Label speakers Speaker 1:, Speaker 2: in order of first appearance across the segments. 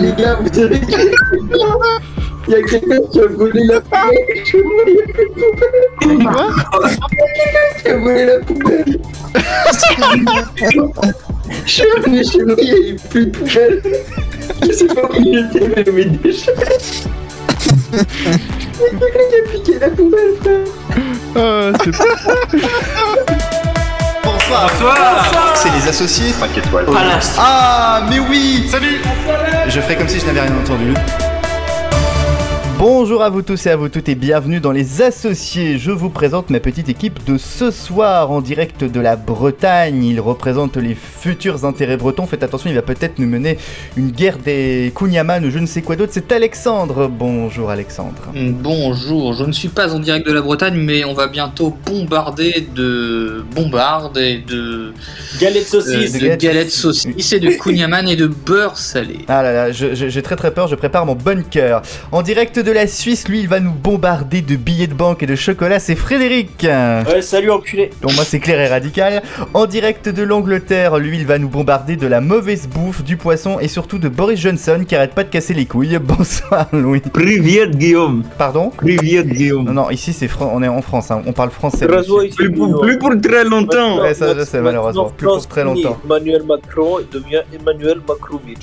Speaker 1: les gars, vous savez Il y a quelqu'un qui a volé la poubelle chez moi, il y a plus de poubelle
Speaker 2: Quoi
Speaker 1: Il y a quelqu'un qui a volé la poubelle Je suis revenu chez moi, il y avait plus de poubelle Je sais pas où il était, mais mes déchets Il y a quelqu'un qui a piqué la poubelle, frère
Speaker 2: Euh, c'est
Speaker 3: Bonsoir.
Speaker 4: Bonsoir.
Speaker 3: C'est les associés.
Speaker 5: 5 étoiles.
Speaker 3: Ah, mais oui
Speaker 4: Salut
Speaker 3: Je ferai comme si je n'avais rien entendu. Bonjour à vous tous et à vous toutes et bienvenue dans les associés. Je vous présente ma petite équipe de ce soir en direct de la Bretagne. Ils représentent les futurs intérêts bretons. Faites attention, il va peut-être nous mener une guerre des Kunyaman ou je ne sais quoi d'autre. C'est Alexandre. Bonjour Alexandre.
Speaker 6: Bonjour, je ne suis pas en direct de la Bretagne, mais on va bientôt bombarder de bombardes et de,
Speaker 4: Galette
Speaker 6: euh,
Speaker 4: saucisse
Speaker 6: de
Speaker 3: galettes.
Speaker 6: galettes saucisses et de kouign-amann et de beurre salé.
Speaker 3: Ah là là, je- je- j'ai très très peur, je prépare mon bunker. En direct de la Suisse, lui, il va nous bombarder de billets de banque et de chocolat. C'est Frédéric.
Speaker 4: Ouais, salut enculé
Speaker 3: Bon, moi, c'est clair et radical. En direct de l'Angleterre, lui, il va nous bombarder de la mauvaise bouffe, du poisson et surtout de Boris Johnson qui arrête pas de casser les couilles. Bonsoir, Louis.
Speaker 7: Привет, Guillaume.
Speaker 3: Pardon
Speaker 7: Привет,
Speaker 3: Non,
Speaker 7: Guillaume.
Speaker 3: non, ici, c'est Fran- on est en France, hein. on parle français.
Speaker 4: Razo est
Speaker 7: Plus pour, plus pour très longtemps.
Speaker 3: Ouais, ça, je sais, malheureusement, plus pour très longtemps.
Speaker 4: Emmanuel Macron devient Emmanuel Macrovic.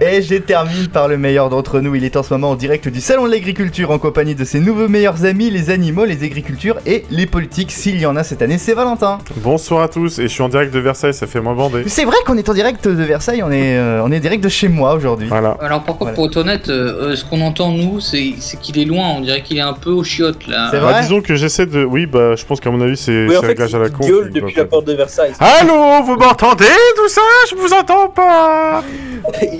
Speaker 3: Et, et je termine par le meilleur d'entre nous. Il est en ce moment en direct du Salon de l'Agriculture en compagnie de ses nouveaux meilleurs amis, les animaux, les agricultures et les politiques. S'il y en a cette année, c'est Valentin.
Speaker 8: Bonsoir à tous, et je suis en direct de Versailles, ça fait moins bandé.
Speaker 3: C'est vrai qu'on est en direct de Versailles, on est, euh, on est direct de chez moi aujourd'hui.
Speaker 8: Voilà.
Speaker 6: Alors par contre,
Speaker 3: Voilà.
Speaker 6: pour être honnête, euh, euh, ce qu'on entend nous, c'est c'est qu'il est loin, on dirait qu'il est un peu au chiotte là.
Speaker 3: C'est
Speaker 8: Bah,
Speaker 3: vrai
Speaker 8: disons que j'essaie de. Oui, bah, je pense qu'à mon avis, c'est
Speaker 4: Oui,
Speaker 8: c'est
Speaker 4: en fait,
Speaker 8: réglage à la con. Ah.
Speaker 4: il gueule
Speaker 8: qui
Speaker 4: depuis
Speaker 8: doit
Speaker 4: la porte de Versailles.
Speaker 8: pas- Allô, vous m'entendez tout ça Je vous entends pas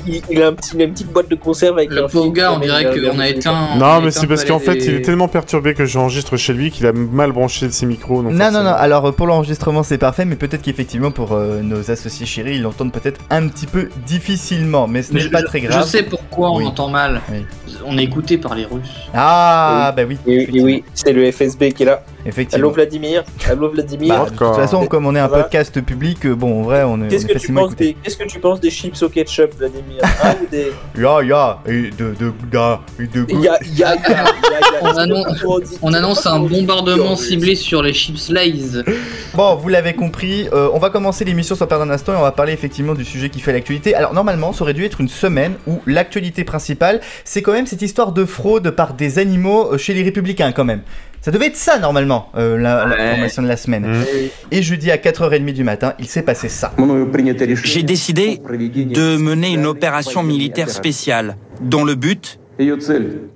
Speaker 4: Il, il a un petit, il a une petite boîte de conserve avec
Speaker 6: Le
Speaker 4: un
Speaker 6: pauvre
Speaker 4: film.
Speaker 6: gars, on
Speaker 4: Il
Speaker 6: dirait qu'on a
Speaker 3: Ah,
Speaker 6: éteint. on a
Speaker 8: Non, mais
Speaker 6: éteint
Speaker 8: c'est parce
Speaker 6: pas
Speaker 8: qu'en
Speaker 6: les-
Speaker 8: fait, il est tellement perturbé que j'enregistre chez lui qu'il a mal branché ses micros. donc
Speaker 3: Non, non,
Speaker 8: forcément.
Speaker 3: non, alors euh, pour l'enregistrement c'est parfait, mais peut-être qu'effectivement pour euh, nos associés chéris, ils l'entendent peut-être un petit peu difficilement, mais ce
Speaker 6: Mais
Speaker 3: n'est pas très grave.
Speaker 6: Je sais pourquoi
Speaker 3: Oui.
Speaker 6: on entend mal.
Speaker 3: Oui.
Speaker 6: On est écouté par les Russes.
Speaker 3: Ah, bah oui.
Speaker 4: Et, et oui, c'est le FSB qui est là. Allô
Speaker 3: Effectivement.
Speaker 4: Vladimir, allô Vladimir.
Speaker 3: Bah, de toute façon, comme on est un
Speaker 4: Ça va
Speaker 3: podcast public, euh, bon, en vrai, on est,
Speaker 4: Qu'est-ce
Speaker 3: on est
Speaker 4: que, tu
Speaker 3: facilement
Speaker 4: penses
Speaker 3: écouté.
Speaker 4: des, qu'est-ce que tu penses des chips au ketchup, Vladimir hein, ou des...
Speaker 3: Ya, ya, et de, de, da, et de goût.
Speaker 4: y a, y a, y a, y a- y a-
Speaker 6: On annonce-
Speaker 4: comment dit-
Speaker 6: On annonce un
Speaker 4: comment dit-
Speaker 6: bombardement ciblé sur les chips Lays.
Speaker 3: Bon, vous l'avez compris, euh, on va commencer l'émission sans perdre un instant et on va parler effectivement du sujet qui fait l'actualité. Alors normalement, ça aurait dû être une semaine où l'actualité principale, c'est quand même cette histoire de fraude par des animaux euh, chez les républicains quand même. Ça devait être ça normalement, euh, la, la
Speaker 6: Ouais.
Speaker 3: formation de la semaine.
Speaker 8: Mhm.
Speaker 3: Et jeudi à 4h30 du matin, il s'est passé ça.
Speaker 9: J'ai décidé de mener une opération militaire spéciale dont le but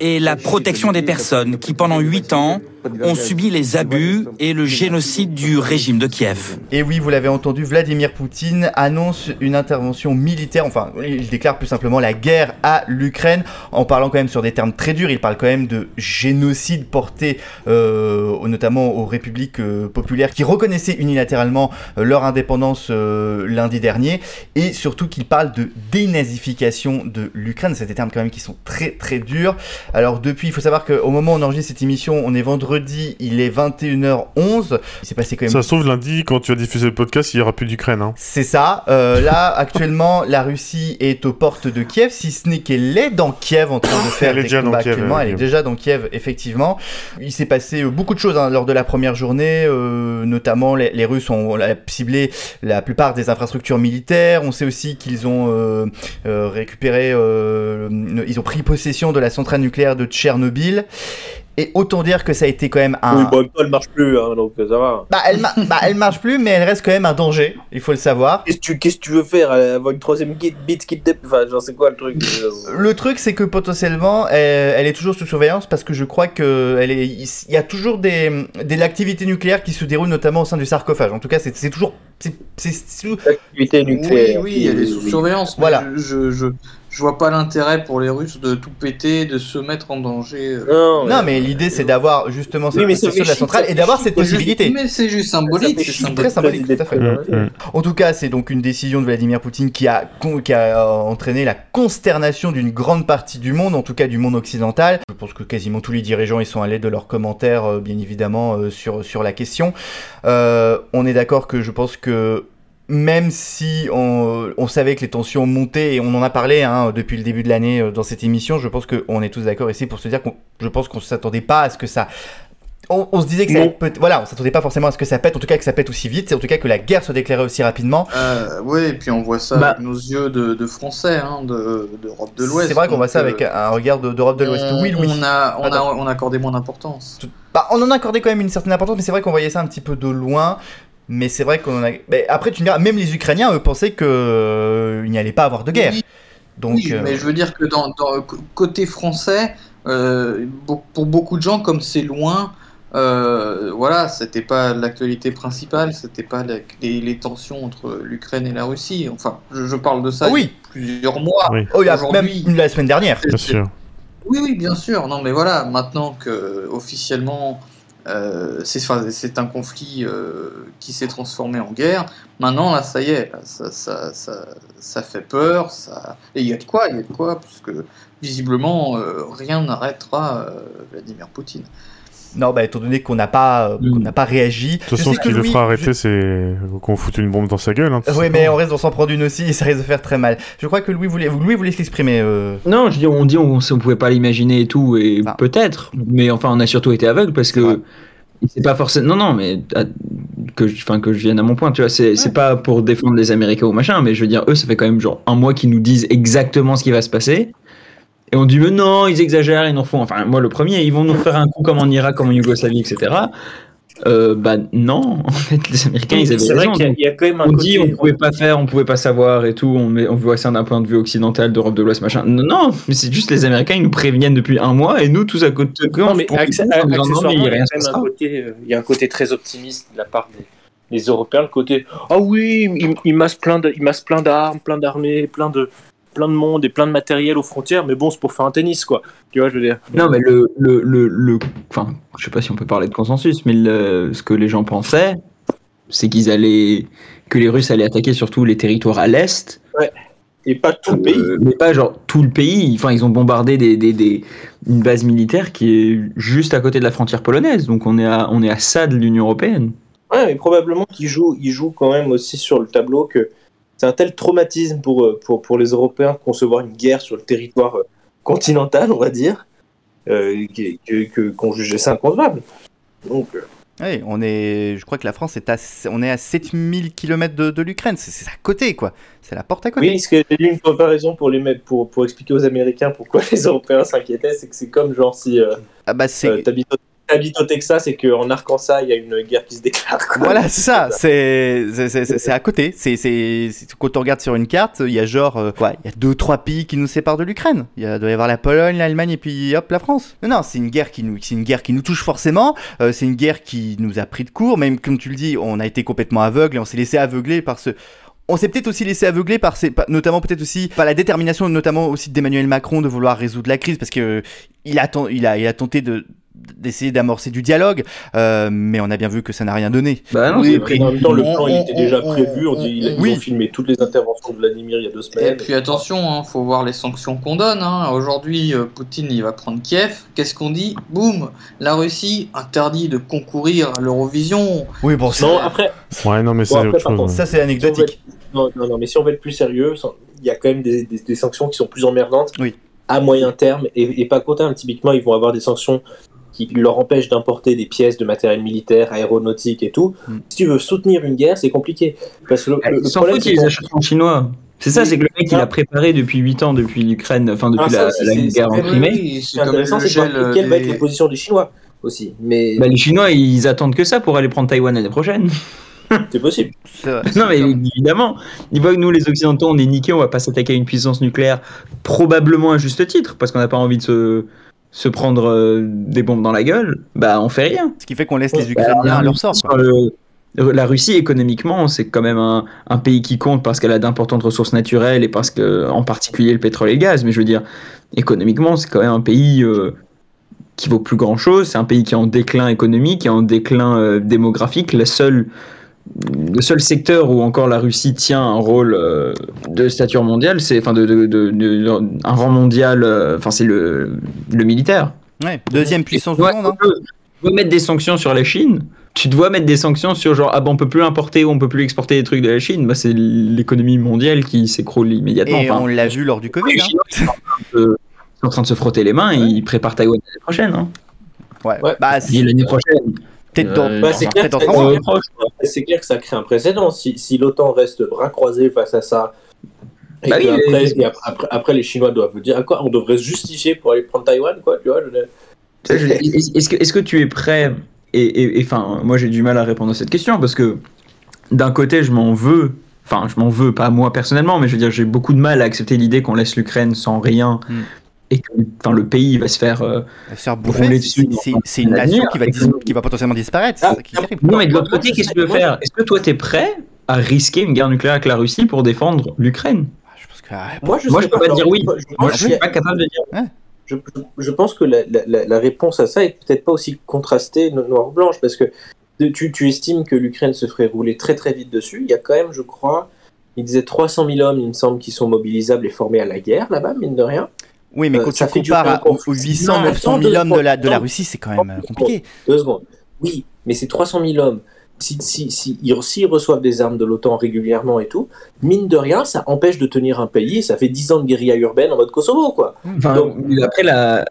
Speaker 9: est la protection des personnes qui, pendant huit ans, ont subi les abus et le génocide du régime de Kiev.
Speaker 3: Et oui, vous l'avez entendu, Vladimir Poutine annonce une intervention militaire, enfin, il déclare plus simplement la guerre à l'Ukraine, en parlant quand même sur des termes très durs, il parle quand même de génocide porté euh, au- notamment aux républiques euh, populaires qui reconnaissaient unilatéralement euh, leur indépendance euh, lundi dernier, et surtout qu'il parle de dénazification de l'Ukraine, c'est des termes quand même qui sont très très durs. Alors depuis, il faut savoir qu'au moment où on enregistre cette émission, on est vendredi, il est 21h11, il s'est passé quand même
Speaker 8: Ça se trouve, lundi, quand tu vas diffuser le podcast, il n'y aura plus d'Ukraine. Hein.
Speaker 3: c'est ça. Euh, là, actuellement, la Russie est aux portes de Kiev, si ce n'est qu'elle est dans Kiev en train de faire
Speaker 8: Elle est
Speaker 3: des
Speaker 8: déjà dans
Speaker 3: combats
Speaker 8: Kiev,
Speaker 3: actuellement.
Speaker 8: elle est
Speaker 3: Elle est
Speaker 8: Kiev.
Speaker 3: déjà dans Kiev, effectivement. Il s'est passé euh, beaucoup de choses hein, lors de la première journée. euh, notamment, les, les Russes ont euh, ciblé la plupart des infrastructures militaires. On sait aussi qu'ils ont euh, euh, récupéré, euh, ils ont pris possession de la centrale nucléaire de Tchernobyl. Et autant dire que ça a été quand même un...
Speaker 4: Oui, bah. bon, elle marche plus, hein, donc ça va.
Speaker 3: bah, elle ma- bah, elle marche plus, mais elle reste quand même un danger, il faut le savoir.
Speaker 4: Qu'est-ce que tu, qu'est-ce que tu veux faire euh, Avoir une troisième guide, beat qui te dé- Enfin, genre, c'est quoi le truc euh, déjà
Speaker 3: Le truc, c'est que potentiellement, elle, elle est toujours sous surveillance parce que je crois que elle est, il y a toujours des, des activités nucléaires qui se déroulent notamment au sein du sarcophage. En tout cas, c'est c'est toujours, c'est- c'est sous-
Speaker 4: L'activité nucléaire.
Speaker 6: Oui, oui, elle est sous surveillance. mais
Speaker 3: Voilà.
Speaker 6: Je, je, je vois pas l'intérêt pour les Russes de tout péter, de se mettre en danger. euh.
Speaker 4: Non,
Speaker 3: Non, mais l'idée, c'est d'avoir justement cette
Speaker 4: Oui, mais ça
Speaker 3: protection de
Speaker 4: fait
Speaker 3: la
Speaker 4: chier,
Speaker 3: centrale
Speaker 4: ça
Speaker 3: et
Speaker 4: fait
Speaker 3: d'avoir
Speaker 4: chier,
Speaker 3: cette
Speaker 4: quoi.
Speaker 3: possibilité.
Speaker 6: Mais c'est juste symbolique.
Speaker 4: Ça fait
Speaker 6: c'est
Speaker 4: chier.
Speaker 3: Très
Speaker 6: symbolique.
Speaker 3: symbolique, tout à fait.
Speaker 4: Ouais.
Speaker 8: Mhm, mhm.
Speaker 3: En tout cas, c'est donc une décision de Vladimir Poutine qui a, con- qui a euh, entraîné la consternation d'une grande partie du monde, en tout cas du monde occidental. Je pense que quasiment tous les dirigeants ils sont allés de leurs commentaires, euh, bien évidemment, euh, sur, sur la question. Euh, on est d'accord que je pense que même si on, on savait que les tensions montaient et on en a parlé hein, depuis le début de l'année euh, dans cette émission, je pense qu'on est tous d'accord ici pour se dire qu'on, je pense qu'on s'attendait pas à ce que ça. On, on se disait que ça
Speaker 7: Non.
Speaker 3: peut, voilà, on s'attendait pas forcément à ce que ça pète, en tout cas que ça pète aussi vite, et en tout cas que la guerre se déclarait aussi rapidement.
Speaker 6: Euh, ouais, et puis on voit ça
Speaker 7: Bah.
Speaker 6: avec nos yeux de, de Français, hein, de- d'Europe de, l'Ouest.
Speaker 3: c'est vrai qu'on
Speaker 6: donc,
Speaker 3: voit ça
Speaker 6: euh,
Speaker 3: avec un regard de- d'Europe de l'Ouest.
Speaker 6: on-
Speaker 3: Oui, Louis.
Speaker 6: Euh, On a, on, a,
Speaker 3: Attends.
Speaker 6: on a accordé moins d'importance.
Speaker 3: Bah, on en accordait quand même une certaine importance, mais c'est vrai qu'on voyait ça un petit peu de loin. Mais c'est vrai qu'on en a. Mais après, tu me diras, même les Ukrainiens, eux, pensaient que euh, il n'y allait pas avoir de guerre.
Speaker 6: Oui,
Speaker 3: Donc,
Speaker 6: oui,
Speaker 3: euh,
Speaker 6: mais je veux dire que dans, dans- c- côté français, euh, be- pour beaucoup de gens, comme c'est loin, euh, voilà, c'était pas l'actualité principale, c'était pas la- les, les tensions entre l'Ukraine et la Russie. Enfin, je, je parle de ça
Speaker 3: oui,
Speaker 6: il y a plusieurs mois.
Speaker 3: oh, il y a même
Speaker 6: aujourd'hui-
Speaker 3: la semaine dernière.
Speaker 8: Bien sûr.
Speaker 6: Oui, oui, bien sûr. Non, mais voilà, maintenant que euh, officiellement euh, c'est enfin, c'est un conflit euh, qui s'est transformé en guerre, maintenant là, ça y est, là, ça, ça, ça, ça fait peur. Ça... Et il y a de quoi, il y a de quoi, puisque visiblement euh, rien n'arrêtera euh, Vladimir Poutine.
Speaker 3: Non, bah, étant donné qu'on n'a pas, euh, qu'on n'a pas réagi.
Speaker 8: Mm. De toute façon, ce qui le fera arrêter, c'est qu'on foute une bombe dans sa gueule. Hein, tout
Speaker 3: Oui,
Speaker 8: simplement.
Speaker 3: mais on reste, on s'en prend une aussi, et ça risque de faire très mal. Je crois que Louis voulait, Louis voulait s'exprimer. euh,
Speaker 7: Non, je dis, on dit on, on pouvait pas l'imaginer et tout, et
Speaker 3: Ah.
Speaker 7: peut-être, mais enfin, on a surtout été aveugle parce
Speaker 3: vrai.
Speaker 7: que c'est pas forcément. Non, non, mais ah, que, je- enfin, que je vienne à mon point, tu vois, c'est c'est pas pour défendre les Américains ou machin, mais je veux dire, eux, ça fait quand même genre un mois qu'ils nous disent exactement ce qui va se passer. Et on dit, mais non, ils exagèrent, ils nous font. Enfin, moi, le premier, ils vont nous faire un coup comme en Irak, comme en Yougoslavie, etc. Euh, bah non, en fait, les Américains, ils avaient
Speaker 4: C'est vrai
Speaker 7: raison,
Speaker 4: qu'il y a- il y a quand même un
Speaker 7: on
Speaker 4: côté.
Speaker 7: dit on pouvait pas faire, on pouvait pas savoir et tout, on, met- on voit ça d'un point de vue occidental, d'Europe de l'Ouest, machin. Non, non, mais c'est juste les Américains, ils nous préviennent depuis un mois et nous, tous à côté de
Speaker 4: Non, mais
Speaker 7: on- on-
Speaker 4: acc-
Speaker 7: on- on-
Speaker 4: accessoirement,
Speaker 7: mais
Speaker 4: il y a
Speaker 7: rien
Speaker 4: quand
Speaker 7: se
Speaker 4: même
Speaker 7: passera.
Speaker 4: un côté, euh, il y a un côté très optimiste de la part des, des Européens, le côté ah oui, ils il massent plein de, ils massent plein d'armes, plein d'armées, plein de, plein de monde et plein de matériel aux frontières, mais bon, c'est pour faire un tennis quoi. Tu vois, je veux dire.
Speaker 7: Non, mais le, le, le, le- enfin, je sais pas si on peut parler de consensus, mais le- ce que les gens pensaient, c'est qu'ils allaient, que les Russes allaient attaquer surtout les territoires à l'est.
Speaker 4: Et pas tout le pays.
Speaker 7: Euh, mais pas genre tout le pays. Enfin, ils ont bombardé des, des- des- une base militaire qui est juste à côté de la frontière polonaise. Donc on est à, on est à ça de l'Union européenne.
Speaker 4: Ouais, mais probablement qu'ils jouent, ils jouent quand même aussi sur le tableau que c'est un tel traumatisme pour, euh, pour, pour les Européens de concevoir une guerre sur le territoire euh, continental, on va dire, euh, que- que- que- qu'on jugeait ça inconcevable. Donc, euh,
Speaker 3: ouais, on est, je crois que la France est à, on est à 7000 km de, de l'Ukraine. C'est, c'est à côté, quoi. C'est la porte à côté.
Speaker 4: Oui, parce que j'ai lu une comparaison pour, les, mecs- pour, pour expliquer aux Américains pourquoi les Européens s'inquiétaient, c'est que c'est comme genre si euh,
Speaker 3: Ah, bah, c'est.
Speaker 4: euh, t'habites au- t'habites au Texas et qu'en Arkansas il y a une guerre qui se déclare. quoi.
Speaker 3: Voilà, c'est ça, c'est c'est- c'est- c'est à côté. C'est c'est- c'est- quand on regarde sur une carte, il y a genre, euh, quoi, il y a deux trois pays qui nous séparent de l'Ukraine. Il y a- doit y avoir la Pologne, l'Allemagne et puis hop la France. Non, non, c'est une guerre qui nous, c'est une guerre qui nous touche forcément. euh, c'est une guerre qui nous a pris de court. Même comme tu le dis, on a été complètement aveugle et on s'est laissé aveugler par ce. On s'est peut-être aussi laissé aveugler par ces, par- notamment peut-être aussi par la détermination, notamment aussi d'Emmanuel Macron de vouloir résoudre la crise parce que euh, il a, ten- il a, il a tenté de d'essayer d'amorcer du dialogue, euh, mais on a bien vu que ça n'a rien donné.
Speaker 7: Bah non,
Speaker 6: Oui,
Speaker 7: c'est-
Speaker 4: Après, en même temps, le
Speaker 6: On-
Speaker 4: plan
Speaker 6: on-
Speaker 4: il était déjà
Speaker 6: on-
Speaker 4: prévu, on dit, ils, ils
Speaker 3: Oui.
Speaker 4: ont filmé toutes les interventions de Vladimir il y a deux
Speaker 6: Et
Speaker 4: semaines.
Speaker 6: puis attention, hein, faut voir les sanctions qu'on donne. hein. Aujourd'hui, euh, Poutine, il va prendre Kiev. Qu'est-ce qu'on dit Boum La Russie interdit de concourir à l'Eurovision.
Speaker 3: Oui, bon, ça,
Speaker 4: Non, après,
Speaker 8: Ouais, non, mais ça,
Speaker 4: Bon,
Speaker 8: c'est
Speaker 4: après,
Speaker 8: autre
Speaker 4: par contre,
Speaker 8: chose. ouais.
Speaker 3: ça c'est anecdotique.
Speaker 4: non, non, non, mais si on veut être plus sérieux, il y a quand même des, des- des sanctions qui sont plus emmerdantes
Speaker 3: Oui.
Speaker 4: à moyen terme et, et pas comptable. Typiquement, ils vont avoir des sanctions qui leur empêchent d'importer des pièces de matériel militaire, aéronautique et tout.
Speaker 3: Mm.
Speaker 4: Si tu veux soutenir une guerre, c'est compliqué. Parce que le, le-
Speaker 7: Eh, ils
Speaker 4: le
Speaker 7: s'en
Speaker 4: problème,
Speaker 7: foutent,
Speaker 4: c'est
Speaker 7: ils les
Speaker 4: qu'on-
Speaker 7: achètent en chinois. C'est ça, c'est que le mec, il a préparé depuis 8 ans, depuis l'Ukraine, enfin depuis
Speaker 4: Ah, ça
Speaker 7: la,
Speaker 4: aussi,
Speaker 7: la
Speaker 4: c'est-
Speaker 7: guerre en
Speaker 4: c'est-
Speaker 7: Crimée.
Speaker 6: Oui,
Speaker 4: ce qui est intéressant, c'est de voir
Speaker 6: euh,
Speaker 4: quelle va être
Speaker 6: des-
Speaker 4: la position des Chinois aussi. Mais
Speaker 7: Bah, les Chinois, ils attendent que ça pour aller prendre Taïwan l'année prochaine.
Speaker 4: c'est possible.
Speaker 3: C'est vrai.
Speaker 7: Non, mais évidemment, ils voient que nous, les Occidentaux, on est niqués, on va pas s'attaquer à une puissance nucléaire, probablement à juste titre, parce qu'on n'a pas envie de se, se prendre euh, des bombes dans la gueule. Bah, on fait rien.
Speaker 3: Ce qui fait qu'on laisse les
Speaker 4: Bah,
Speaker 3: Ukrainiens à leur sort. quoi.
Speaker 7: Sur le- euh, la Russie, économiquement, c'est quand même un, un pays qui compte parce qu'elle a d'importantes ressources naturelles et parce que, en particulier, le pétrole et le gaz. Mais je veux dire, économiquement, c'est quand même un pays euh, qui vaut plus grand chose. C'est un pays qui est en déclin économique, qui est en déclin euh, démographique. La seule, le seul secteur où encore la Russie tient un rôle euh, de stature mondiale, c'est enfin de, de- de- de- un rang mondial. euh, Enfin, c'est le, le militaire.
Speaker 3: Ouais, Deuxième puissance du
Speaker 7: Ouais,
Speaker 3: monde. hein.
Speaker 7: on peut- on peut mettre des sanctions sur la Chine. tu dois mettre des sanctions sur genre ah ben on peut plus importer ou on peut plus exporter des trucs de la Chine, bah c'est l'économie mondiale qui s'écroule immédiatement.
Speaker 3: Et
Speaker 7: Enfin,
Speaker 3: on l'a vu lors du Covid.
Speaker 7: les
Speaker 3: hein.
Speaker 7: Chinois ils sont en train de- ils sont en train de se frotter les mains et ils préparent Taïwan l'année prochaine. Hein.
Speaker 3: Ouais.
Speaker 4: Ouais.
Speaker 3: Bah,
Speaker 7: Et
Speaker 3: c'est
Speaker 7: l'année prochaine.
Speaker 3: peut-être dans,
Speaker 7: Euh,
Speaker 4: Bah, c'est clair
Speaker 3: peut-être dans
Speaker 4: que-
Speaker 3: trois mois.
Speaker 7: euh, proche.
Speaker 4: C'est clair que ça crée un précédent. Si, si l'OTAN reste bras croisés face à ça, et
Speaker 7: Bah
Speaker 4: que
Speaker 7: oui,
Speaker 4: après,
Speaker 7: mais-
Speaker 4: et après, après- après, les Chinois doivent vous dire à quoi on devrait se justifier pour aller prendre Taïwan, quoi, tu vois. je-
Speaker 7: Tu sais, je veux dire, Est-ce est-ce que, est-ce que tu es prêt et- Et et, enfin, moi j'ai du mal à répondre à cette question parce que d'un côté, je m'en veux. Enfin, je m'en veux, pas moi personnellement, mais je veux dire, j'ai beaucoup de mal à accepter l'idée qu'on laisse l'Ukraine sans rien
Speaker 3: Hmm.
Speaker 7: et que enfin, le pays va se faire. euh,
Speaker 3: Elle va se faire
Speaker 7: Rouler
Speaker 3: bouffer.
Speaker 7: dessus
Speaker 3: C'est-
Speaker 7: dans
Speaker 3: C'est
Speaker 7: un
Speaker 3: c'est une
Speaker 7: avenir.
Speaker 3: nation qui va, dis- qui va potentiellement disparaître. C'est
Speaker 4: Ah,
Speaker 3: ça qui est terrible.
Speaker 7: Non, mais de l'autre
Speaker 4: Moi,
Speaker 7: côté,
Speaker 4: je
Speaker 7: qu'est-ce
Speaker 4: sais-
Speaker 7: que tu veux
Speaker 4: moi,
Speaker 7: faire Est-ce que toi, t'es prêt à risquer une guerre nucléaire avec la Russie pour défendre l'Ukraine
Speaker 3: Je pense que. ah,
Speaker 4: Moi, je,
Speaker 7: Moi,
Speaker 4: sais
Speaker 7: je peux pas
Speaker 4: genre,
Speaker 7: dire oui. Moi,
Speaker 4: pense
Speaker 7: je
Speaker 4: qu'il y
Speaker 7: suis
Speaker 4: a-
Speaker 7: pas capable de dire.
Speaker 4: je, je pense que la, la- la- la réponse à ça est peut-être pas aussi contrastée no- noir ou blanche, parce que de- tu, tu estimes que l'Ukraine se ferait rouler très très vite dessus. Il y a quand même, je crois, il disait 300 000 hommes, il me semble, qui sont mobilisables et formés à la guerre là-bas, mine de rien.
Speaker 3: Oui, mais
Speaker 4: Euh,
Speaker 3: quand tu
Speaker 4: ça fait
Speaker 3: compares
Speaker 4: durer
Speaker 3: à-
Speaker 4: un
Speaker 3: aux
Speaker 4: conflit.
Speaker 3: 800,
Speaker 4: Non,
Speaker 3: 900 000
Speaker 4: attends,
Speaker 3: hommes de la, de la
Speaker 4: attends.
Speaker 3: Russie, c'est quand même euh, compliqué.
Speaker 4: Deux secondes. Oui, mais ces 300 000 hommes, si, si, si, ils, s'ils reçoivent des armes de l'OTAN régulièrement et tout, mine de rien, ça empêche de tenir un pays. Ça fait 10 ans de guérilla urbaine en mode Kosovo, quoi.
Speaker 7: Enfin,
Speaker 4: Donc-
Speaker 7: après, la...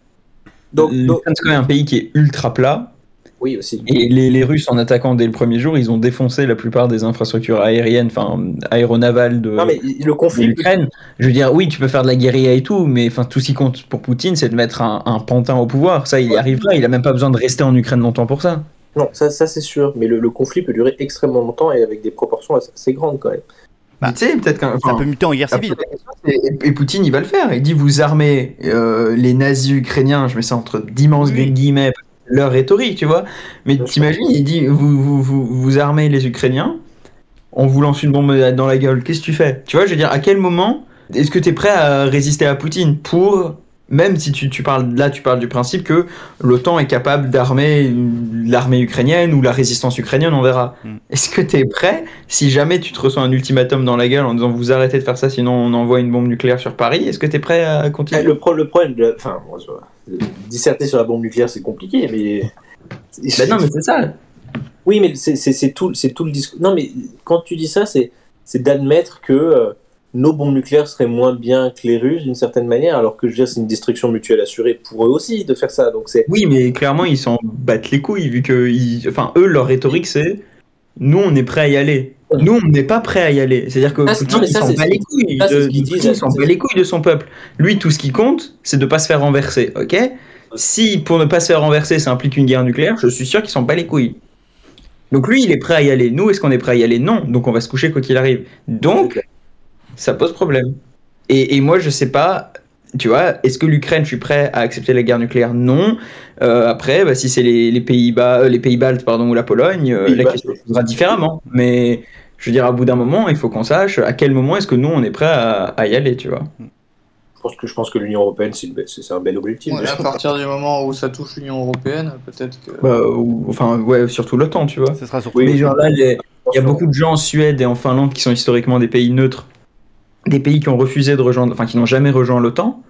Speaker 4: Donc, donc-
Speaker 7: l'Ukraine, c'est quand même un pays qui est ultra plat.
Speaker 4: oui, aussi.
Speaker 7: Mm. Et les, les Russes, en attaquant dès le premier jour, ils ont défoncé la plupart des infrastructures aériennes, enfin aéronavales de,
Speaker 4: Non, mais le
Speaker 7: de
Speaker 4: conflit.
Speaker 7: l'Ukraine. Je veux dire, oui, tu peux faire de la guérilla et tout, mais enfin, tout ce qui compte pour Poutine, c'est de mettre un, un pantin au pouvoir. Ça, il y arrivera. Il a même pas besoin de rester en Ukraine longtemps pour ça.
Speaker 4: Non, ça, ça c'est sûr, mais le, le conflit peut durer extrêmement longtemps et avec des proportions assez, assez grandes quand même.
Speaker 3: Bah,
Speaker 7: Mais tu sais, peut-être qu'un.
Speaker 3: Ça
Speaker 7: enfin,
Speaker 3: peut muter en guerre
Speaker 7: après,
Speaker 3: civile.
Speaker 7: la question, c'est- Et, et Poutine, il va le faire. Il dit vous armez euh, les nazis ukrainiens, je mets ça entre d'immenses
Speaker 3: Oui.
Speaker 7: guillemets, leur rhétorique, tu vois. Mais
Speaker 4: Bien sûr.
Speaker 7: t'imagines, il dit vous, vous, vous, vous armez les Ukrainiens, on vous lance une bombe dans la gueule, qu'est-ce que tu fais Tu vois, je veux dire, à quel moment est-ce que tu es prêt à résister à Poutine pour. Même si tu, tu parles là, tu parles du principe que l'OTAN est capable d'armer l'armée ukrainienne ou la résistance ukrainienne, on verra.
Speaker 3: Mm.
Speaker 7: Est-ce que tu es prêt si jamais tu te reçois un ultimatum dans la gueule en disant vous arrêtez de faire ça sinon on envoie une bombe nucléaire sur Paris, est-ce que t'es prêt à
Speaker 4: Eh,
Speaker 7: continuer
Speaker 4: Le, pro- le problème, de la- enfin, bon, ça va. euh, disserter sur la bombe nucléaire c'est compliqué, mais.
Speaker 7: Ben non mais c'est ça.
Speaker 4: Oui, mais c'est- c'est c'est tout, c'est tout le discours. Non, mais quand tu dis ça, c'est c'est d'admettre que euh, nos bombes nucléaires seraient moins bien que les Russes d'une certaine manière, alors que je veux dire, c'est une destruction mutuelle assurée pour eux aussi de faire ça. Donc c'est.
Speaker 7: Oui mais clairement ils s'en battent les couilles vu que ils... enfin eux leur rhétorique c'est nous on est prêt à y aller. Nous on n'est pas prêt à y aller. C'est-à-dire que
Speaker 4: Ah, c'est- non,
Speaker 7: Poutine
Speaker 4: mais
Speaker 7: il
Speaker 4: ça,
Speaker 7: s'en
Speaker 4: c'est-
Speaker 7: bat les couilles
Speaker 4: ça, c'est
Speaker 7: de
Speaker 4: ce qu'ils disent,
Speaker 7: Poutine, il s'en
Speaker 4: c'est-
Speaker 7: bat les couilles de son peuple. Lui tout ce qui compte c'est de pas se faire renverser, OK Si pour ne pas se faire renverser ça implique une guerre nucléaire, je suis sûr qu'il s'en bat les couilles. Donc lui, il est prêt à y aller. Nous, est-ce qu'on est prêt à y aller Non. Donc on va se coucher quoi qu'il arrive. Donc ça pose problème. Et, et moi, je sais pas, tu vois, est-ce que l'Ukraine, je suis prêt à accepter la guerre nucléaire Non. Euh, après, bah, si c'est les, les Pays-Bas, euh, les Pays-Baltes, pardon, ou la Pologne, euh, la
Speaker 4: Pays-Bas,
Speaker 7: question se posera différemment. Mais je veux dire, à bout d'un moment, il faut qu'on sache à quel moment est-ce que nous, on est prêt à, à y aller, tu vois.
Speaker 4: Je pense que je pense que l'Union européenne c'est une belle- c'est c'est un bel objectif.
Speaker 6: Ouais, à partir du moment où ça touche l'Union Européenne, peut-être que.
Speaker 7: Bah, ou- enfin, ouais, surtout l'OTAN, tu vois.
Speaker 3: Ce sera surtout.
Speaker 4: Oui.
Speaker 7: Mais genre là, les- Il y a beaucoup de gens en Suède et en Finlande qui sont historiquement des pays neutres, des pays qui ont refusé de rejoindre, enfin qui n'ont jamais rejoint l'OTAN.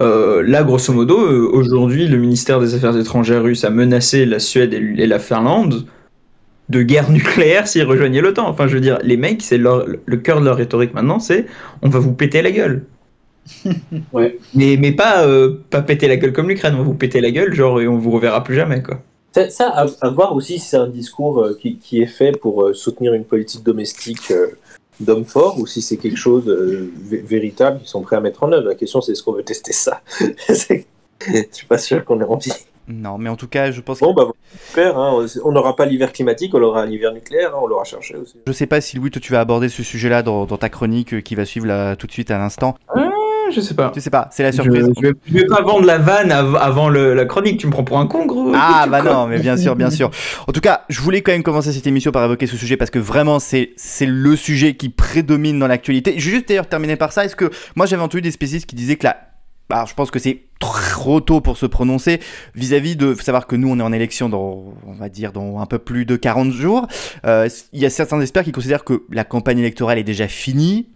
Speaker 7: Euh, là, grosso modo, euh, aujourd'hui, le ministère des Affaires étrangères russe a menacé la Suède et l- et la Finlande de guerre nucléaire s'ils rejoignaient l'OTAN. Enfin, je veux dire, les mecs, c'est leur- le cœur de leur rhétorique maintenant, c'est on va vous péter la gueule.
Speaker 4: Ouais.
Speaker 7: Mais, mais pas, euh, pas péter la gueule comme l'Ukraine, on va vous péter la gueule, genre, et on vous reverra plus jamais, quoi.
Speaker 4: Ça, ça, à, à voir aussi si c'est un discours euh, qui, qui est fait pour euh, soutenir une politique domestique euh, d'hommes forts ou si c'est quelque chose euh, vé- véritable qu'ils sont prêts à mettre en œuvre. La question, c'est est-ce qu'on veut tester ça C'est- Je suis pas sûr qu'on ait envie.
Speaker 3: Non, mais en tout cas, je pense que.
Speaker 4: Bon, bah, super. hein. On n'aura pas l'hiver climatique, on aura l'hiver nucléaire, hein, on l'aura cherché aussi.
Speaker 3: Je sais pas si Louis, toi, tu vas aborder ce sujet-là dans, dans ta chronique euh, qui va suivre là, tout de suite à l'instant.
Speaker 7: Ah, Je sais pas.
Speaker 3: Tu sais pas, c'est la
Speaker 7: Je,
Speaker 3: surprise.
Speaker 7: je vais, je vais pas vendre la vanne av- avant le- la chronique, tu me prends pour un con, gros.
Speaker 3: Ah bah
Speaker 7: Quoi
Speaker 3: non, mais bien sûr, bien sûr. En tout cas, je voulais quand même commencer cette émission par évoquer ce sujet parce que vraiment c'est c'est le sujet qui prédomine dans l'actualité. Je vais juste d'ailleurs terminer par ça. Est-ce que moi j'avais entendu des spécistes qui disaient que la bah, je pense que c'est trop tôt pour se prononcer vis-à-vis de faut savoir que nous on est en élection dans on va dire dans un peu plus de 40 jours. Euh, il y a certains experts qui considèrent que la campagne électorale est déjà finie.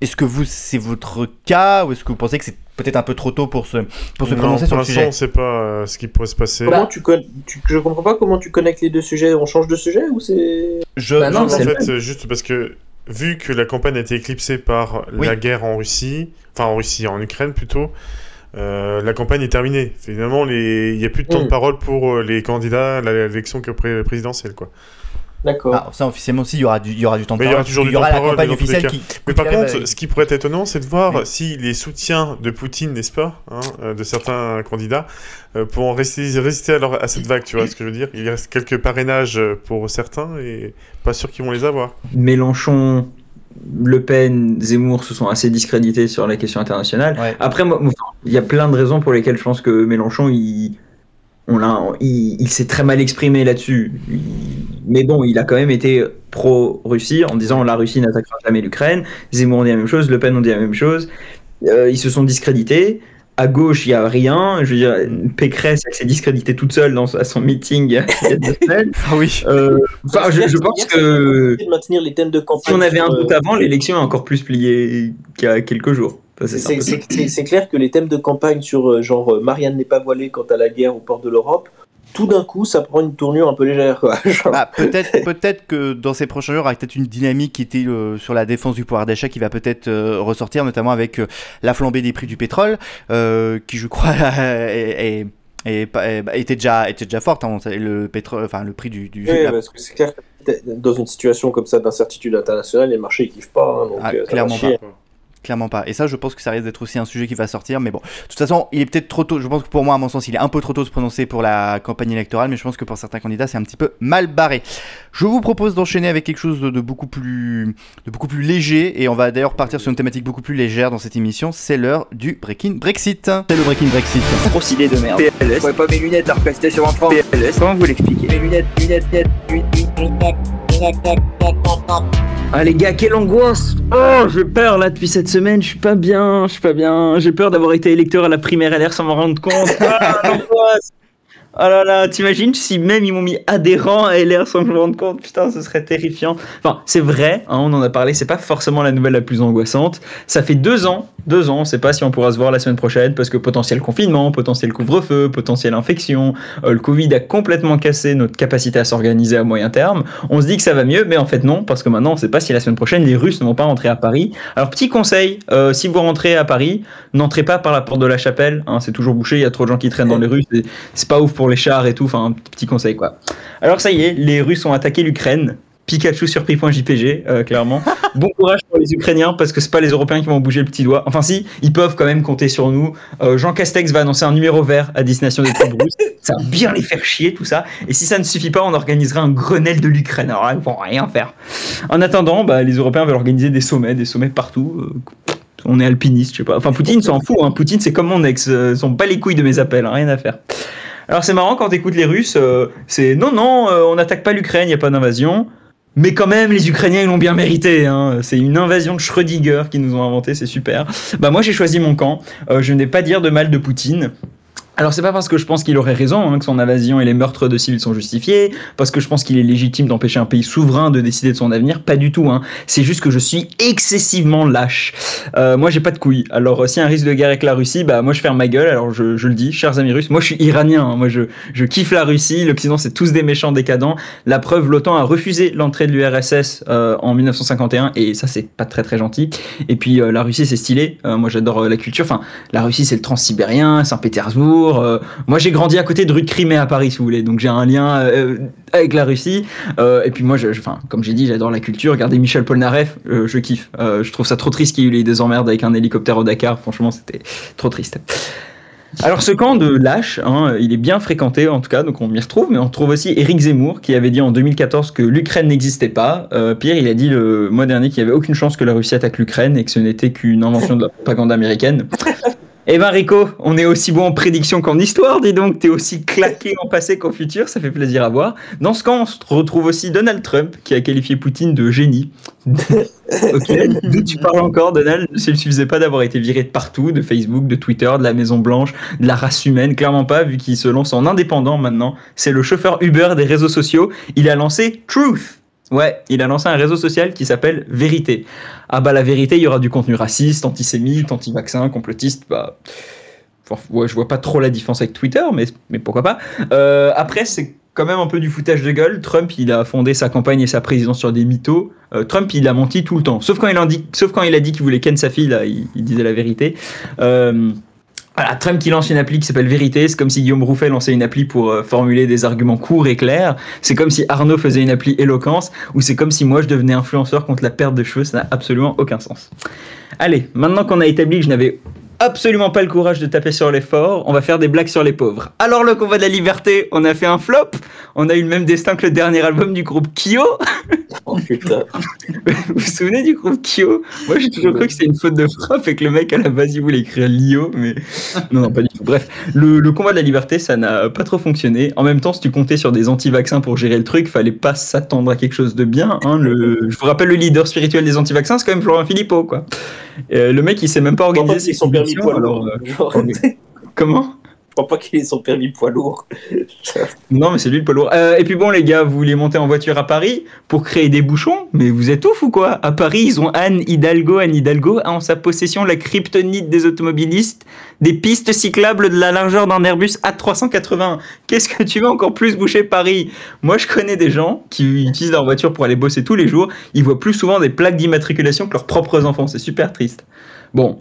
Speaker 3: Est-ce que vous c'est votre cas ou est-ce que vous pensez que c'est peut-être un peu trop tôt pour se, pour se
Speaker 8: Non,
Speaker 3: prononcer sur
Speaker 8: pour
Speaker 3: le
Speaker 8: l'instant,
Speaker 3: sujet.
Speaker 8: on sait pas euh, ce qui pourrait se passer.
Speaker 4: Comment tu con- tu- Je comprends pas comment tu connectes les deux sujets. On change de sujet ou c'est.
Speaker 3: Je,
Speaker 7: Bah non,
Speaker 8: en
Speaker 7: c'est le
Speaker 8: fait, euh, juste parce que vu que la campagne a été éclipsée par
Speaker 3: Oui.
Speaker 8: la guerre en Russie, enfin en Russie, en Ukraine plutôt, euh, la campagne est terminée. Finalement, les- il n'y a plus de temps
Speaker 4: Mm.
Speaker 8: de parole pour euh, les candidats à l'élection que pré- présidentielle. Quoi.
Speaker 4: D'accord.
Speaker 3: Ah, ça officiellement aussi, il y aura du, il y aura du temps de
Speaker 8: Mais il y aura
Speaker 3: parole.
Speaker 8: toujours du
Speaker 3: il y aura
Speaker 8: temps de
Speaker 3: la
Speaker 8: parole,
Speaker 3: campagne
Speaker 8: mais dans tous les
Speaker 3: officielle
Speaker 8: cas.
Speaker 3: qui.
Speaker 8: Mais par
Speaker 3: qui arrive
Speaker 8: contre,
Speaker 3: avec-
Speaker 8: ce qui pourrait être étonnant, c'est de voir si les soutiens de Poutine, n'est-ce pas, hein, euh, de certains candidats, euh, pourront résister, résister à, leur- à cette vague, tu vois ce que je veux dire Il reste quelques parrainages euh, pour certains et pas sûr qu'ils vont les avoir.
Speaker 7: Mélenchon, Le Pen, Zemmour se sont assez discrédités sur la question internationale.
Speaker 3: Ouais.
Speaker 7: Après, moi, moi, il y a plein de raisons pour lesquelles je pense que Mélenchon, il, on l'a, il, il s'est très mal exprimé là-dessus. Il- Mais bon, il a quand même été pro-Russie en disant la Russie n'attaquera jamais l'Ukraine. Zemmour on dit la même chose, Le Pen on dit la même chose. Euh, ils se sont discrédités. À gauche, il n'y a rien. Je veux dire, Pécresse, elle s'est discréditée toute seule dans, à son meeting il y a il y a deux semaines.
Speaker 3: Ah oui.
Speaker 7: Euh, Enfin, je, je pense que
Speaker 4: de maintenir les thèmes de
Speaker 7: si
Speaker 4: campagne.
Speaker 7: on avait un
Speaker 4: sur, euh,
Speaker 7: doute avant, l'élection est encore plus pliée qu'il y a quelques jours. Ça, c'est
Speaker 4: C'est-
Speaker 7: un peu-
Speaker 4: C'est c'est- c'est clair que les thèmes de campagne sur euh, genre euh, Marianne n'est pas voilée quant à la guerre aux portes de l'Europe, tout d'un coup ça prend une tournure un peu légère quoi. Genre,
Speaker 3: Bah, peut-être peut-être que dans ces prochains jours, il y aura peut-être une dynamique qui était euh, sur la défense du pouvoir d'achat qui va peut-être euh, ressortir, notamment avec euh, la flambée des prix du pétrole, euh, qui je crois est- est- est pas- est- bah, était déjà était déjà forte. hein, on savait, le pétrole, enfin le prix du, du
Speaker 4: ouais, parce que c'est clair que t'es dans une situation comme ça d'incertitude internationale, les marchés ils kiffent pas. hein, donc,
Speaker 3: Ah,
Speaker 4: euh, ça va
Speaker 3: clairement
Speaker 4: chier.
Speaker 3: Clairement pas. Et ça, je pense que ça risque d'être aussi un sujet qui va sortir. Mais bon, de toute façon, il est peut-être trop tôt. Je pense que pour moi, à mon sens, il est un peu trop tôt de se prononcer pour la campagne électorale. Mais je pense que pour certains candidats, c'est un petit peu mal barré. Je vous propose d'enchaîner avec quelque chose de, de beaucoup plus, de beaucoup plus léger. Et on va d'ailleurs partir sur une thématique beaucoup plus légère dans cette émission. C'est l'heure du Breaking Brexit. C'est le Breaking Brexit.
Speaker 2: Grosse idée de merde. Je pourrais pas mes lunettes à recasser sur un franc.
Speaker 9: Comment vous l'expliquez
Speaker 2: Mes lunettes, lunettes, lunettes, lunettes, lunettes, lunettes, lunettes.
Speaker 7: Ah les gars, quelle angoisse Oh, j'ai peur là depuis cette semaine, je suis pas bien, je suis pas bien. J'ai peur d'avoir été électeur à la primaire LR sans m'en rendre compte. Ah, l'angoisse Oh là là, t'imagines si même ils m'ont mis adhérent à LR sans que je me rende compte, putain, ce serait terrifiant. Enfin, c'est vrai, hein, on en a parlé, c'est pas forcément la nouvelle la plus angoissante. Ça fait deux ans, deux ans, on sait pas si on pourra se voir la semaine prochaine parce que potentiel confinement, potentiel couvre-feu, potentielle infection, euh, le Covid a complètement cassé notre capacité à s'organiser à moyen terme. On se dit que ça va mieux, mais en fait non, parce que maintenant on ne sait pas si la semaine prochaine les Russes ne vont pas rentrer à Paris. Alors petit conseil, euh, si vous rentrez à Paris, n'entrez pas par la porte de la chapelle, hein, c'est toujours bouché, il y a trop de gens qui traînent dans les rues, c'est- c'est pas ouf pour les chars et tout, enfin un petit conseil quoi. Alors ça y est, les Russes ont attaqué l'Ukraine. Pikachu surpris.jpg, euh, clairement. Bon courage pour les Ukrainiens parce que c'est pas les Européens qui vont bouger le petit doigt. Enfin si, ils peuvent quand même compter sur nous. Euh, Jean Castex va annoncer un numéro vert à destination des troupes russes. Ça va bien les faire chier tout ça. Et si ça ne suffit pas, on organisera un Grenelle de l'Ukraine. Alors là, ils vont rien faire. En attendant, bah, les Européens veulent organiser des sommets, des sommets partout. Euh, on est alpiniste, je sais pas. Enfin, Poutine s'en fout. Hein. Poutine, c'est comme mon ex. euh, Ils sont pas les couilles de mes appels, hein, rien à faire. Alors c'est marrant quand t'écoutes les Russes, euh, c'est non, non, euh, on n'attaque pas l'Ukraine, il a pas d'invasion. Mais quand même, les Ukrainiens, ils l'ont bien mérité. hein. C'est une invasion de Schrödinger qu'ils nous ont inventé, c'est super. Bah moi, j'ai choisi mon camp. Euh, je n'ai pas dire de mal de Poutine. Alors c'est pas parce que je pense qu'il aurait raison hein, que son invasion et les meurtres de civils sont justifiés, parce que je pense qu'il est légitime d'empêcher un pays souverain de décider de son avenir, pas du tout. Hein. C'est juste que je suis excessivement lâche. Euh, moi j'ai pas de couilles. Alors euh, s'il y a un risque de guerre avec la Russie, bah moi je ferme ma gueule. Alors je, je le dis, chers amis russes, moi je suis iranien. hein. Moi je, je kiffe la Russie. L'Occident c'est tous des méchants décadents. La preuve, l'OTAN a refusé l'entrée de l'URSS euh, en 1951 et ça c'est pas très très gentil. Et puis euh, la Russie c'est stylé. Euh, moi j'adore euh, la culture. Enfin la Russie, c'est le transsibérien, Saint-Pétersbourg. Euh, moi, j'ai grandi à côté de rue de Crimée à Paris, si vous voulez. Donc, j'ai un lien euh, avec la Russie. Euh, et puis, moi, je, je- enfin, comme j'ai dit, j'adore la culture. Regardez Michel Polnareff, euh, je kiffe. Euh, je trouve ça trop triste qu'il y ait eu les deux emmerdes avec un hélicoptère au Dakar. Franchement, c'était trop triste. Alors ce camp de lâche, hein, il est bien fréquenté en tout cas, donc on y retrouve, mais on trouve aussi Éric Zemmour qui avait dit en 2014 que l'Ukraine n'existait pas. Euh, Pierre, il a dit le mois dernier qu'il n'y avait aucune chance que la Russie attaque l'Ukraine et que ce n'était qu'une invention de la propagande américaine. Eh ben Rico, on est aussi bon en prédiction qu'en histoire, dis donc, t'es aussi claqué en passé qu'en futur, ça fait plaisir à voir. Dans ce camp, on se retrouve aussi Donald Trump qui a qualifié Poutine de génie. ok, d'où tu parles encore Donald Ça ne suffisait pas d'avoir été viré de partout, de Facebook, de Twitter, de la Maison Blanche, de la race humaine, clairement pas, vu qu'il se lance en indépendant maintenant. C'est le chauffeur Uber des réseaux sociaux. Il a lancé Truth. Ouais, il a lancé un réseau social qui s'appelle Vérité. Ah bah la vérité, il y aura du contenu raciste, antisémite, anti-vaccin, complotiste, bah... enfin, ouais, je vois pas trop la différence avec Twitter, mais, mais pourquoi pas. Euh, après, c'est quand même un peu du foutage de gueule. Trump, il a fondé sa campagne et sa présidence sur des mythos. Euh, Trump, il a menti tout le temps. Sauf quand il, indique, sauf quand il a dit qu'il voulait ken sa fille, là, il, il disait la vérité. Euh, voilà, Trump qui lance une appli qui s'appelle Vérité, c'est comme si Guillaume Rouffet lançait une appli pour euh, formuler des arguments courts et clairs, c'est comme si Arnaud faisait une appli Éloquence, ou c'est comme si moi je devenais influenceur contre la perte de cheveux, ça n'a absolument aucun sens. Allez, maintenant qu'on a établi que je n'avais absolument pas le courage de taper sur les forts, on va faire des blagues sur les pauvres. Alors le combat de la liberté, on a fait un flop, on a eu le même destin que le dernier album du groupe Kyo,
Speaker 4: Oh putain.
Speaker 7: vous vous souvenez du groupe Kyo Moi j'ai toujours cru que c'était une faute de frappe et que le mec à la base il voulait écrire Lio, mais non, non, pas du tout. Bref, le, le combat de la liberté ça n'a pas trop fonctionné. En même temps, si tu comptais sur des anti-vaccins pour gérer le truc, fallait pas s'attendre à quelque chose de bien. hein. Le, je vous rappelle, le leader spirituel des anti-vaccins c'est quand même Florent Philippot quoi. Euh, le mec il s'est même pas
Speaker 4: Je crois pas
Speaker 7: organisé
Speaker 4: qu'ils sont permis
Speaker 7: convictions,
Speaker 4: poids
Speaker 7: alors,
Speaker 4: lourd.
Speaker 7: euh,
Speaker 4: Genre,
Speaker 7: on est-
Speaker 4: Je
Speaker 7: Comment
Speaker 4: crois pas qu'ils sont permis poids lourd.
Speaker 7: Non, mais c'est lui le poids lourd. Euh, et puis bon, les gars, vous voulez monter en voiture à Paris pour créer des bouchons Mais vous êtes ouf ou quoi À Paris, ils ont Anne Hidalgo. Anne Hidalgo a en sa possession la kryptonite des automobilistes, des pistes cyclables de la largeur d'un Airbus A380. Qu'est-ce que tu veux encore plus boucher Paris Moi, je connais des gens qui utilisent leur voiture pour aller bosser tous les jours. Ils voient plus souvent des plaques d'immatriculation que leurs propres enfants. C'est super triste. Bon.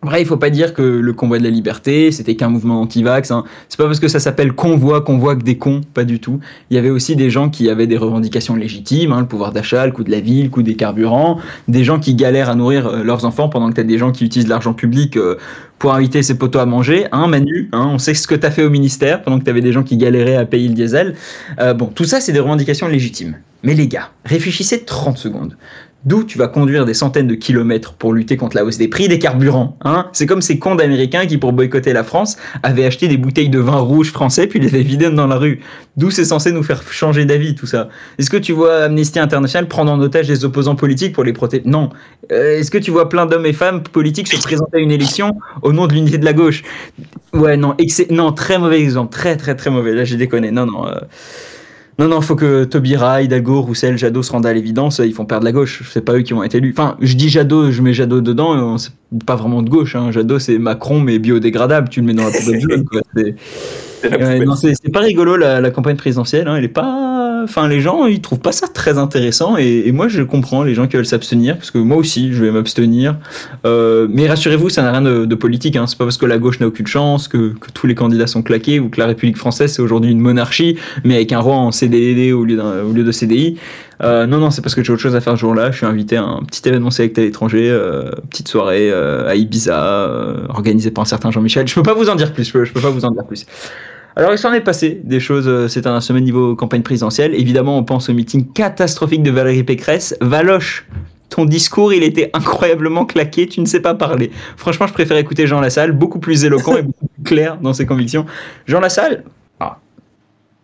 Speaker 7: Bref, il faut pas dire que le convoi de la liberté, c'était qu'un mouvement anti-vax. hein. C'est pas parce que ça s'appelle convoi qu'on voit que des cons, pas du tout. Il y avait aussi des gens qui avaient des revendications légitimes, hein, le pouvoir d'achat, le coût de la vie, le coût des carburants, des gens qui galèrent à nourrir euh, leurs enfants pendant que t'as des gens qui utilisent l'argent public euh, pour inviter ses potos à manger, hein, Manu, hein, on sait ce que t'as fait au ministère pendant que t'avais des gens qui galéraient à payer le diesel. Euh, bon, tout ça, c'est des revendications légitimes. Mais les gars, réfléchissez 30 secondes. D'où tu vas conduire des centaines de kilomètres pour lutter contre la hausse des prix des carburants. Hein c'est comme ces cons d'Américains qui, pour boycotter la France, avaient acheté des bouteilles de vin rouge français puis les avaient vidées dans la rue. D'où c'est censé nous faire changer d'avis tout ça. Est-ce que tu vois Amnesty International prendre en otage des opposants politiques pour les protéger Non. Euh, Est-ce que tu vois plein d'hommes et femmes politiques se présenter à une élection au nom de l'unité de la gauche Ouais, non, excès- non, très mauvais exemple, très très très mauvais. Là, j'ai déconné. Non, non. euh, Non, non, faut que Taubira, Hidalgo, Roussel, Jadot se rendent à l'évidence, ils font perdre la gauche, c'est pas eux qui ont été élus. Enfin, je dis Jadot, je mets Jadot dedans, et on- c'est pas vraiment de gauche, hein. Jadot c'est Macron mais biodégradable, tu le mets dans la poubelle jaune, quoi. C'est-
Speaker 4: C'est la
Speaker 7: Ouais,
Speaker 4: poubelle.
Speaker 7: non, c'est c'est pas rigolo la, la campagne présidentielle. hein. Elle est pas. Enfin, les gens ils trouvent pas ça très intéressant et, et moi je comprends les gens qui veulent s'abstenir parce que moi aussi je vais m'abstenir. Euh, mais rassurez-vous, ça n'a rien de, de politique. Hein. C'est pas parce que la gauche n'a aucune chance que, que tous les candidats sont claqués ou que la République française c'est aujourd'hui une monarchie mais avec un roi en CDD au lieu d'un- au lieu de CDI. Euh, non, non, c'est parce que j'ai autre chose à faire ce jour-là. Je suis invité à un petit événement sélect à l'étranger, euh, petite soirée euh, à Ibiza, euh, organisée par un certain Jean-Michel. Je peux pas vous en dire plus. Je peux, je peux pas vous en dire plus. Alors, il s'en est passé des choses euh, ces dernières semaines niveau campagne présidentielle. Évidemment, on pense au meeting catastrophique de Valérie Pécresse. Valoche, ton discours, il était incroyablement claqué. Tu ne sais pas parler. Franchement, je préfère écouter Jean Lassalle, beaucoup plus éloquent et beaucoup plus clair dans ses convictions. Jean Lassalle, ah,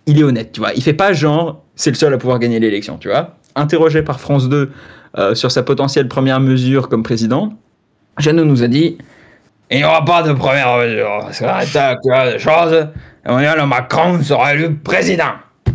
Speaker 7: il est honnête, tu vois. Il fait pas genre, c'est le seul à pouvoir gagner l'élection, tu vois. Interrogé par France 2 euh, sur sa potentielle première mesure comme président, Jeannot nous a dit il n'y aura pas de première mesure. C'est un état de choses. Emmanuel Macron sera élu président.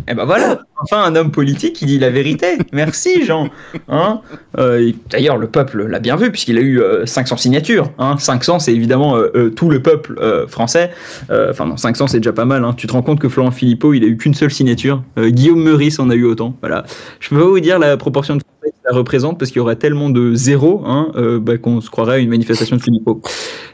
Speaker 7: Et ben voilà, enfin un homme politique qui dit la vérité. Merci Jean. Hein Euh, et D'ailleurs, le peuple l'a bien vu puisqu'il a eu euh, 500 signatures. hein. 500, c'est évidemment euh, euh, tout le peuple euh, français. Euh, Enfin non, 500 c'est déjà pas mal. hein. Tu te rends compte que Florent Philippot, il a eu qu'une seule signature. Euh, Guillaume Meurice en a eu autant. Voilà. Je peux pas vous dire la proportion de Français que ça représente parce qu'il y aurait tellement de zéros hein, euh, bah, qu'on se croirait à une manifestation de Philippot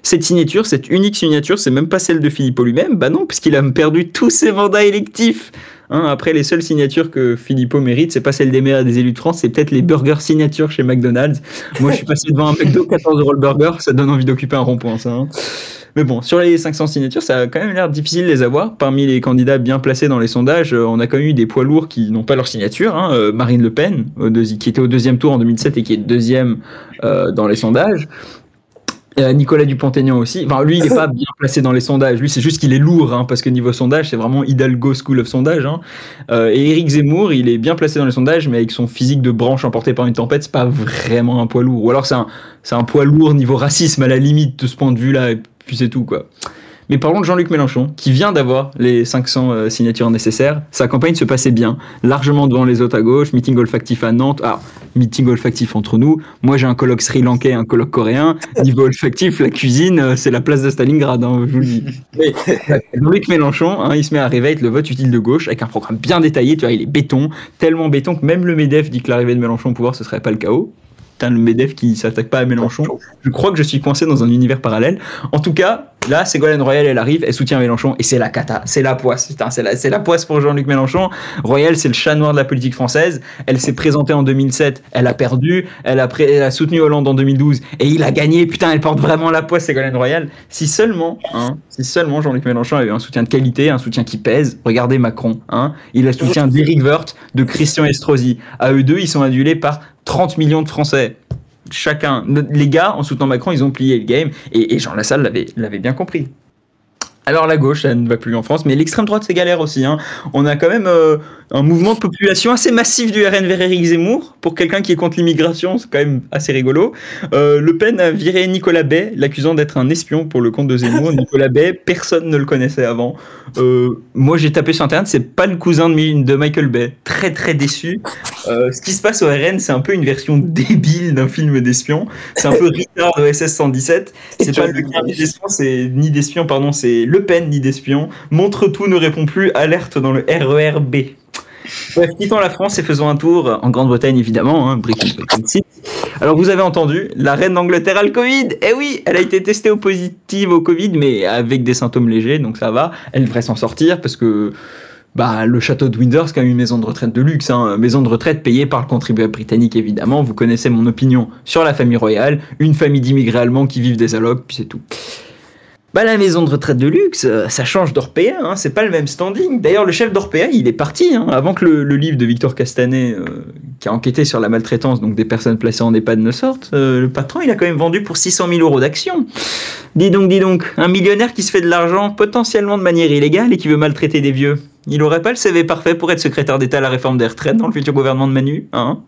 Speaker 7: cette signature, cette unique signature, c'est même pas celle de Philippot lui-même, bah non, puisqu'il a perdu tous ses mandats électifs. Hein, après, les seules signatures que Philippot mérite, c'est pas celle des maires et des élus de France, c'est peut-être les burgers signatures chez McDonald's. Moi, je suis passé devant un McDo, 14 euros le burger, ça donne envie d'occuper un rond-point, ça. hein. Mais bon, sur les 500 signatures, ça a quand même l'air difficile de les avoir. Parmi les candidats bien placés dans les sondages, euh, on a quand même eu des poids lourds qui n'ont pas leur signature. hein. Euh, Marine Le Pen, au deuxi- qui était au deuxième tour en 2007 et qui est deuxième euh, dans les sondages. Euh, Nicolas Dupont-Aignan aussi. Enfin, lui, il n'est pas bien placé dans les sondages. Lui, c'est juste qu'il est lourd, hein, parce que niveau sondage, c'est vraiment Hidalgo School of Sondage. hein. Euh, et Éric Zemmour, il est bien placé dans les sondages, mais avec son physique de branche emporté par une tempête, c'est pas vraiment un poids lourd. Ou alors, c'est un, c'est un poids lourd niveau racisme, à la limite, de ce point de vue-là, et puis c'est tout, quoi. Mais parlons de Jean-Luc Mélenchon, qui vient d'avoir les 500 euh, signatures nécessaires. Sa campagne se passait bien, largement devant les autres à gauche, meeting olfactif à Nantes. Ah, meeting olfactif entre nous. Moi, j'ai un colloque sri-lankais, un colloque coréen. Niveau olfactif, la cuisine, euh, c'est la place de Stalingrad, hein, je vous le dis.
Speaker 4: Oui.
Speaker 7: Jean-Luc Mélenchon, hein, il se met à réveiller le vote utile de gauche, avec un programme bien détaillé. Tu vois, il est béton, tellement béton que même le MEDEF dit que l'arrivée de Mélenchon au pouvoir, ce serait pas le chaos. Putain, le MEDEF qui s'attaque pas à Mélenchon. Je crois que je suis coincé dans un univers parallèle. En tout cas, là, Ségolène Royal, elle arrive, elle soutient Mélenchon et c'est la cata, c'est la poisse. Putain, c'est la, c'est la poisse pour Jean-Luc Mélenchon. Royal, c'est le chat noir de la politique française. Elle s'est présentée en 2007, elle a perdu, elle a, pré- elle a soutenu Hollande en 2012 et il a gagné. Putain, elle porte vraiment la poisse, Ségolène Royal. Si seulement, hein, si seulement Jean-Luc Mélenchon avait eu un soutien de qualité, un soutien qui pèse. Regardez Macron, hein. Il a le soutien d'Éric Woerth, de Christian Estrosi. À eux deux, ils sont adulés par 30 millions de Français. Chacun. Les gars, en soutenant Macron, ils ont plié le game. Et, et Jean Lassalle l'avait, l'avait bien compris. Alors la gauche, ça ne va plus en France, mais l'extrême droite, c'est galère aussi. hein. On a quand même euh, un mouvement de population assez massif du RN vers Éric Zemmour. Pour quelqu'un qui est contre l'immigration, c'est quand même assez rigolo. Euh, le Pen a viré Nicolas Bay, l'accusant d'être un espion pour le compte de Zemmour. Nicolas Bay, personne ne le connaissait avant. Euh, moi, j'ai tapé sur Internet, c'est pas le cousin de, Mi- de Michael Bay. Très, très déçu. Euh, ce qui se passe au RN, c'est un peu une version débile d'un film d'espion. C'est un peu Richard de SS 117. C'est pas le cas d'espion, c'est ni d'espion, pardon, c'est Le Pen ni d'espion. Montre tout, ne répond plus, alerte dans le RERB. Bref, quittons la France et faisons un tour euh, en Grande-Bretagne, évidemment, hein, Britain Brexit. Alors, vous avez entendu, la reine d'Angleterre a le Covid. Eh oui, elle a été testée au positive au Covid, mais avec des symptômes légers, donc ça va. Elle devrait s'en sortir parce que bah, le château de Windsor, c'est quand même une maison de retraite de luxe, hein. maison de retraite payée par le contribuable britannique évidemment. Vous connaissez mon opinion sur la famille royale, une famille d'immigrés allemands qui vivent des allocs, puis c'est tout. Bah, la maison de retraite de luxe, euh, ça change d'Orpea, hein, c'est pas le même standing. D'ailleurs, le chef d'Orpea, il est parti, hein, avant que le, le livre de Victor Castanet, euh, qui a enquêté sur la maltraitance donc des personnes placées en EHPAD ne sorte, euh, le patron, il a quand même vendu pour 600 000 euros d'actions. Dis donc, dis donc, un millionnaire qui se fait de l'argent potentiellement de manière illégale et qui veut maltraiter des vieux. Il aurait pas le CV parfait pour être secrétaire d'État à la réforme des retraites dans le futur gouvernement de Manu, hein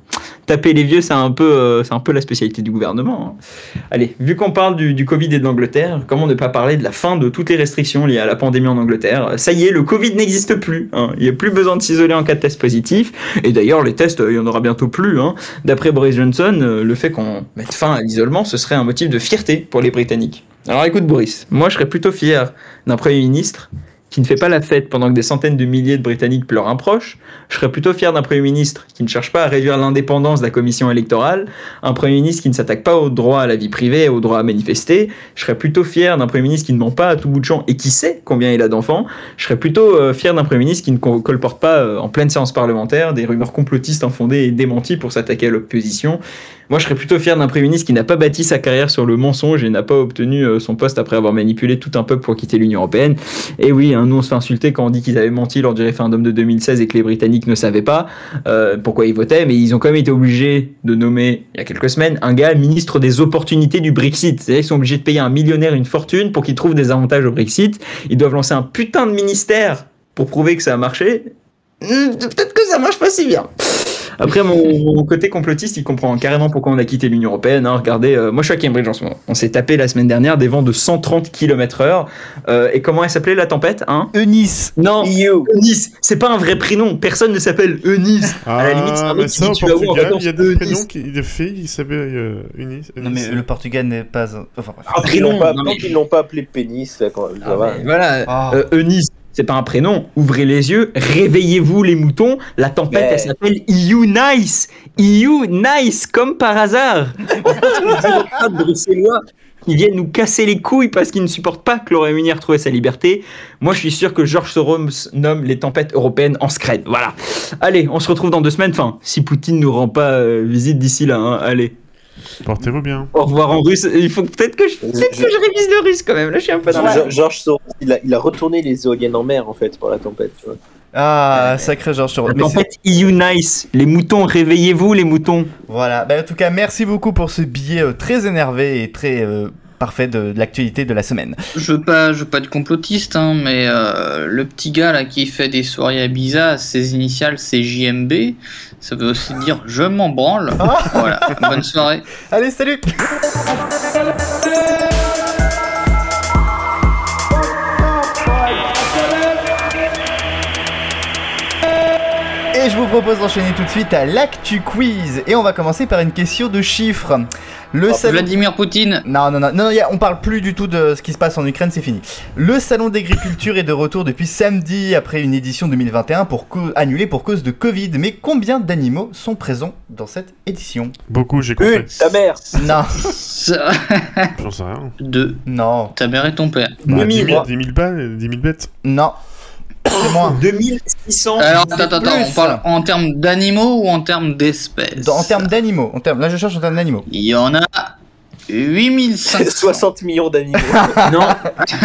Speaker 7: Taper les vieux, c'est un peu, euh, c'est un peu la spécialité du gouvernement. hein. Allez, vu qu'on parle du, du Covid et de l'Angleterre, comment ne pas parler de la fin de toutes les restrictions liées à la pandémie en Angleterre Ça y est, le Covid n'existe plus. hein. Il n'y a plus besoin de s'isoler en cas de test positif. Et d'ailleurs, les tests, euh, il y en aura bientôt plus. hein. D'après Boris Johnson, euh, le fait qu'on mette fin à l'isolement, ce serait un motif de fierté pour les Britanniques. Alors écoute Boris, moi je serais plutôt fier d'un Premier ministre qui ne fait pas la fête pendant que des centaines de milliers de Britanniques pleurent un proche, je serais plutôt fier d'un Premier ministre qui ne cherche pas à réduire l'indépendance de la commission électorale, un Premier ministre qui ne s'attaque pas au droit à la vie privée et au droit à manifester, je serais plutôt fier d'un Premier ministre qui ne ment pas à tout bout de champ et qui sait combien il a d'enfants, je serais plutôt euh, fier d'un Premier ministre qui ne co- colporte pas euh, en pleine séance parlementaire des rumeurs complotistes infondées et démenties pour s'attaquer à l'opposition. Moi, je serais plutôt fier d'un Premier ministre qui n'a pas bâti sa carrière sur le mensonge et n'a pas obtenu euh, son poste après avoir manipulé tout un peuple pour quitter l'Union Européenne. Et oui, hein, nous on se fait insulter quand on dit qu'ils avaient menti lors du référendum de 2016 et que les Britanniques ne savaient pas euh, pourquoi ils votaient, mais ils ont quand même été obligés de nommer, il y a quelques semaines, un gars ministre des opportunités du Brexit. C'est-à-dire qu'ils sont obligés de payer un millionnaire une fortune pour qu'il trouve des avantages au Brexit. Ils doivent lancer un putain de ministère pour prouver que ça a marché. Hmm, Peut-être que ça marche pas si bien. Après, mon, mon côté complotiste, il comprend carrément pourquoi on a quitté l'Union Européenne. hein. Regardez, euh, moi je suis à Cambridge en ce moment. On s'est tapé la semaine dernière des vents de 130 km/h. Euh, et comment elle s'appelait la tempête hein
Speaker 3: Eunice
Speaker 7: Non,
Speaker 4: You.
Speaker 7: Eunice, c'est pas un vrai prénom. Personne ne s'appelle Eunice.
Speaker 8: Ah,
Speaker 7: À la limite, c'est un mec
Speaker 8: mais
Speaker 7: qui
Speaker 8: ça,
Speaker 7: dit,
Speaker 8: au
Speaker 7: tu vas où en
Speaker 8: Portugal,
Speaker 7: vacances
Speaker 8: il y a des
Speaker 7: Eunice
Speaker 8: prénoms qui, de filles qui s'appellent euh, Eunice.
Speaker 3: Euh, Non, mais
Speaker 8: Eunice.
Speaker 3: le Portugal n'est pas. un- Enfin, bref.
Speaker 4: Tant qu'ils l'ont pas,
Speaker 7: Ah, Non, mais-
Speaker 4: tant qu'ils l'ont pas appelé pénis, là, quand, ça
Speaker 7: Ah,
Speaker 4: va.
Speaker 7: mais Voilà,
Speaker 3: Ah.
Speaker 7: euh, Eunice, c'est pas un prénom. Ouvrez les yeux, réveillez-vous les moutons. La tempête,
Speaker 4: Mais-
Speaker 7: elle s'appelle You Nice. You Nice, comme par hasard. Les démocrates bruxellois qui viennent nous casser les couilles parce qu'ils ne supportent pas que le Royaume-Uni ait retrouvé sa liberté. Moi, je suis sûr que George Soros nomme les tempêtes européennes en scred. Voilà. Allez, on se retrouve dans deux semaines. Enfin, si Poutine nous rend pas euh, visite d'ici là, hein. allez.
Speaker 8: Portez-vous bien.
Speaker 7: Au revoir en russe. Il faut peut-être que je, peut-être que Euh, je révise le russe quand même. Là, je suis un peu dans la-
Speaker 4: Ge- Georges Soros, il a, il a retourné les éoliennes en mer, en fait, pour la tempête. tu vois.
Speaker 3: Ah, sacré Georges Soros. Mais
Speaker 7: en
Speaker 3: c'est-
Speaker 7: fait, EU Nice, les moutons, réveillez-vous les moutons.
Speaker 3: Voilà. Bah, en tout cas, merci beaucoup pour ce billet euh, très énervé et très euh, parfait de, de l'actualité de la semaine.
Speaker 6: Je veux pas, je veux pas être complotiste, hein, mais euh, le petit gars là qui fait des soirées à Ibiza, ses initiales c'est JMB, ça veut aussi dire je m'en branle. voilà, bonne soirée.
Speaker 3: Allez, salut propose d'enchaîner tout de suite à l'actu quiz. Et on va commencer par une question de chiffres. Le salon...
Speaker 6: Vladimir Poutine.
Speaker 3: Non, non, non, non, non, y a- on parle plus du tout de ce qui se passe en Ukraine, c'est fini. Le salon d'agriculture est de retour depuis samedi après une édition 2021 pour cau- annulée pour cause de Covid. Mais combien d'animaux sont présents dans cette édition
Speaker 8: Beaucoup, j'ai compris.
Speaker 4: Une, ta mère
Speaker 3: Non,
Speaker 6: Ça-
Speaker 8: J'en sais rien.
Speaker 6: Deux.
Speaker 3: non,
Speaker 6: Ta mère et ton père.
Speaker 3: Bah,
Speaker 8: 10
Speaker 4: Demi-
Speaker 8: 000, 10 000 balles, 10 000 bêtes.
Speaker 3: non. C'est moins.
Speaker 4: 2600
Speaker 6: Alors, attends, attends, attends,
Speaker 3: plus.
Speaker 6: on parle en termes d'animaux ou en termes d'espèces
Speaker 3: Dans- en termes d'animaux, en termes, là je cherche en termes d'animaux.
Speaker 6: Il y en a 8500.
Speaker 4: 60 millions d'animaux.
Speaker 7: Non,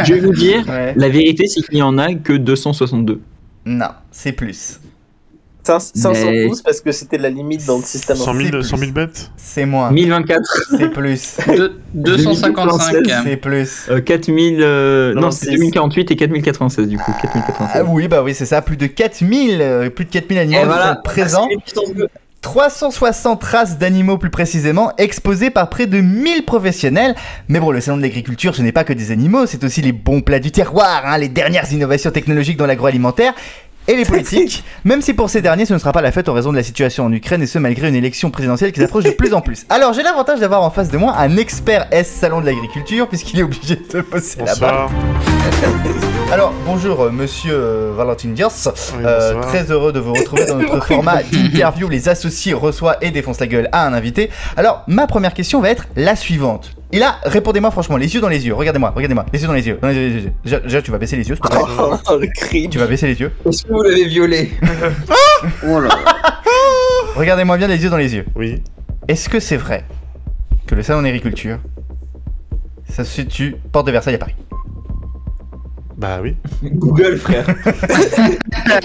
Speaker 7: je vais vous dire,
Speaker 3: Ouais.
Speaker 7: la vérité c'est qu'il n'y en a que 262.
Speaker 3: Non, c'est plus.
Speaker 4: Cinq- 512 parce que c'était la limite dans le système.
Speaker 8: 100
Speaker 3: c'est
Speaker 8: 000,
Speaker 3: plus.
Speaker 8: 100 000 bêtes
Speaker 3: C'est
Speaker 7: Ah.
Speaker 3: moins.
Speaker 7: 1024,
Speaker 3: C'est plus.
Speaker 6: Deux- 255.
Speaker 3: C'est plus.
Speaker 7: euh, 4000, euh, non, c'est
Speaker 4: 46.
Speaker 7: 2048 et 4096 du coup, 4096.
Speaker 3: Ah oui, bah oui, c'est ça. Plus de 4000, euh, plus de 4000 animaux
Speaker 7: Et
Speaker 3: qui
Speaker 7: voilà. Ah,
Speaker 3: sont présents. 360 races d'animaux plus précisément, exposées par près de 1000 professionnels. Mais bon, le salon de l'agriculture, ce n'est pas que des animaux, c'est aussi les bons plats du terroir, hein, les dernières innovations technologiques dans l'agroalimentaire. Et les politiques, même si pour ces derniers ce ne sera pas la fête en raison de la situation en Ukraine et ce malgré une élection présidentielle qui s'approche de plus en plus. Alors j'ai l'avantage d'avoir en face de moi un expert S salon de l'agriculture puisqu'il est obligé de bosser là-bas.
Speaker 8: Bonsoir.
Speaker 3: Alors bonjour euh, monsieur euh, Valentin Dias.
Speaker 8: Oui,
Speaker 3: Euh,
Speaker 8: bonsoir.
Speaker 3: très heureux de vous retrouver dans notre format d'interview. Les associés reçoivent et défoncent la gueule à un invité. Alors, ma première question va être la suivante. Et là, répondez-moi franchement, les yeux dans les yeux. Regardez-moi, regardez-moi, les yeux dans les yeux. Dans les yeux, les yeux, les yeux. Déjà, déjà, tu vas baisser les yeux, s'il te plaît.
Speaker 4: Oh, le cri.
Speaker 3: Tu vas baisser les yeux.
Speaker 7: Est-ce que vous l'avez violé
Speaker 6: Oh là là.
Speaker 3: Regardez-moi bien les yeux dans les yeux.
Speaker 8: Oui.
Speaker 3: Est-ce que c'est vrai que le salon d'agriculture, ça se situe porte de Versailles à Paris
Speaker 8: Bah oui.
Speaker 7: Google, frère.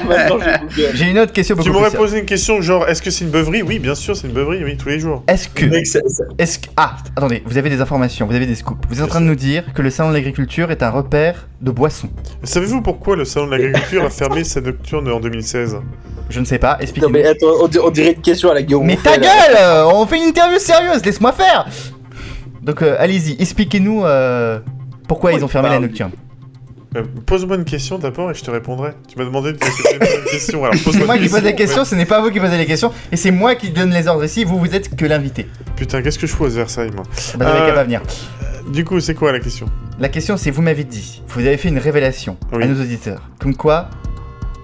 Speaker 4: Maintenant, je Google.
Speaker 3: J'ai une autre question beaucoup
Speaker 8: Tu m'aurais
Speaker 3: plus. simple.
Speaker 8: posé une question genre est-ce que c'est une beuverie Oui, bien sûr, c'est une beuverie, oui, tous les jours.
Speaker 3: Est-ce que,
Speaker 7: Mec, ça- ça-
Speaker 3: est-ce que, ah, attendez, vous avez des informations, vous avez des scoops. Vous êtes en train de nous dire que le salon de l'agriculture est un repère de boissons.
Speaker 8: Mais Savez-vous pourquoi le salon de l'agriculture a fermé sa nocturne en 2016
Speaker 3: Je ne sais pas,
Speaker 4: Non,
Speaker 3: expliquez-nous.
Speaker 4: mais attends, on, di- on dirait une question à la Guillaume.
Speaker 3: Mais ta
Speaker 4: Rouffet, là.
Speaker 3: gueule euh, On fait une interview sérieuse, laisse-moi faire Donc euh, allez-y, expliquez-nous euh, pourquoi ils ont fermé la nocturne.
Speaker 8: Euh, Pose-moi une question d'abord et je te répondrai. Tu m'as demandé de poser une question, alors pose-moi
Speaker 3: C'est moi
Speaker 8: une
Speaker 3: qui pose les
Speaker 8: question.
Speaker 3: questions, ce n'est pas vous qui posez les questions, et c'est moi qui donne les ordres ici, vous vous êtes que l'invité.
Speaker 8: ouais. Putain, qu'est-ce que je fous à Versailles, moi
Speaker 3: Bah vous n'avez
Speaker 8: Euh.
Speaker 3: qu'à pas venir.
Speaker 8: Du coup, c'est quoi la question
Speaker 3: La question c'est, vous m'avez dit, vous avez fait une révélation
Speaker 8: Oui.
Speaker 3: à nos auditeurs, comme quoi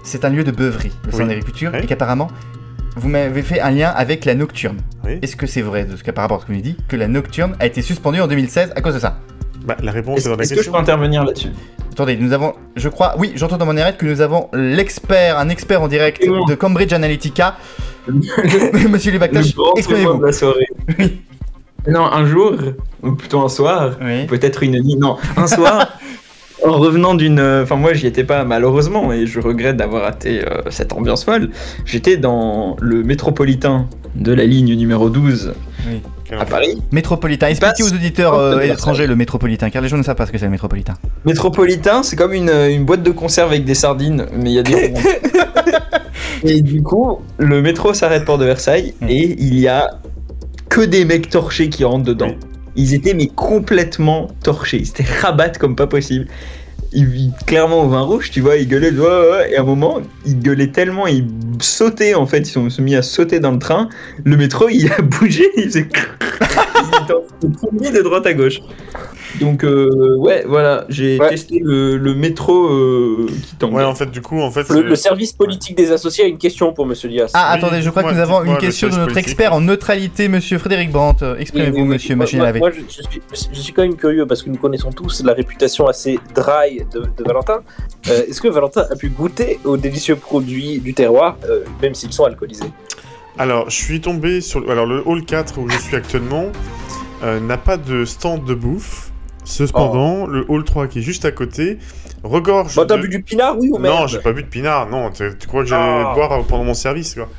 Speaker 3: c'est un lieu de beuverie, le centre
Speaker 8: Oui.
Speaker 3: d'agriculture,
Speaker 8: Oui.
Speaker 3: et qu'apparemment vous m'avez fait un lien avec la nocturne.
Speaker 8: Oui.
Speaker 3: Est-ce que c'est vrai, de ce que, par rapport à ce qu'on nous dit, que la nocturne a été suspendue en 2016 à cause de ça
Speaker 8: Bah, la réponse
Speaker 7: Est-ce
Speaker 8: est dans la
Speaker 7: est-ce que je
Speaker 8: question.
Speaker 7: peux intervenir là-dessus
Speaker 3: Attendez, nous avons, je crois, oui, j'entends dans mon arrête que nous avons l'expert, un expert en direct
Speaker 7: Et moi.
Speaker 3: de Cambridge Analytica, Monsieur Lebactache,
Speaker 7: Le grand témoin
Speaker 3: exprimez-vous.
Speaker 7: de la soirée. non, un jour, ou plutôt un soir,
Speaker 3: Oui.
Speaker 7: peut-être une nuit, non, un soir, en revenant d'une... euh, Enfin, moi, j'y étais pas, malheureusement, et je regrette d'avoir raté euh, cette ambiance folle. J'étais dans le métropolitain de la ligne numéro 12
Speaker 8: Quel
Speaker 7: à
Speaker 8: enfer.
Speaker 7: Paris.
Speaker 3: Métropolitain, expliquez
Speaker 7: passe
Speaker 3: aux auditeurs euh,
Speaker 7: porte de Versailles.
Speaker 3: étrangers le métropolitain, car les gens ne savent pas ce que c'est le métropolitain.
Speaker 7: Métropolitain, c'est comme une, euh, une boîte de conserve avec des sardines, mais il y a des ronds. et du coup, le métro s'arrête Port de Versailles et il y a que des mecs torchés qui rentrent dedans.
Speaker 8: Oui.
Speaker 7: Ils étaient mais complètement torchés, ils étaient rabattes comme pas possible. Ils, ils- clairement au vin rouge, tu vois, ils gueulaient, ouais, ouais, ouais, et à un moment, ils gueulaient tellement, ils sautaient en fait, ils sont- se sont mis à sauter dans le train. Le métro, il a bougé, il faisait ils étaient fourmis de droite à gauche. Donc euh, ouais, voilà, j'ai
Speaker 4: Ouais.
Speaker 7: testé le, le métro euh, qui tombe.
Speaker 8: Ouais, en fait, du coup, en fait.
Speaker 4: Le,
Speaker 8: c'est-
Speaker 4: le service politique des associés a une question pour Monsieur Dias.
Speaker 3: Ah,
Speaker 8: Oui,
Speaker 3: attendez, je crois que nous
Speaker 8: dites-moi,
Speaker 3: avons une
Speaker 8: dites-moi,
Speaker 3: question
Speaker 8: le
Speaker 3: de
Speaker 8: service
Speaker 3: notre
Speaker 8: politique.
Speaker 3: expert en neutralité, Monsieur Frédéric Brandt. Euh, Exprimez-vous,
Speaker 4: Oui, oui, oui.
Speaker 3: Monsieur
Speaker 4: Moi-
Speaker 3: Machine
Speaker 4: moi-
Speaker 3: à laver.
Speaker 4: Moi, je, je suis, je suis quand même curieux parce que nous connaissons tous la réputation assez dry de, de Valentin. Euh, Est-ce que Valentin a pu goûter aux délicieux produits du terroir, euh, même s'ils sont alcoolisés
Speaker 8: Alors, je suis tombé sur. le- Alors, le hall 4 où je suis actuellement euh, n'a pas de stand de bouffe. Cependant, le hall 3 qui est juste à côté regorge.
Speaker 4: Bon, Bah, t'as
Speaker 8: de-
Speaker 4: bu du pinard, oui ou
Speaker 8: Non,
Speaker 4: merde
Speaker 8: j'ai pas bu de pinard. Non, tu tu crois que j'allais
Speaker 4: Ah.
Speaker 8: boire pendant mon service, quoi.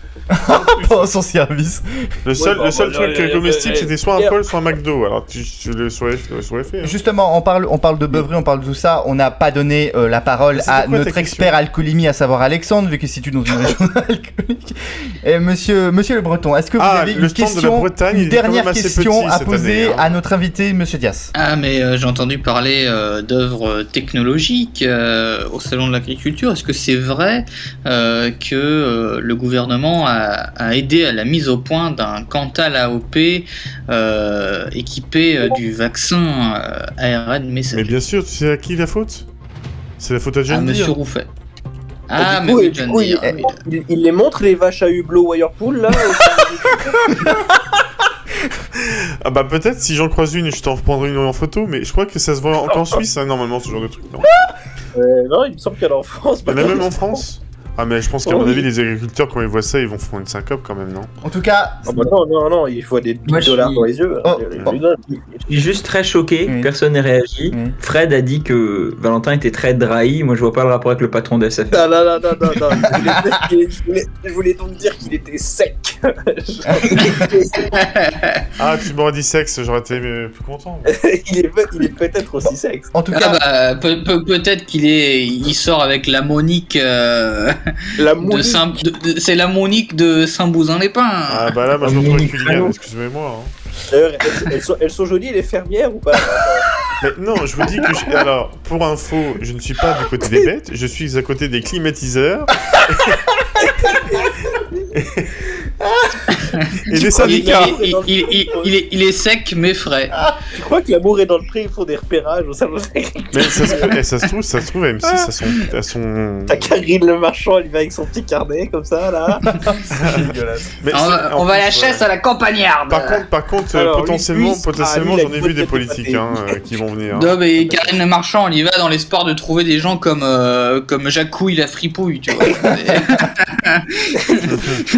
Speaker 3: pendant son service.
Speaker 8: Le seul,
Speaker 5: bah,
Speaker 8: le seul
Speaker 5: bah,
Speaker 8: truc
Speaker 5: y a- y a-
Speaker 8: comestible,
Speaker 5: y a-
Speaker 8: c'était soit un
Speaker 5: y a-
Speaker 8: Paul, soit un McDo. Alors, tu, tu le souhaites fait. hein.
Speaker 3: Justement, on parle, on parle de beuverie, on parle de tout ça. On n'a pas donné euh, la parole
Speaker 8: Mais c'était
Speaker 3: à
Speaker 8: quoi ta
Speaker 3: notre
Speaker 8: question
Speaker 3: expert alcoolémie, à savoir Alexandre, vu qu'il se situe dans une région alcoolique. Et monsieur, monsieur Le Breton, est-ce que vous
Speaker 8: Ah,
Speaker 3: avez
Speaker 8: le
Speaker 3: une
Speaker 8: stand de la
Speaker 3: question,
Speaker 8: Bretagne, il
Speaker 3: une
Speaker 8: est quand
Speaker 3: dernière
Speaker 8: même assez
Speaker 3: question
Speaker 8: petit
Speaker 3: à
Speaker 8: cette
Speaker 3: poser
Speaker 8: année, hein.
Speaker 3: à notre invité, monsieur Dias
Speaker 6: Ah, mais euh, j'ai entendu parler euh, d'œuvres technologiques euh, au Salon de l'Agriculture. Est-ce que c'est vrai euh, que euh, le gouvernement a, a aidé à la mise au point d'un Cantal AOP euh, équipé euh, du vaccin euh, ARN
Speaker 8: Mais
Speaker 6: messager
Speaker 8: bien sûr, tu sais à qui la faute C'est la faute à
Speaker 6: Ah,
Speaker 8: John
Speaker 6: Monsieur
Speaker 8: Deere.
Speaker 6: Rouffet. Ah,
Speaker 4: du
Speaker 6: mais
Speaker 4: coup,
Speaker 6: oui,
Speaker 4: du
Speaker 6: John
Speaker 4: coup,
Speaker 6: Deere,
Speaker 3: il-
Speaker 6: oui.
Speaker 4: Il, il les montre les vaches à hublot Wirepool là
Speaker 8: Ah bah peut-être, si j'en croise une, je t'en prendrai une en photo, mais je crois que ça se voit en- qu'en Suisse, hein, normalement, ce genre de truc. Non.
Speaker 4: Euh, Non, il me semble qu'elle est en France.
Speaker 8: Il y en a même en France Ah, mais je pense qu'à
Speaker 4: Oh,
Speaker 8: mon
Speaker 4: oui.
Speaker 8: avis, les agriculteurs, quand ils voient ça, ils vont faire une syncope quand même, non
Speaker 3: En tout cas,
Speaker 4: Ah bah non, non, non, il faut des
Speaker 7: Moi, je
Speaker 4: dollars
Speaker 7: suis-
Speaker 4: dans les yeux. hein.
Speaker 3: Oh,
Speaker 4: Les- les-
Speaker 3: oh.
Speaker 4: les-
Speaker 7: Je suis juste très choqué,
Speaker 3: Oui.
Speaker 7: personne n'a réagi.
Speaker 3: Oui.
Speaker 7: Fred a dit que Valentin était très drahi. Moi, je vois pas le rapport avec le patron de SFR.
Speaker 4: Non, non, non, non, non, non, je voulais dire qu'il est- je voulais- Je voulais donc dire qu'il était sec.
Speaker 8: Ah, tu m'aurais dit sexe, j'aurais été euh, plus content.
Speaker 4: il est, peut- il est peut-être aussi sec.
Speaker 3: En tout cas,
Speaker 6: Ah bah, pe- pe- peut-être qu'il est, il sort avec la Monique euh,
Speaker 4: La
Speaker 6: de
Speaker 4: mouille.
Speaker 6: Saint, de- de- c'est la Monique de Saint-Bousin-les-Pins.
Speaker 8: Ah bah là, moi, je me trouve culinaire, excusez-moi. hein.
Speaker 4: D'ailleurs, elles, elles sont, elles sont jolies, les fermières ou pas
Speaker 8: Mais non, je vous dis que... je- Alors, pour info, je ne suis pas du côté des bêtes, je suis à côté des climatiseurs. Et des
Speaker 6: Il, il-
Speaker 8: syndicats
Speaker 6: il- il- il- il est, il est sec mais frais.
Speaker 8: Ah,
Speaker 4: Tu crois que l'amour est dans le pré, ils font des repérages au salon de
Speaker 8: Mais ça se, eh, ça se trouve, ça se trouve, M6 à son, à son...
Speaker 4: T'as Karine le marchand, il va avec son petit carnet comme ça là.
Speaker 8: Mais
Speaker 6: on
Speaker 8: c'est-
Speaker 6: va,
Speaker 8: en
Speaker 6: on va à
Speaker 8: plus,
Speaker 6: la chasse
Speaker 8: ouais.
Speaker 6: à la campagnarde.
Speaker 8: Par contre, par contre, euh,
Speaker 4: Alors, lui,
Speaker 8: potentiellement,
Speaker 4: lui, il sera
Speaker 8: potentiellement,
Speaker 4: lui,
Speaker 8: j'en ai
Speaker 4: avec
Speaker 8: vu
Speaker 4: votre
Speaker 8: des
Speaker 4: pâté.
Speaker 8: politiques hein, euh, qui vont venir.
Speaker 6: Dob et Karine le Marchand, on y va dans l'espoir de trouver des gens comme, euh, comme Jacouille la fripouille, tu vois.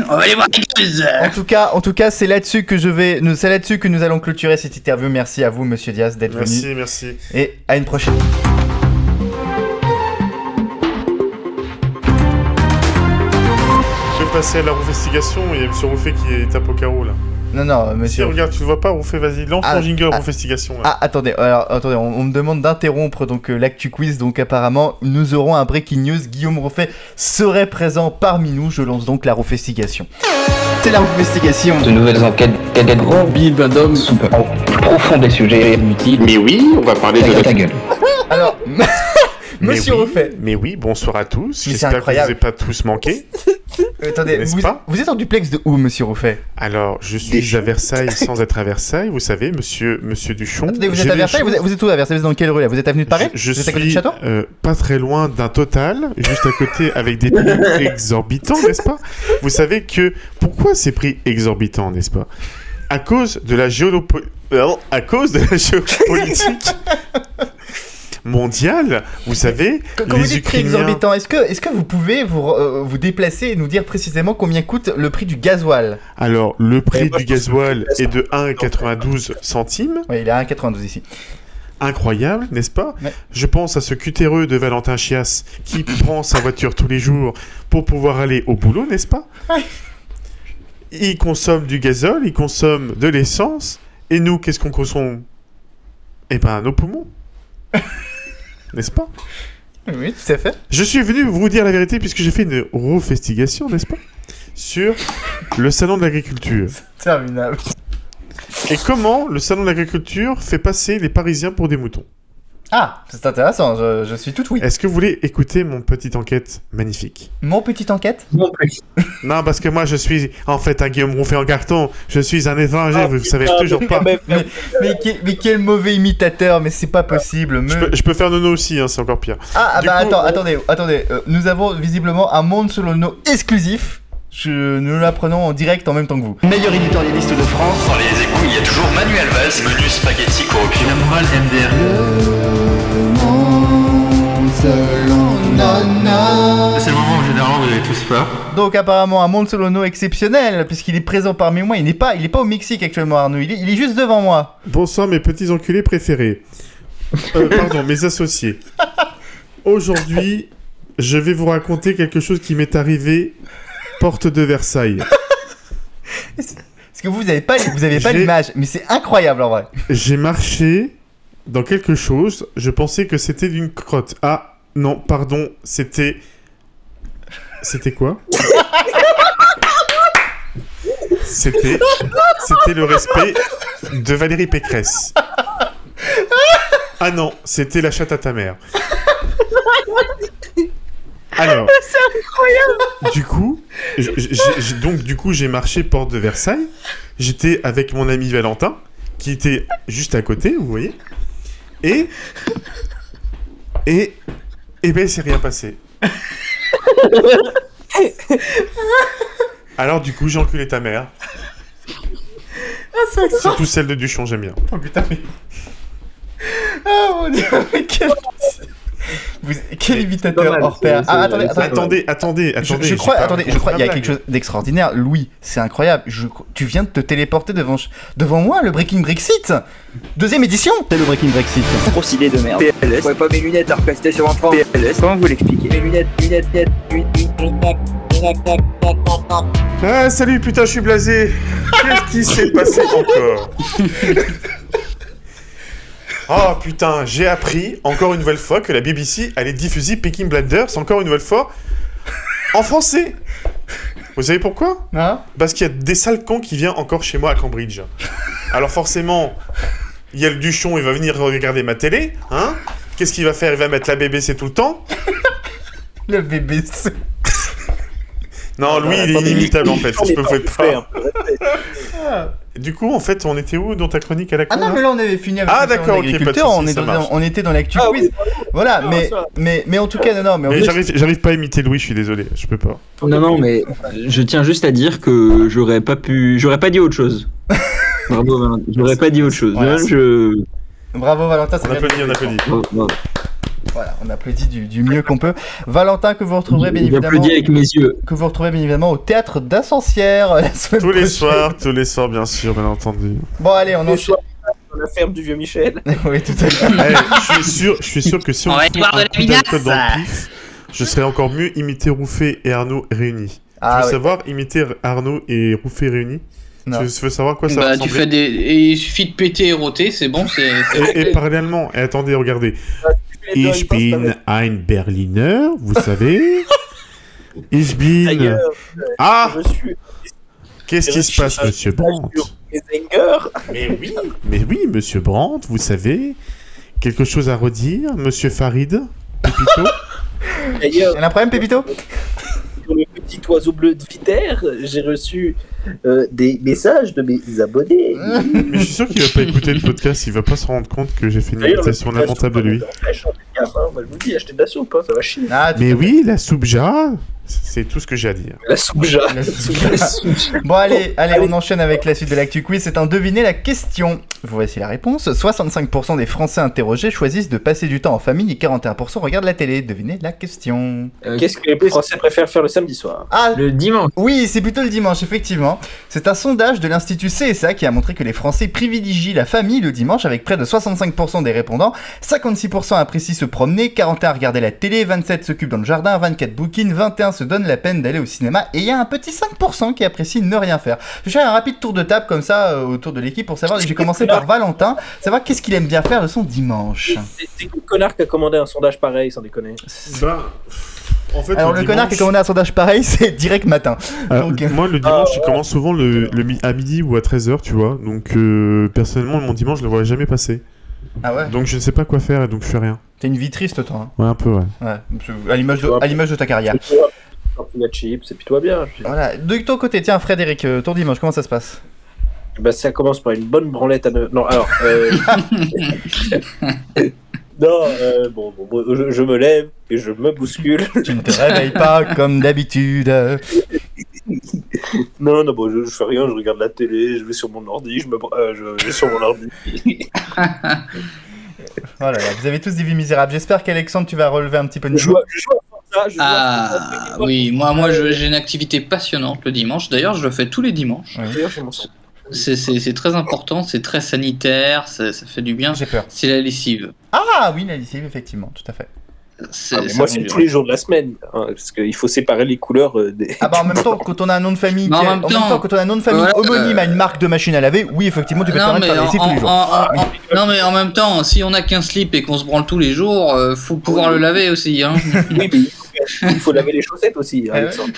Speaker 6: on va aller voir les gueules.
Speaker 3: en tout cas, en tout cas, c'est là-dessus que je vais, nous- c'est là-dessus que nous allons clôturer cette interview. Merci à vous, Monsieur Diaz, d'être venu
Speaker 8: Merci, merci.
Speaker 3: et à une prochaine.
Speaker 8: Je vais passer à la roufestigation. Il y a M. Rouffet qui tape au carreau là.
Speaker 3: Non, non,
Speaker 8: Si,
Speaker 3: Monsieur.
Speaker 8: regarde, tu le vois pas, Rouffet, vas-y, lance
Speaker 3: Ah,
Speaker 8: ton jingle
Speaker 3: ah.
Speaker 8: roufestigation là.
Speaker 3: Ah, attendez, alors, attendez, on, on me demande d'interrompre donc euh, l'actu quiz. Donc apparemment, nous aurons un breaking news. Guillaume Roffet serait présent parmi nous. Je lance donc la refestigation. C'est la refestigation.
Speaker 10: de nouvelles enquêtes cadets remplies d'un homme sous en profond des sujets inutiles. Mais oui, on va parler de ta gueule.
Speaker 3: Alors, Monsieur
Speaker 8: mais oui,
Speaker 3: Roffet.
Speaker 8: Mais oui, bonsoir à tous.
Speaker 3: Mais c'est
Speaker 8: J'espère que vous
Speaker 3: incroyable.
Speaker 8: n'avez pas tous manqué.
Speaker 3: euh, attendez,
Speaker 8: N'est-ce
Speaker 3: vous,
Speaker 8: pas
Speaker 3: vous êtes en duplex de où, Monsieur Roffet
Speaker 8: Alors, je suis à Versailles sans être à Versailles. Vous savez, monsieur, monsieur Duchon.
Speaker 3: Attendez, vous
Speaker 8: j'ai
Speaker 3: êtes à
Speaker 8: des
Speaker 3: Versailles. Vous
Speaker 8: choses-
Speaker 3: êtes, vous êtes où à Versailles Vous êtes dans quelle rue là Vous êtes avenue de Paris
Speaker 8: Je, je
Speaker 3: Vous êtes à côté du
Speaker 8: suis
Speaker 3: château
Speaker 8: euh, pas très loin d'un total, juste à côté avec des prix exorbitants, n'est-ce pas Vous savez que pourquoi ces prix exorbitants, n'est-ce pas À cause de la géolopo- pardon, à cause de la géopolitique mondiale, vous savez,
Speaker 3: Qu- Quand vous
Speaker 8: les
Speaker 3: dites prix
Speaker 8: Ukrainiens.
Speaker 3: exorbitant, est-ce que, est que vous pouvez vous, euh, vous déplacer et nous dire précisément combien coûte le prix du gasoil
Speaker 8: Alors, le prix
Speaker 4: moi,
Speaker 8: du
Speaker 4: je pense que
Speaker 8: gasoil
Speaker 4: c'est
Speaker 8: est de 1,92 centimes.
Speaker 3: Oui, il est à 1,92 ici.
Speaker 8: incroyable, n'est-ce pas
Speaker 3: Ouais.
Speaker 8: Je pense à ce cutéreux de Valentin Chias qui prend sa voiture tous les jours pour pouvoir aller au boulot, n'est-ce pas
Speaker 3: Ouais.
Speaker 8: Il consomme du gazole, il consomme de l'essence, et nous, qu'est-ce qu'on consomme Eh ben, nos poumons. n'est-ce pas
Speaker 3: Oui, tout à fait.
Speaker 8: Je suis venu vous dire la vérité puisque j'ai fait une refestigation, n'est-ce pas Sur le salon de l'agriculture.
Speaker 3: Terminable.
Speaker 8: Et comment le salon de l'agriculture fait passer les Parisiens pour des moutons
Speaker 3: Ah, c'est intéressant, je, je suis tout oui.
Speaker 8: Est-ce que vous voulez écouter mon petite enquête magnifique
Speaker 3: Mon petite enquête
Speaker 7: Non plus.
Speaker 8: Non, parce que moi je suis en fait un Guillaume Rouffet en carton, je suis un étranger, vous savez toujours pas.
Speaker 4: Ah, Mais-
Speaker 3: mais, quel, mais quel mauvais imitateur, mais c'est pas possible. me-
Speaker 8: Je peux, je peux faire nono aussi, hein, c'est encore pire.
Speaker 3: Ah, ah
Speaker 8: du
Speaker 3: bah
Speaker 8: coup,
Speaker 3: attends,
Speaker 8: on-
Speaker 3: attendez, attendez. euh, nous avons visiblement un monde selon nos exclusif. Je, nous l'apprenons en direct en même temps que vous. Meilleur éditorialiste de France.
Speaker 11: Dans les échos, il y a toujours Manuel Valls, menu spaghetti corruption. La morale C'est le moment où généralement vous avez tous peur.
Speaker 3: Donc apparemment un monde selon nous exceptionnel, puisqu'il est présent parmi moi. Il n'est pas, il est pas au Mexique actuellement, Arnaud. Il est, il est juste devant moi.
Speaker 8: Bonsoir mes petits enculés préférés. Euh, pardon, mes associés. Aujourd'hui, je vais vous raconter quelque chose qui m'est arrivé porte de Versailles.
Speaker 3: Parce que vous, vous avez pas, vous avez pas
Speaker 8: J'ai-
Speaker 3: l'image, mais c'est incroyable en vrai.
Speaker 8: J'ai marché dans quelque chose, je pensais que c'était d'une crotte. Ah, non, pardon, c'était... C'était quoi C'était... C'était le respect de Valérie Pécresse. Ah non, c'était la chatte à ta mère. Alors... C'est incroyable Du coup, je- je- j'ai- j'ai- donc du coup, j'ai marché porte de Versailles. J'étais avec mon ami Valentin qui était juste à côté, vous voyez. Et. Et. Et ben, c'est rien passé. Alors, du coup, j'ai enculé ta mère. Surtout celle de Duchon, j'aime bien.
Speaker 3: Oh putain, mais. Ah mon dieu, mais qu'est-ce que c'est Vous- Quel
Speaker 8: Mais-
Speaker 3: imitateur
Speaker 7: mal,
Speaker 3: hors pair
Speaker 7: c'est-
Speaker 3: Ah,
Speaker 7: c'est-
Speaker 3: attendez,
Speaker 7: c'est
Speaker 3: attendez.
Speaker 7: pas mal.
Speaker 8: Attendez, attendez,
Speaker 3: Je,
Speaker 8: attendez.
Speaker 3: je
Speaker 8: j'ai
Speaker 3: crois,
Speaker 8: pas
Speaker 3: attendez, je
Speaker 8: raconté
Speaker 3: crois, il y a
Speaker 8: ma
Speaker 3: quelque
Speaker 8: blague.
Speaker 3: chose d'extraordinaire. Louis, c'est incroyable. Je, tu viens de te téléporter devant, devant moi, le Breaking Brexit Deuxième édition
Speaker 5: C'est le Breaking Brexit.
Speaker 12: Grosse idée de merde.
Speaker 5: PLS.
Speaker 12: Je pouvais pas mes lunettes à repester sur un franc.
Speaker 5: PLS. Comment vous l'expliquez
Speaker 12: Mes lunettes, lunettes, lunettes, lunettes, lunettes, lunettes, lunettes, lunettes, lunettes.
Speaker 8: Ah, salut, putain, je suis blasé. Qu'est-ce qui s'est passé encore Oh putain, j'ai appris encore une nouvelle fois que la BBC allait diffuser Peking Blinders encore une nouvelle fois en français. Vous savez pourquoi
Speaker 3: Hein
Speaker 8: Parce qu'il y a des sales cons qui viennent encore chez moi à Cambridge. Alors forcément, il y a le Duchon, il va venir regarder ma télé, hein Qu'est-ce qu'il va faire Il va mettre la BBC tout le temps
Speaker 3: Le BBC.
Speaker 8: Non, lui, il est
Speaker 4: attendez,
Speaker 8: inimitable en fait,
Speaker 4: Duchon
Speaker 8: je peux
Speaker 4: n'est pas
Speaker 8: pas. Ah.
Speaker 4: fait, hein.
Speaker 8: Du coup, en fait, on était où dans ta chronique à la con
Speaker 3: Ah non,
Speaker 8: là
Speaker 3: mais là on avait fini avec
Speaker 8: Ah,
Speaker 3: le salon
Speaker 8: d'accord, ok,
Speaker 3: d'agriculteur,
Speaker 8: pas de
Speaker 3: on,
Speaker 8: soucis,
Speaker 3: est
Speaker 8: ça
Speaker 3: dans-
Speaker 8: marche. Ah
Speaker 3: on était dans l'actu quiz. voilà, mais, mais, mais en tout cas, non, non, mais, en
Speaker 8: Mais
Speaker 3: fait,
Speaker 8: j'arrive, j'arrive pas à imiter Louis, je suis désolé, je peux pas.
Speaker 7: Non, non, mais je tiens juste à dire que j'aurais pas pu. J'aurais pas dit autre chose. Bravo, Valentin. J'aurais pas dit autre chose.
Speaker 3: Voilà,
Speaker 7: Hein, je...
Speaker 3: bravo Valentin, ça
Speaker 8: On
Speaker 3: vient de-
Speaker 8: applaudit, on applaudit.
Speaker 7: Bon, bon.
Speaker 3: Voilà, on applaudit du, du mieux qu'on peut. Valentin, que vous retrouverez bien évidemment.
Speaker 7: J'applaudis avec mes yeux.
Speaker 3: Que vous retrouverez bien évidemment au théâtre d'Ascensière la semaine
Speaker 8: Tous les
Speaker 3: prochaine.
Speaker 8: soirs, tous les soirs, bien sûr, bien entendu.
Speaker 3: Bon, allez, on
Speaker 4: Tous les
Speaker 3: enchaîne.
Speaker 4: Dans la ferme du vieux Michel.
Speaker 3: oui, tout à fait.
Speaker 8: Eh, je suis sûr, je suis sûr que si on,
Speaker 2: On va
Speaker 8: fout
Speaker 2: y voir de
Speaker 8: un
Speaker 2: la
Speaker 8: coup d'alcool
Speaker 2: vinasse.
Speaker 8: dans le pif, je serais encore mieux imiter Rouffet et Arnaud réunis. tu
Speaker 3: Ah,
Speaker 8: veux
Speaker 3: ouais.
Speaker 8: savoir imiter Arnaud et Rouffet réunis
Speaker 3: Non.
Speaker 8: Tu veux savoir à quoi ça
Speaker 6: Bah,
Speaker 8: ressemble
Speaker 6: tu fais des... et il suffit de péter et roter, c'est bon, c'est... c'est
Speaker 8: et,
Speaker 6: réglé.
Speaker 8: et parler allemand. Et attendez, regardez.
Speaker 4: Les deux,
Speaker 8: Ich
Speaker 4: ils pensent pas
Speaker 8: bin
Speaker 4: mal.
Speaker 8: ein Berliner, vous savez. Ich bin.
Speaker 4: D'ailleurs,
Speaker 8: Ah
Speaker 4: je suis
Speaker 8: Qu'est-ce qui se passe, monsieur Brandt
Speaker 4: les Zenger.
Speaker 8: Mais oui Mais oui, monsieur Brandt, vous savez Quelque chose à redire, monsieur Farid Pépito
Speaker 4: D'ailleurs,
Speaker 3: Il y en a un problème, Pépito
Speaker 4: sur le petit oiseau bleu de Viter, j'ai reçu euh, des messages de mes abonnés.
Speaker 8: Ah, Mais je suis sûr qu'il va pas écouter le podcast, il va pas se rendre compte que j'ai fait une
Speaker 4: D'ailleurs,
Speaker 8: imitation
Speaker 4: la soupe,
Speaker 8: lamentable de lui.
Speaker 4: hein, j'en ai gaffe, hein. Moi, je vous dis, achetez de la soupe, hein, ça va chier.
Speaker 3: Ah, tout
Speaker 8: Mais
Speaker 3: à fait.
Speaker 8: oui, la soupe jar, c'est tout ce que j'ai à dire.
Speaker 4: La soupe, j'ai
Speaker 3: Le- Bon allez, allez, on enchaîne avec la suite de l'actu quiz. C'est un deviner la question. Voici la réponse. 65% des Français interrogés choisissent de passer du temps en famille et 41% regardent la télé. Devinez la question.
Speaker 7: Euh,
Speaker 4: Qu'est-ce que les Français préfèrent faire le samedi soir
Speaker 3: Ah
Speaker 7: Le dimanche.
Speaker 3: oui, c'est plutôt le dimanche, effectivement. C'est un sondage de l'Institut CSA qui a montré que les Français privilégient la famille le dimanche avec près de 65% des répondants. 56% apprécient se promener, 41 regarder la télé, 27 s'occupent dans le jardin, 24 bouquinent, 21 se donnent la peine d'aller au cinéma et il y a un petit 5% qui apprécie ne rien faire. Je fais un rapide tour de table comme ça euh, autour de l'équipe pour savoir, j'ai commencé par Valentin, savoir qu'est-ce qu'il aime bien faire de son dimanche.
Speaker 4: C'est c'est le connard qui a commandé un sondage pareil, sans déconner.
Speaker 8: Bah, en fait,
Speaker 3: Alors le connard qui a commandé un sondage pareil, c'est direct matin.
Speaker 8: Alors,
Speaker 3: Donc, euh,
Speaker 8: Ah, Moi, le dimanche, il commence souvent le, le mi- à midi ou à 13h, tu vois. Donc, euh, personnellement, mon dimanche, je le vois jamais passer.
Speaker 3: Ah ouais
Speaker 8: Donc, je ne sais pas quoi faire et donc je fais rien.
Speaker 3: T'es une vie triste toi. hein.
Speaker 8: Ouais, un peu, ouais.
Speaker 3: Ouais, à l'image de- à l'image de ta carrière.
Speaker 4: Tortilla chips, et puis toi bien. Je-
Speaker 3: Voilà, de ton côté, tiens Frédéric, euh, ton dimanche, comment ça se passe
Speaker 4: Bah, ça commence par une bonne branlette à neuf. Non, alors. euh, non, euh, bon, bon, bon, je, je me lève et je me bouscule.
Speaker 3: Tu ne te réveilles pas comme d'habitude. Oh
Speaker 4: non, non, bon, je, je fais rien, je regarde la télé, je vais sur mon ordi, je me. br- euh, je je vais sur mon ordi.
Speaker 3: Voilà, vous avez tous des vies misérables. J'espère qu'Alexandre, tu vas relever un petit peu de
Speaker 4: Je
Speaker 3: niveau.
Speaker 4: joue, à- je joue à Forza, je joue à Forza,
Speaker 6: Ah oui, moi, moi je- j'ai une activité passionnante le dimanche. D'ailleurs, je le fais tous les dimanches.
Speaker 4: D'ailleurs, j'ai mon son.
Speaker 6: C'est- C'est c'est très important, c'est très sanitaire, ça, ça fait du bien.
Speaker 3: J'ai peur.
Speaker 6: C'est la lessive.
Speaker 3: Ah oui, la lessive, effectivement, tout à fait.
Speaker 6: c'est-
Speaker 4: Ah, mais
Speaker 6: ça
Speaker 4: moi,
Speaker 6: me
Speaker 4: c'est
Speaker 6: dure.
Speaker 4: tous les jours de la semaine, hein, parce qu'il faut séparer les couleurs euh, des.
Speaker 3: Ah bah en même temps, quand on a un nom de famille,
Speaker 4: Mais en
Speaker 3: qui est-
Speaker 4: même temps-
Speaker 3: quand on a un nom de famille
Speaker 4: Voilà,
Speaker 3: homonyme
Speaker 4: euh,
Speaker 3: à une marque de machine à laver, oui, effectivement, tu peux te
Speaker 6: Non
Speaker 3: permettre
Speaker 6: mais,
Speaker 3: de faire
Speaker 6: en,
Speaker 3: des essais tous les
Speaker 6: en-
Speaker 3: jours.
Speaker 6: en- en- non, mais en même temps, si on a qu'un slip et qu'on se branle tous les jours, euh, faut pouvoir le laver aussi. Hein.
Speaker 4: Il faut laver les chaussettes aussi, hein, Alexandre.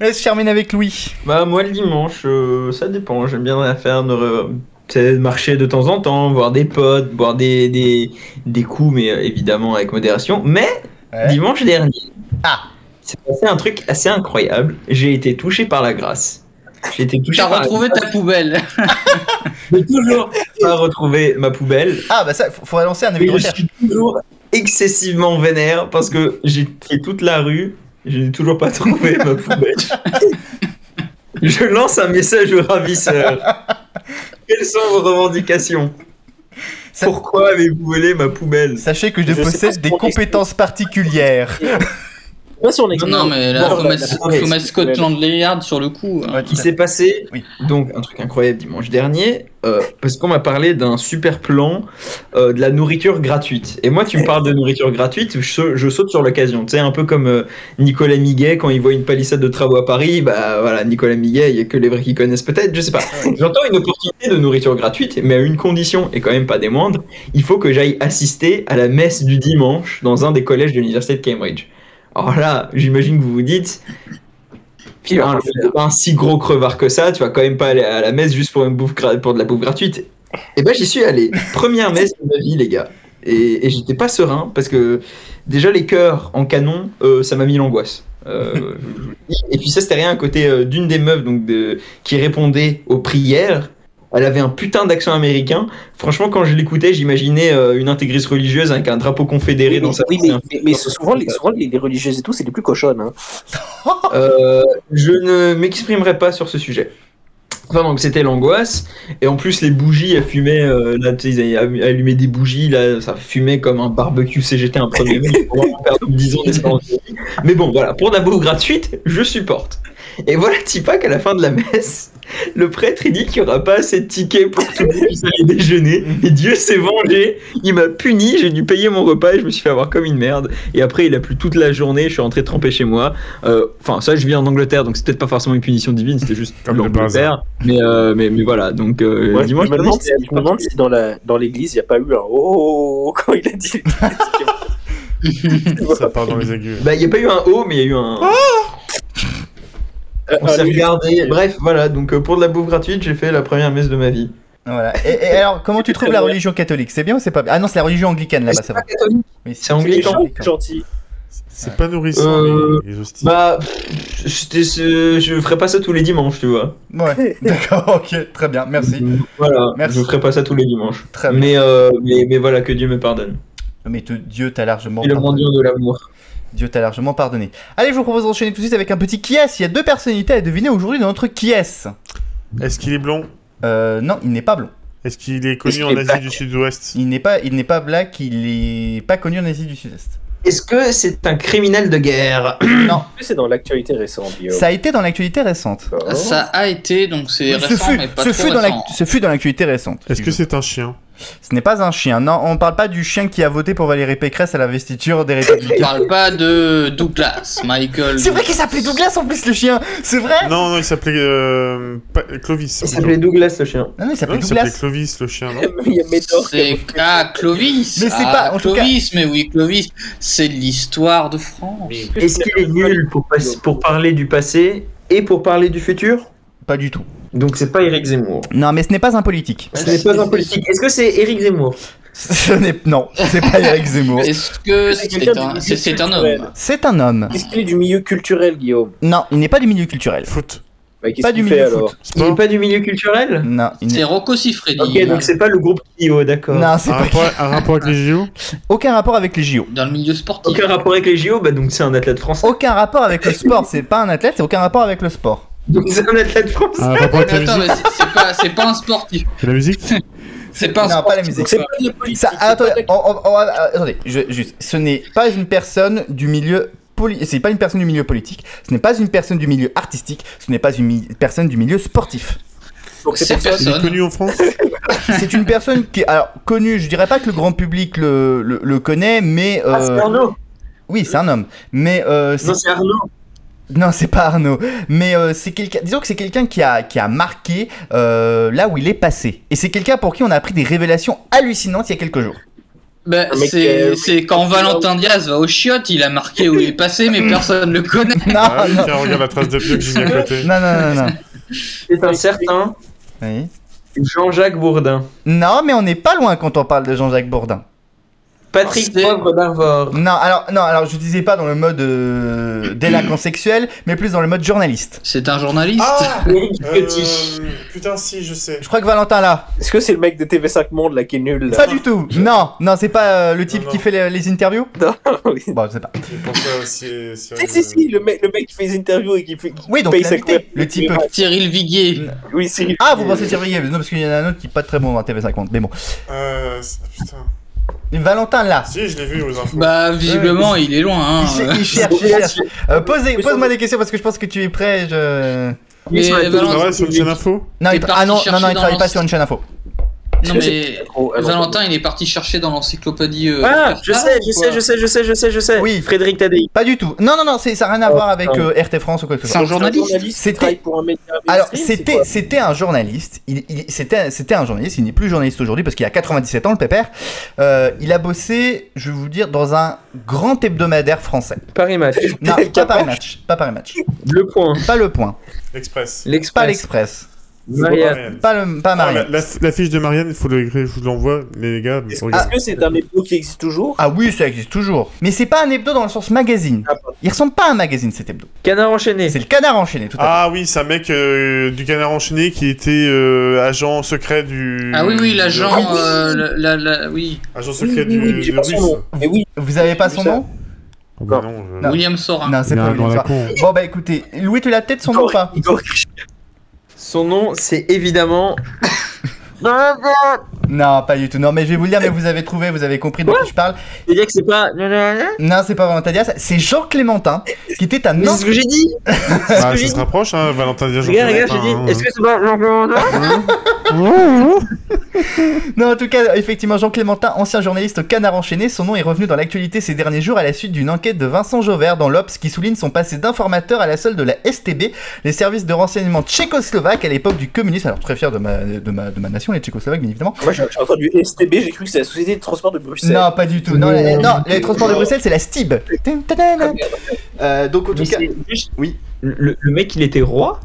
Speaker 3: Laisse termine avec Louis.
Speaker 7: Bah moi le dimanche, euh, ça dépend. J'aime bien la faire de re- c'est de marcher de temps en temps, voir des potes, boire des, des, des coups, mais euh, évidemment avec modération. Mais dimanche dernier,
Speaker 3: ah.
Speaker 7: c'est passé un truc assez incroyable. J'ai été touché par la grâce. J'ai été touché
Speaker 6: T'as
Speaker 7: par la
Speaker 6: retrouvé
Speaker 7: grâce.
Speaker 6: ta poubelle.
Speaker 7: J'ai toujours pas retrouvé ma poubelle.
Speaker 3: Ah bah ça, faudrait lancer un avis de recherche.
Speaker 7: Je suis toujours excessivement vénère parce que j'ai fait toute la rue, je n'ai toujours pas trouvé ma poubelle. je lance un message au ravisseur. Quelles sont vos revendications Pourquoi avez-vous volé ma poubelle
Speaker 3: Sachez que je, possède des compétences particulières.
Speaker 6: Non, non, mais là, faut mettre, faut mettre Scotland Yard sur le coup. hein.
Speaker 7: Il s'est passé donc un truc incroyable dimanche dernier euh, parce qu'on m'a parlé d'un super plan euh, de la nourriture gratuite. Et moi, tu me parles de nourriture gratuite, je, je saute sur l'occasion. Tu sais, un peu comme euh, Nicolas Miguet quand il voit une palissade de travaux à Paris. Bah voilà, Nicolas Miguet, il y a que les vrais qui connaissent peut-être, je sais pas. J'entends une opportunité de nourriture gratuite, mais à une condition et quand même pas des moindres. Il faut que j'aille assister à la messe du dimanche dans un des collèges de l'université de Cambridge. Alors là, j'imagine que vous vous dites, puis
Speaker 4: Ah,
Speaker 7: un, un si gros crevard que ça, tu vas quand même pas aller à la messe juste pour, une bouffe gra- pour de la bouffe gratuite. Et ben j'y suis allé. Première messe de ma vie, les gars. Et, et j'étais pas serein parce que déjà les chœurs en canon, euh, ça m'a mis l'angoisse. Euh, et puis ça, c'était rien à côté euh, d'une des meufs donc de, qui répondait aux prières. Elle avait un putain d'accent américain. Franchement, quand je l'écoutais, j'imaginais euh, une intégriste religieuse avec un drapeau confédéré dans sa
Speaker 4: Oui, mais, mais- mais souvent, les, souvent, les- les religieuses et tout, c'est les plus cochonnes. hein.
Speaker 7: euh, je ne m'exprimerai pas sur ce sujet. Enfin, donc c'était l'angoisse. Et en plus, les bougies, elles fumaient. euh, là, tu sais, ils avaient allumé des bougies. Là, ça fumait comme un barbecue CGT, un premier mai. pour avoir perdu 10 ans d'espérance de vie. Mais bon, voilà. Pour la bouffe gratuite, je supporte. Et voilà, Tipa, qu'à la fin de la messe, le prêtre, il dit qu'il n'y aura pas assez de tickets pour tout le monde qui allait déjeuner. Et Dieu s'est vengé. Il m'a puni. J'ai dû payer mon repas et je me suis fait avoir comme une merde. Et après, il a plu toute la journée. Je suis rentré trempé chez moi. Euh, Enfin, ça, je vis en Angleterre, donc c'est peut-être pas forcément une punition divine. C'était juste l'Angleterre. Mais, euh, mais, mais voilà. Donc, euh,
Speaker 4: Moi, je
Speaker 7: dimanche,
Speaker 4: me demande
Speaker 7: dernier,
Speaker 4: si- je me demande si dans la- dans l'église, il n'y a pas eu un oh quand il a dit.
Speaker 8: Ça part dans les aigus.
Speaker 7: Bah, il n'y a pas eu un haut, mais il y a eu un.
Speaker 3: Ah,
Speaker 4: Euh,
Speaker 7: On s'est regardé. Bref, voilà. Donc, euh, pour de la bouffe gratuite, j'ai fait la première messe de ma vie.
Speaker 3: Voilà. Et, et alors, comment tu trouves la religion catholique C'est bien ou c'est pas bien Ah non, c'est la religion anglicane là-bas, ça va. Oui,
Speaker 7: C'est anglican.
Speaker 4: gentil.
Speaker 8: C'est pas nourrissant,
Speaker 7: Euh,
Speaker 8: les, les hosties.
Speaker 7: Bah, pff, c'était ce- je ferai pas ça tous les dimanches, tu vois.
Speaker 3: Ouais, d'accord, ok, très bien, merci.
Speaker 7: Voilà,
Speaker 3: Merci.
Speaker 7: je ferai pas ça tous les dimanches.
Speaker 3: Très bien.
Speaker 7: mais, euh, mais, mais voilà, que Dieu me pardonne.
Speaker 3: Mais te- Dieu t'a largement
Speaker 7: Et le
Speaker 3: pardonné.
Speaker 7: mendiant de l'amour.
Speaker 3: Dieu t'a largement pardonné. Allez, je vous propose d'enchaîner tout de suite avec un petit qui est. Il y a deux personnalités à deviner aujourd'hui dans notre qui est.
Speaker 8: Est-ce qu'il est blond
Speaker 3: euh, Non, il n'est pas blond.
Speaker 8: Est-ce qu'il est connu en Asie du Sud-Ouest
Speaker 3: Il n'est pas, il n'est pas black, il est pas connu en Asie du Sud-Est.
Speaker 7: Est-ce que c'est un criminel de guerre
Speaker 3: Non.
Speaker 4: C'est dans l'actualité récente, Guillaume.
Speaker 3: Ça a été dans l'actualité récente.
Speaker 6: Ça a été, donc c'est
Speaker 3: Oh. Ce
Speaker 6: récent,
Speaker 3: fut,
Speaker 6: mais pas
Speaker 3: ce
Speaker 6: trop
Speaker 3: fut dans
Speaker 6: récent.
Speaker 3: l'act- ce fut dans l'actualité récente.
Speaker 8: Est-ce que c'est un chien
Speaker 3: Ce n'est pas un chien. Non, on ne parle pas du chien qui a voté pour Valérie Pécresse à la vestiture des
Speaker 6: On
Speaker 3: Républicains.
Speaker 6: parle pas de Douglas, Michael.
Speaker 3: C'est vrai qu'il s'appelait Douglas en plus le chien. C'est vrai.
Speaker 8: Non, non, il s'appelait euh, pas- Clovis.
Speaker 7: Il s'appelait Douglas le chien.
Speaker 3: Non, non, il s'appelait
Speaker 8: Non, il
Speaker 3: Douglas.
Speaker 8: s'appelait Clovis le chien, non
Speaker 6: C'est ah Clovis.
Speaker 3: Mais c'est
Speaker 6: Ah,
Speaker 3: pas- en tout cas-
Speaker 6: Clovis, mais oui Clovis, c'est l'histoire de France.
Speaker 7: Est-ce qu'il est nul pour, pas- pour parler du passé et pour parler du futur
Speaker 3: Pas du tout.
Speaker 7: Donc c'est pas Eric Zemmour.
Speaker 3: Non, mais ce n'est pas un politique.
Speaker 7: Ce n'est pas un politique. Est-ce que c'est Eric Zemmour
Speaker 3: Ce n'est non, c'est pas Eric Zemmour.
Speaker 6: Est-ce que c'est un, c'est- c'est un homme
Speaker 3: C'est un homme.
Speaker 4: Est-ce qu'il est du milieu culturel, Guillaume
Speaker 3: Non, il n'est pas du milieu culturel.
Speaker 8: Foot.
Speaker 4: Bah, qu'est-ce
Speaker 3: Pas du
Speaker 4: qu'il
Speaker 3: milieu
Speaker 4: fait
Speaker 3: foot.
Speaker 4: alors
Speaker 7: Il n'est pas du milieu culturel
Speaker 3: Non, il
Speaker 6: C'est
Speaker 3: n'est...
Speaker 6: Rocco Siffredi. euh,
Speaker 7: Ok, donc c'est pas le groupe Kyo, d'accord.
Speaker 3: Non, c'est
Speaker 8: un,
Speaker 3: pas.
Speaker 8: rapport, un rapport avec les JO
Speaker 3: Aucun rapport avec les JO.
Speaker 6: dans le milieu sportif.
Speaker 7: Aucun rapport avec les JO, bah donc c'est un athlète français.
Speaker 3: Aucun rapport avec le sport. C'est pas un athlète, c'est aucun rapport avec le sport.
Speaker 7: Donc c'est un athlète français.
Speaker 8: Un rapport avec
Speaker 6: Mais
Speaker 8: la
Speaker 6: attends,
Speaker 8: musique
Speaker 6: mais c'est- c'est pas, c'est pas un sportif.
Speaker 8: La musique
Speaker 6: C'est pas un
Speaker 3: Non,
Speaker 6: sportif.
Speaker 3: pas la musique.
Speaker 4: C'est pas de la politique.
Speaker 3: Ça, attendez, on- on- on- euh, attendez, je- juste, ce n'est pas une personne du milieu poli- c'est pas une personne du milieu politique, ce n'est pas une personne du milieu artistique, ce n'est pas une mi- personne du milieu sportif.
Speaker 4: Donc,
Speaker 6: Cette
Speaker 4: pour ça-
Speaker 6: personne.
Speaker 8: connu en France
Speaker 3: C'est une personne qui est alors, connue, je dirais pas que le grand public le, le, le connaît, mais.
Speaker 4: Ah, c'est
Speaker 3: euh,
Speaker 4: Arnaud
Speaker 3: Oui, c'est un homme. Mais. euh,
Speaker 4: Non, c'est Arnaud.
Speaker 3: Non, c'est pas Arnaud. Mais euh, c'est quelqu'un. Disons que c'est quelqu'un qui a, qui a marqué euh, là où il est passé. Et c'est quelqu'un pour qui on a appris des révélations hallucinantes il y a quelques jours.
Speaker 6: Ben,
Speaker 3: mec,
Speaker 6: c'est
Speaker 3: euh,
Speaker 6: c'est quand Valentin Diaz va au chiottes, il a marqué où il est passé, mais personne le connaît.
Speaker 8: Ah oui, tiens, regarde la trace de pied que j'ai mis à côté.
Speaker 3: Non, non, non, non.
Speaker 7: C'est un certain
Speaker 3: Oui.
Speaker 7: Jean-Jacques Bourdin.
Speaker 3: Non, mais on n'est pas loin quand on parle de Jean-Jacques Bourdin.
Speaker 7: Patrick Poivre d'Arvor.
Speaker 3: Non, alors, non, alors je disais pas dans le mode euh, délinquant sexuel, mais plus dans le mode journaliste.
Speaker 6: C'est un journaliste
Speaker 8: Ah
Speaker 3: Je
Speaker 8: Euh, Putain, si, je sais.
Speaker 3: crois que Valentin là.
Speaker 4: Est-ce que c'est le mec de TV5 Monde là qui est nul là
Speaker 3: Pas du tout. Non, non, c'est pas euh, le type qui fait les, les interviews.
Speaker 4: Non.
Speaker 3: Bon, je sais pas.
Speaker 8: Je pensais aussi. Si,
Speaker 4: Si, si, si, le mec, le mec qui fait les interviews et qui, fait, qui
Speaker 3: Oui, donc
Speaker 4: paye sa
Speaker 3: l'invité,
Speaker 4: couette.
Speaker 3: le type.
Speaker 6: Cyril Viguier.
Speaker 4: Oui, Cyril.
Speaker 3: Ah, vous pensez Thierry Gabriel, Non, parce qu'il y en a un autre qui est pas très bon dans TV50. Mais bon.
Speaker 8: Euh, c'est- putain.
Speaker 3: Valentin là.
Speaker 8: Si, je l'ai vu aux infos.
Speaker 6: Bah, visiblement, il est loin. Hein.
Speaker 3: Il, ch- il cherche, il cherche. Euh, posez- Pose-moi des questions parce que je pense que tu es prêt. Je...
Speaker 6: Mais
Speaker 3: sur la
Speaker 6: Valentin-
Speaker 8: Ah ouais, sur une chaîne info
Speaker 3: Non,
Speaker 6: T'es
Speaker 3: il...
Speaker 6: parti
Speaker 3: ah, non, non,
Speaker 6: chercher
Speaker 3: non, il
Speaker 6: dans
Speaker 3: travaille pas
Speaker 6: l'ense-
Speaker 3: sur une chaîne info.
Speaker 6: Non, mais
Speaker 4: Oh, alors,
Speaker 6: Euh, Valentin, il est parti chercher dans l'encyclopédie. euh,
Speaker 7: Ah,
Speaker 6: Cartas,
Speaker 7: je sais, je
Speaker 6: ou
Speaker 7: sais,
Speaker 6: quoi
Speaker 7: je sais, je sais, je sais, je sais.
Speaker 3: Oui.
Speaker 7: Frédéric Tadei.
Speaker 3: Pas du tout. Non, non, non, c'est- ça n'a rien à voir avec euh, RT France ou quoi que ce
Speaker 6: Oh, C'est un
Speaker 3: soit.
Speaker 6: journaliste.
Speaker 4: qui
Speaker 3: C'était-
Speaker 4: travaille pour un média
Speaker 3: Alors,
Speaker 4: mainstream, c'est
Speaker 3: c'était
Speaker 4: quoi
Speaker 3: c'était un journaliste. Il, il- c'était c'était un journaliste. Il n'est plus journaliste aujourd'hui parce qu'il a 97 ans, le pépère. Euh, il a bossé, je vais vous dire, dans un grand hebdomadaire français.
Speaker 7: Paris Match.
Speaker 3: Non, pas Paris Match. Pas Paris Match.
Speaker 7: Le point.
Speaker 3: Pas le Point.
Speaker 8: Express.
Speaker 3: Pas
Speaker 7: L'Express.
Speaker 3: l'Express.
Speaker 7: Marianne.
Speaker 3: Pas le pas
Speaker 8: Ah,
Speaker 3: Marianne.
Speaker 8: la, la, la fiche de Marianne, il faut le, je vous l'envoie, les gars. mais
Speaker 4: Est-ce
Speaker 8: regarde.
Speaker 4: que c'est un hebdo qui existe toujours
Speaker 3: Ah oui, ça existe toujours. Mais c'est pas un hebdo dans le sens magazine. Il ressemble pas à un magazine cet hebdo.
Speaker 7: Canard enchaîné.
Speaker 3: C'est le canard enchaîné, tout à
Speaker 8: Ah oui, c'est un mec euh, du canard enchaîné qui était euh, agent secret du.
Speaker 6: Ah oui, oui, l'agent.
Speaker 8: Ah oui.
Speaker 6: euh, le- la, la- oui,
Speaker 8: Agent
Speaker 4: Oui,
Speaker 8: secret
Speaker 4: oui, oui,
Speaker 8: du.
Speaker 4: j'ai
Speaker 8: du
Speaker 4: pas
Speaker 8: russe.
Speaker 4: son nom. Mais Eh oui,
Speaker 3: fait. Vous avez pas son
Speaker 4: ça.
Speaker 3: nom
Speaker 8: Ah bah non, je-
Speaker 3: Non.
Speaker 6: William Sorin.
Speaker 3: Non, c'est
Speaker 8: Il y a
Speaker 3: pas
Speaker 8: un
Speaker 3: William
Speaker 8: dans la
Speaker 3: Sorin. Bon bah écoutez, Louis, tu l'as peut-être son nom ou pas
Speaker 4: Igor-
Speaker 7: Son nom, c'est évidemment.
Speaker 3: Non, pas du tout. Non, mais je vais vous le dire, mais vous avez trouvé, vous avez compris de qui je parle.
Speaker 7: C'est-à-dire que c'est pas.
Speaker 3: Non, c'est pas Valentin Diaz, c'est Jean Clémentin, qui était un
Speaker 7: Mais
Speaker 3: ancien-
Speaker 7: c'est ce que j'ai dit.
Speaker 8: Ah,
Speaker 7: que j'ai
Speaker 8: ça
Speaker 7: dit.
Speaker 8: se rapproche, hein, Valentin Diaz.
Speaker 7: Regarde, regarde, j'ai dit. Est-ce que c'est pas Jean Clémentin
Speaker 3: Non, en tout cas, effectivement, Jean Clémentin, ancien journaliste au Canard Enchaîné, son nom est revenu dans l'actualité ces derniers jours à la suite d'une enquête de Vincent Jauvert dans l'Obs qui souligne son passé d'informateur à la seule de la STB, les services de renseignement tchécoslovaques à l'époque du communisme. Alors, très fier de ma, de ma, de ma nation, les Tchécoslovaques, bien évidemment.
Speaker 4: Moi, j'ai j'ai entendu STB, j'ai cru que c'est la Société de Transport de Bruxelles.
Speaker 3: Non, pas du tout. Non, la- non, les transports de Bruxelles, c'est la STIB. Euh, donc, en tout
Speaker 7: Mais
Speaker 3: cas,
Speaker 7: c'est juste-
Speaker 3: Oui.
Speaker 7: Le, le mec, il était roi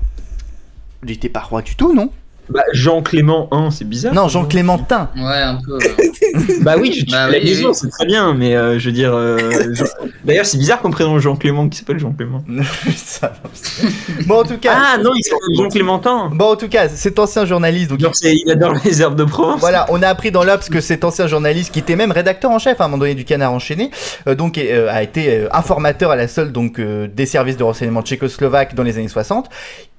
Speaker 3: j'étais pas roi du tout, non
Speaker 7: Bah, Jean Clément 1, c'est bizarre.
Speaker 3: Non, Jean Clémentin.
Speaker 6: Ouais, un peu.
Speaker 7: Bah oui, je
Speaker 6: Bah
Speaker 7: la
Speaker 6: oui,
Speaker 7: maison,
Speaker 6: oui.
Speaker 7: c'est très bien, mais euh, je veux dire. euh, Jean- D'ailleurs, c'est bizarre qu'on prénom Jean Clément qui s'appelle Jean Clément.
Speaker 3: Ça, non. bon, en tout cas.
Speaker 7: Ah non, il s'appelle Jean Clémentin.
Speaker 3: Bon, en tout cas, cet ancien journaliste, donc
Speaker 7: Genre, c'est- il adore les herbes de Provence.
Speaker 3: Voilà, on a appris dans l'Obs que cet ancien journaliste, qui était même rédacteur en chef hein, à un moment donné du Canard enchaîné, euh, donc euh, a été euh, informateur à la seule donc euh, des services de renseignement tchécoslovaques dans les années 60.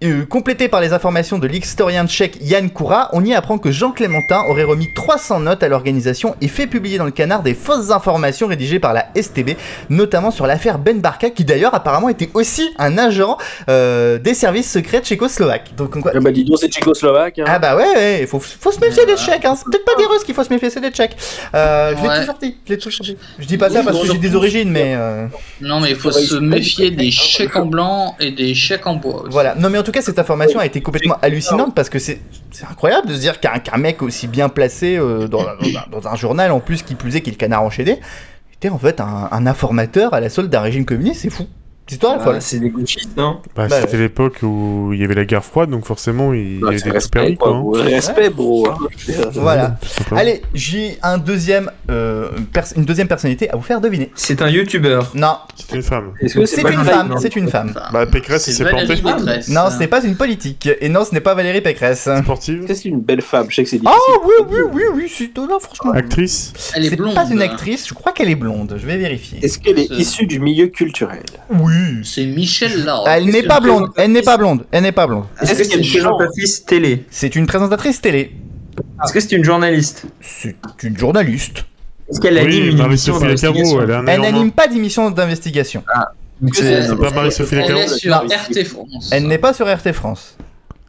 Speaker 3: Euh, complété par les informations de l'historien tchèque Jan Koura, on y apprend que Jean Clémentin aurait remis 300 notes à l'organisation et fait publier dans le Canard des fausses informations rédigées par la STB, notamment sur l'affaire Ben Barka, qui d'ailleurs apparemment était aussi un agent euh, des services secrets tchécoslovaques. Donc, en quoi-
Speaker 4: Ah bah dis donc, c'est tchécoslovaque. hein.
Speaker 3: ah bah ouais, ouais, il faut, faut se méfier des tchèques, hein. c'est peut-être pas des russes qu'il faut se méfier, c'est des tchèques. Euh, je l'ai
Speaker 6: Ouais.
Speaker 3: toujours dit, je l'ai toujours dit. Je dis pas ça
Speaker 4: Oui,
Speaker 3: parce
Speaker 4: bon,
Speaker 3: que j'ai
Speaker 4: donc-
Speaker 3: des origines, mais euh,
Speaker 6: Non, mais il faut
Speaker 4: Ouais,
Speaker 6: se
Speaker 4: il-
Speaker 6: méfier des chèques en blanc et des chèques en bois. aussi.
Speaker 3: voilà. Non mais en tout cas, cette information a été complètement hallucinante parce que c'est c'est incroyable de se dire qu'un qu'un mec aussi bien placé euh, dans, dans un- dans un journal, en plus qui plus est, qui est le canard enchaîné, était en fait un, un informateur à la solde d'un régime communiste, c'est fou. Cette histoire est
Speaker 7: Ah,
Speaker 3: folle.
Speaker 7: c'est des gauchistes, non
Speaker 8: Bah,
Speaker 3: Bah,
Speaker 8: c'était l'époque où il y avait la guerre froide, donc forcément, il y
Speaker 4: Bah,
Speaker 8: avait
Speaker 4: c'est
Speaker 8: des permis, quoi. hein.
Speaker 4: Respect, bro. hein.
Speaker 3: Voilà.
Speaker 8: Tout simplement.
Speaker 3: Allez, j'ai un deuxième, euh, pers- une deuxième personnalité à vous faire deviner.
Speaker 7: C'est un youtubeur.
Speaker 3: Non,
Speaker 8: C'était une femme.
Speaker 7: Est-ce que
Speaker 3: c'est
Speaker 7: pas
Speaker 3: une
Speaker 7: une
Speaker 3: femme,
Speaker 7: femme,
Speaker 3: c'est une femme.
Speaker 6: Enfin,
Speaker 8: Bah, Pécresse, il s'est planté.
Speaker 6: Valérie Pécresse.
Speaker 3: Non, ce n'est pas une politique. Et non, ce n'est pas Valérie Pécresse.
Speaker 8: Sportive.
Speaker 4: Ça, C'est une belle femme, je sais que c'est difficile.
Speaker 3: Oh oui, oui, oui, oui, c'est non, franchement.
Speaker 8: Actrice.
Speaker 6: Elle est
Speaker 3: C'est
Speaker 6: blonde. euh,
Speaker 3: pas une actrice, je crois qu'elle est blonde, je vais vérifier.
Speaker 4: Est-ce qu'elle est
Speaker 6: C'est-
Speaker 4: issue du milieu culturel
Speaker 3: Oui.
Speaker 6: C'est Michel Larocque.
Speaker 3: Elle n'est pas
Speaker 6: C'est-
Speaker 3: blonde, elle n'est pas blonde, elle n'est pas blonde.
Speaker 7: Est-ce que Ah, c'est une présentatrice télé
Speaker 3: C'est une présentatrice télé.
Speaker 7: Est-ce que c'est une journaliste
Speaker 3: C'est une journaliste.
Speaker 7: Est-ce qu'elle anime
Speaker 8: Oui,
Speaker 7: une émission
Speaker 8: Marie-Sophie Lacaro,
Speaker 7: d'investigation
Speaker 8: elle a un
Speaker 3: Elle
Speaker 8: œil en main.
Speaker 3: n'anime pas d'émission
Speaker 6: Ah.
Speaker 3: d'investigation.
Speaker 7: Donc c'est-
Speaker 8: C'est pas Marie-Sophie
Speaker 6: Elle
Speaker 8: Lacaro.
Speaker 6: est sur
Speaker 3: Non.
Speaker 6: RT France.
Speaker 3: Elle n'est pas sur RT France.
Speaker 8: hein.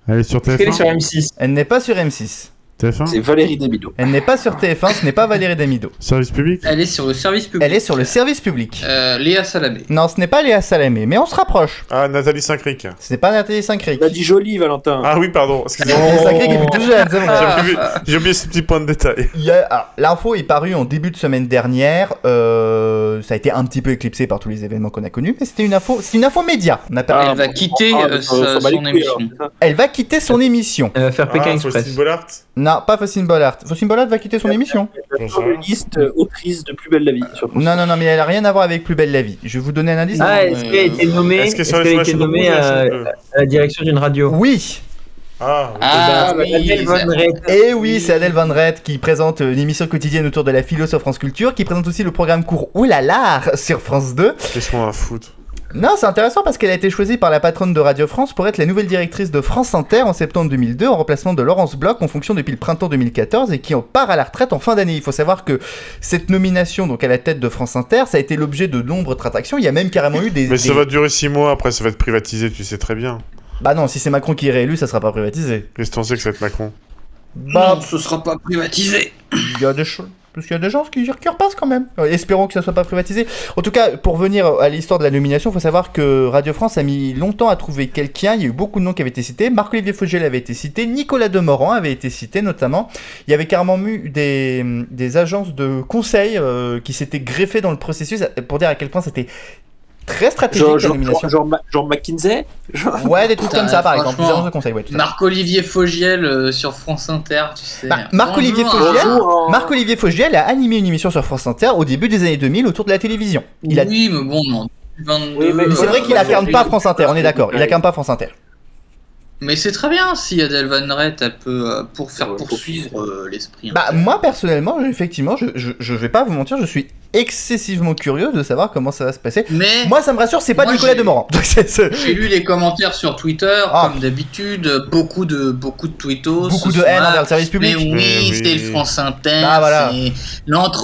Speaker 8: Elle est sur TF1.
Speaker 3: M6. Elle n'est pas sur M6.
Speaker 8: TF1
Speaker 4: C'est Valérie Damido.
Speaker 3: Elle n'est pas sur TF1, ce n'est pas Valérie Damido.
Speaker 8: Service public
Speaker 6: Elle est sur le service public.
Speaker 3: Elle est sur le service public.
Speaker 6: Euh, Léa Salamé.
Speaker 3: Non, ce n'est pas Léa Salamé, mais on se rapproche.
Speaker 8: Ah, Nathalie Saint-Cric.
Speaker 3: Ce n'est pas Nathalie Saint-Cric.
Speaker 6: Bah,
Speaker 4: Elle a dit jolie, Valentin.
Speaker 8: Ah oui, pardon. excusez-moi.
Speaker 3: Nathalie Saint-Cric est plutôt jeune, c'est bon.
Speaker 8: J'ai oublié- J'ai oublié ce petit point de détail.
Speaker 3: Il y a- alors, L'info est parue en début de semaine dernière. euh, ça a été un petit peu éclipsé par tous les événements qu'on a connus, mais c'était une info. C'est une info média. On a pas-
Speaker 6: Elle va quitter
Speaker 4: ah,
Speaker 6: euh,
Speaker 4: euh,
Speaker 6: sa-
Speaker 4: ça va les
Speaker 6: son
Speaker 4: couilles,
Speaker 6: émission.
Speaker 3: Elle va quitter son émission.
Speaker 7: Elle va Euh,
Speaker 8: Ah,
Speaker 7: faire Pékin Express.
Speaker 8: Bollard
Speaker 3: Non, pas Faustine Bollard. Faustine Bollard va quitter son émission.
Speaker 4: Sur le liste euh, autrice de Plus Belle la Vie. sur-
Speaker 3: Non, non, non, mais elle a rien à voir avec Plus Belle la Vie. Je vais vous donner un indice.
Speaker 7: Ah, est-ce qu'elle a été nommée,
Speaker 8: Est-ce que
Speaker 7: est-ce
Speaker 8: sur les
Speaker 7: qu'elle a été
Speaker 8: chaînes
Speaker 7: nommée euh,
Speaker 8: rouges,
Speaker 7: à,
Speaker 8: elles sont bleues
Speaker 7: à la direction d'une radio
Speaker 3: Oui.
Speaker 8: Euh, Ah, oui.
Speaker 6: Ah,
Speaker 7: Eh ben,
Speaker 6: oui,
Speaker 7: Adèle Van
Speaker 6: ça-
Speaker 7: Rett.
Speaker 3: Et oui, c'est Adèle Van Rett qui présente euh, l'émission quotidienne autour de la philo sur France Culture, qui présente aussi le programme court Oulala sur France 2.
Speaker 8: qu'est-ce qu'on a à foutre
Speaker 3: Non, c'est intéressant parce qu'elle a été choisie par la patronne de Radio France pour être la nouvelle directrice de France Inter en septembre 2002 en remplacement de Laurence Bloch en fonction depuis le printemps 2014 et qui en part à la retraite en fin d'année. Il faut savoir que cette nomination donc à la tête de France Inter, ça a été l'objet de nombreuses attractions. Il y a même carrément eu des...
Speaker 8: Mais ça
Speaker 3: des-
Speaker 8: va durer 6 mois, après ça va être privatisé, tu sais très bien.
Speaker 3: Bah non, si c'est Macron qui est réélu, ça sera pas privatisé.
Speaker 8: Qu'est-ce que t'en sais que ça va être Macron
Speaker 3: Bah,
Speaker 6: Non, ce sera pas privatisé.
Speaker 3: il y a des choses. Parce qu'il y a des gens qui, qui repassent quand même. Euh, Espérons que ça soit pas privatisé. En tout cas, pour venir à l'histoire de la nomination, il faut savoir que Radio France a mis longtemps à trouver quelqu'un. Il y a eu beaucoup de noms qui avaient été cités. Marc-Olivier Fogel avait été cité. Nicolas Demorand avait été cité notamment. Il y avait carrément eu des, des agences de conseil euh, qui s'étaient greffées dans le processus pour dire à quel point c'était très stratégique
Speaker 4: Genre,
Speaker 3: la
Speaker 4: genre,
Speaker 3: nomination.
Speaker 4: genre, genre Ma- genre McKinsey Genre-
Speaker 3: Ouais, des trucs
Speaker 6: Putain,
Speaker 3: comme ça par exemple. Des
Speaker 6: franchement.
Speaker 3: agences de conseil, ouais, tout à fait.
Speaker 6: Marc-Olivier Fogiel euh, sur France Inter, tu sais.
Speaker 3: Bah, Marc-Olivier
Speaker 6: Bonjour.
Speaker 3: Fogiel,
Speaker 4: Bonjour, hein.
Speaker 3: Marc-Olivier Fogiel a animé une émission sur France Inter au début des années 2000 autour de la télévision. Il a...
Speaker 6: Oui, mais bon, non. euh, 22,
Speaker 4: Oui, mais
Speaker 3: Mais c'est vrai qu'il
Speaker 4: Ouais,
Speaker 3: incarne
Speaker 4: ouais,
Speaker 3: pas
Speaker 4: ouais.
Speaker 3: France Inter, on est d'accord, il incarne pas France Inter.
Speaker 6: Mais c'est très bien si Adèle Van Rett, elle peut euh, pour faire
Speaker 4: Ouais,
Speaker 6: poursuivre euh, l'esprit.
Speaker 3: Bah moi personnellement, je- effectivement, je, je, je vais pas vous mentir, je suis excessivement curieux de savoir comment ça va se passer.
Speaker 6: Mais
Speaker 3: Moi ça me rassure, c'est pas
Speaker 6: Moi,
Speaker 3: Nicolas
Speaker 6: j'ai-
Speaker 3: Demorand. Donc, c'est- c'est-
Speaker 6: j'ai lu les commentaires sur Twitter,
Speaker 3: Ah.
Speaker 6: comme d'habitude, beaucoup de beaucoup de tweetos.
Speaker 3: Beaucoup
Speaker 6: Oh, ce
Speaker 3: de haine
Speaker 6: soir.
Speaker 3: envers le service
Speaker 6: Mais
Speaker 3: public.
Speaker 6: oui,
Speaker 8: Mais oui.
Speaker 6: c'est le France Inter,
Speaker 3: Ah, voilà.
Speaker 6: c'est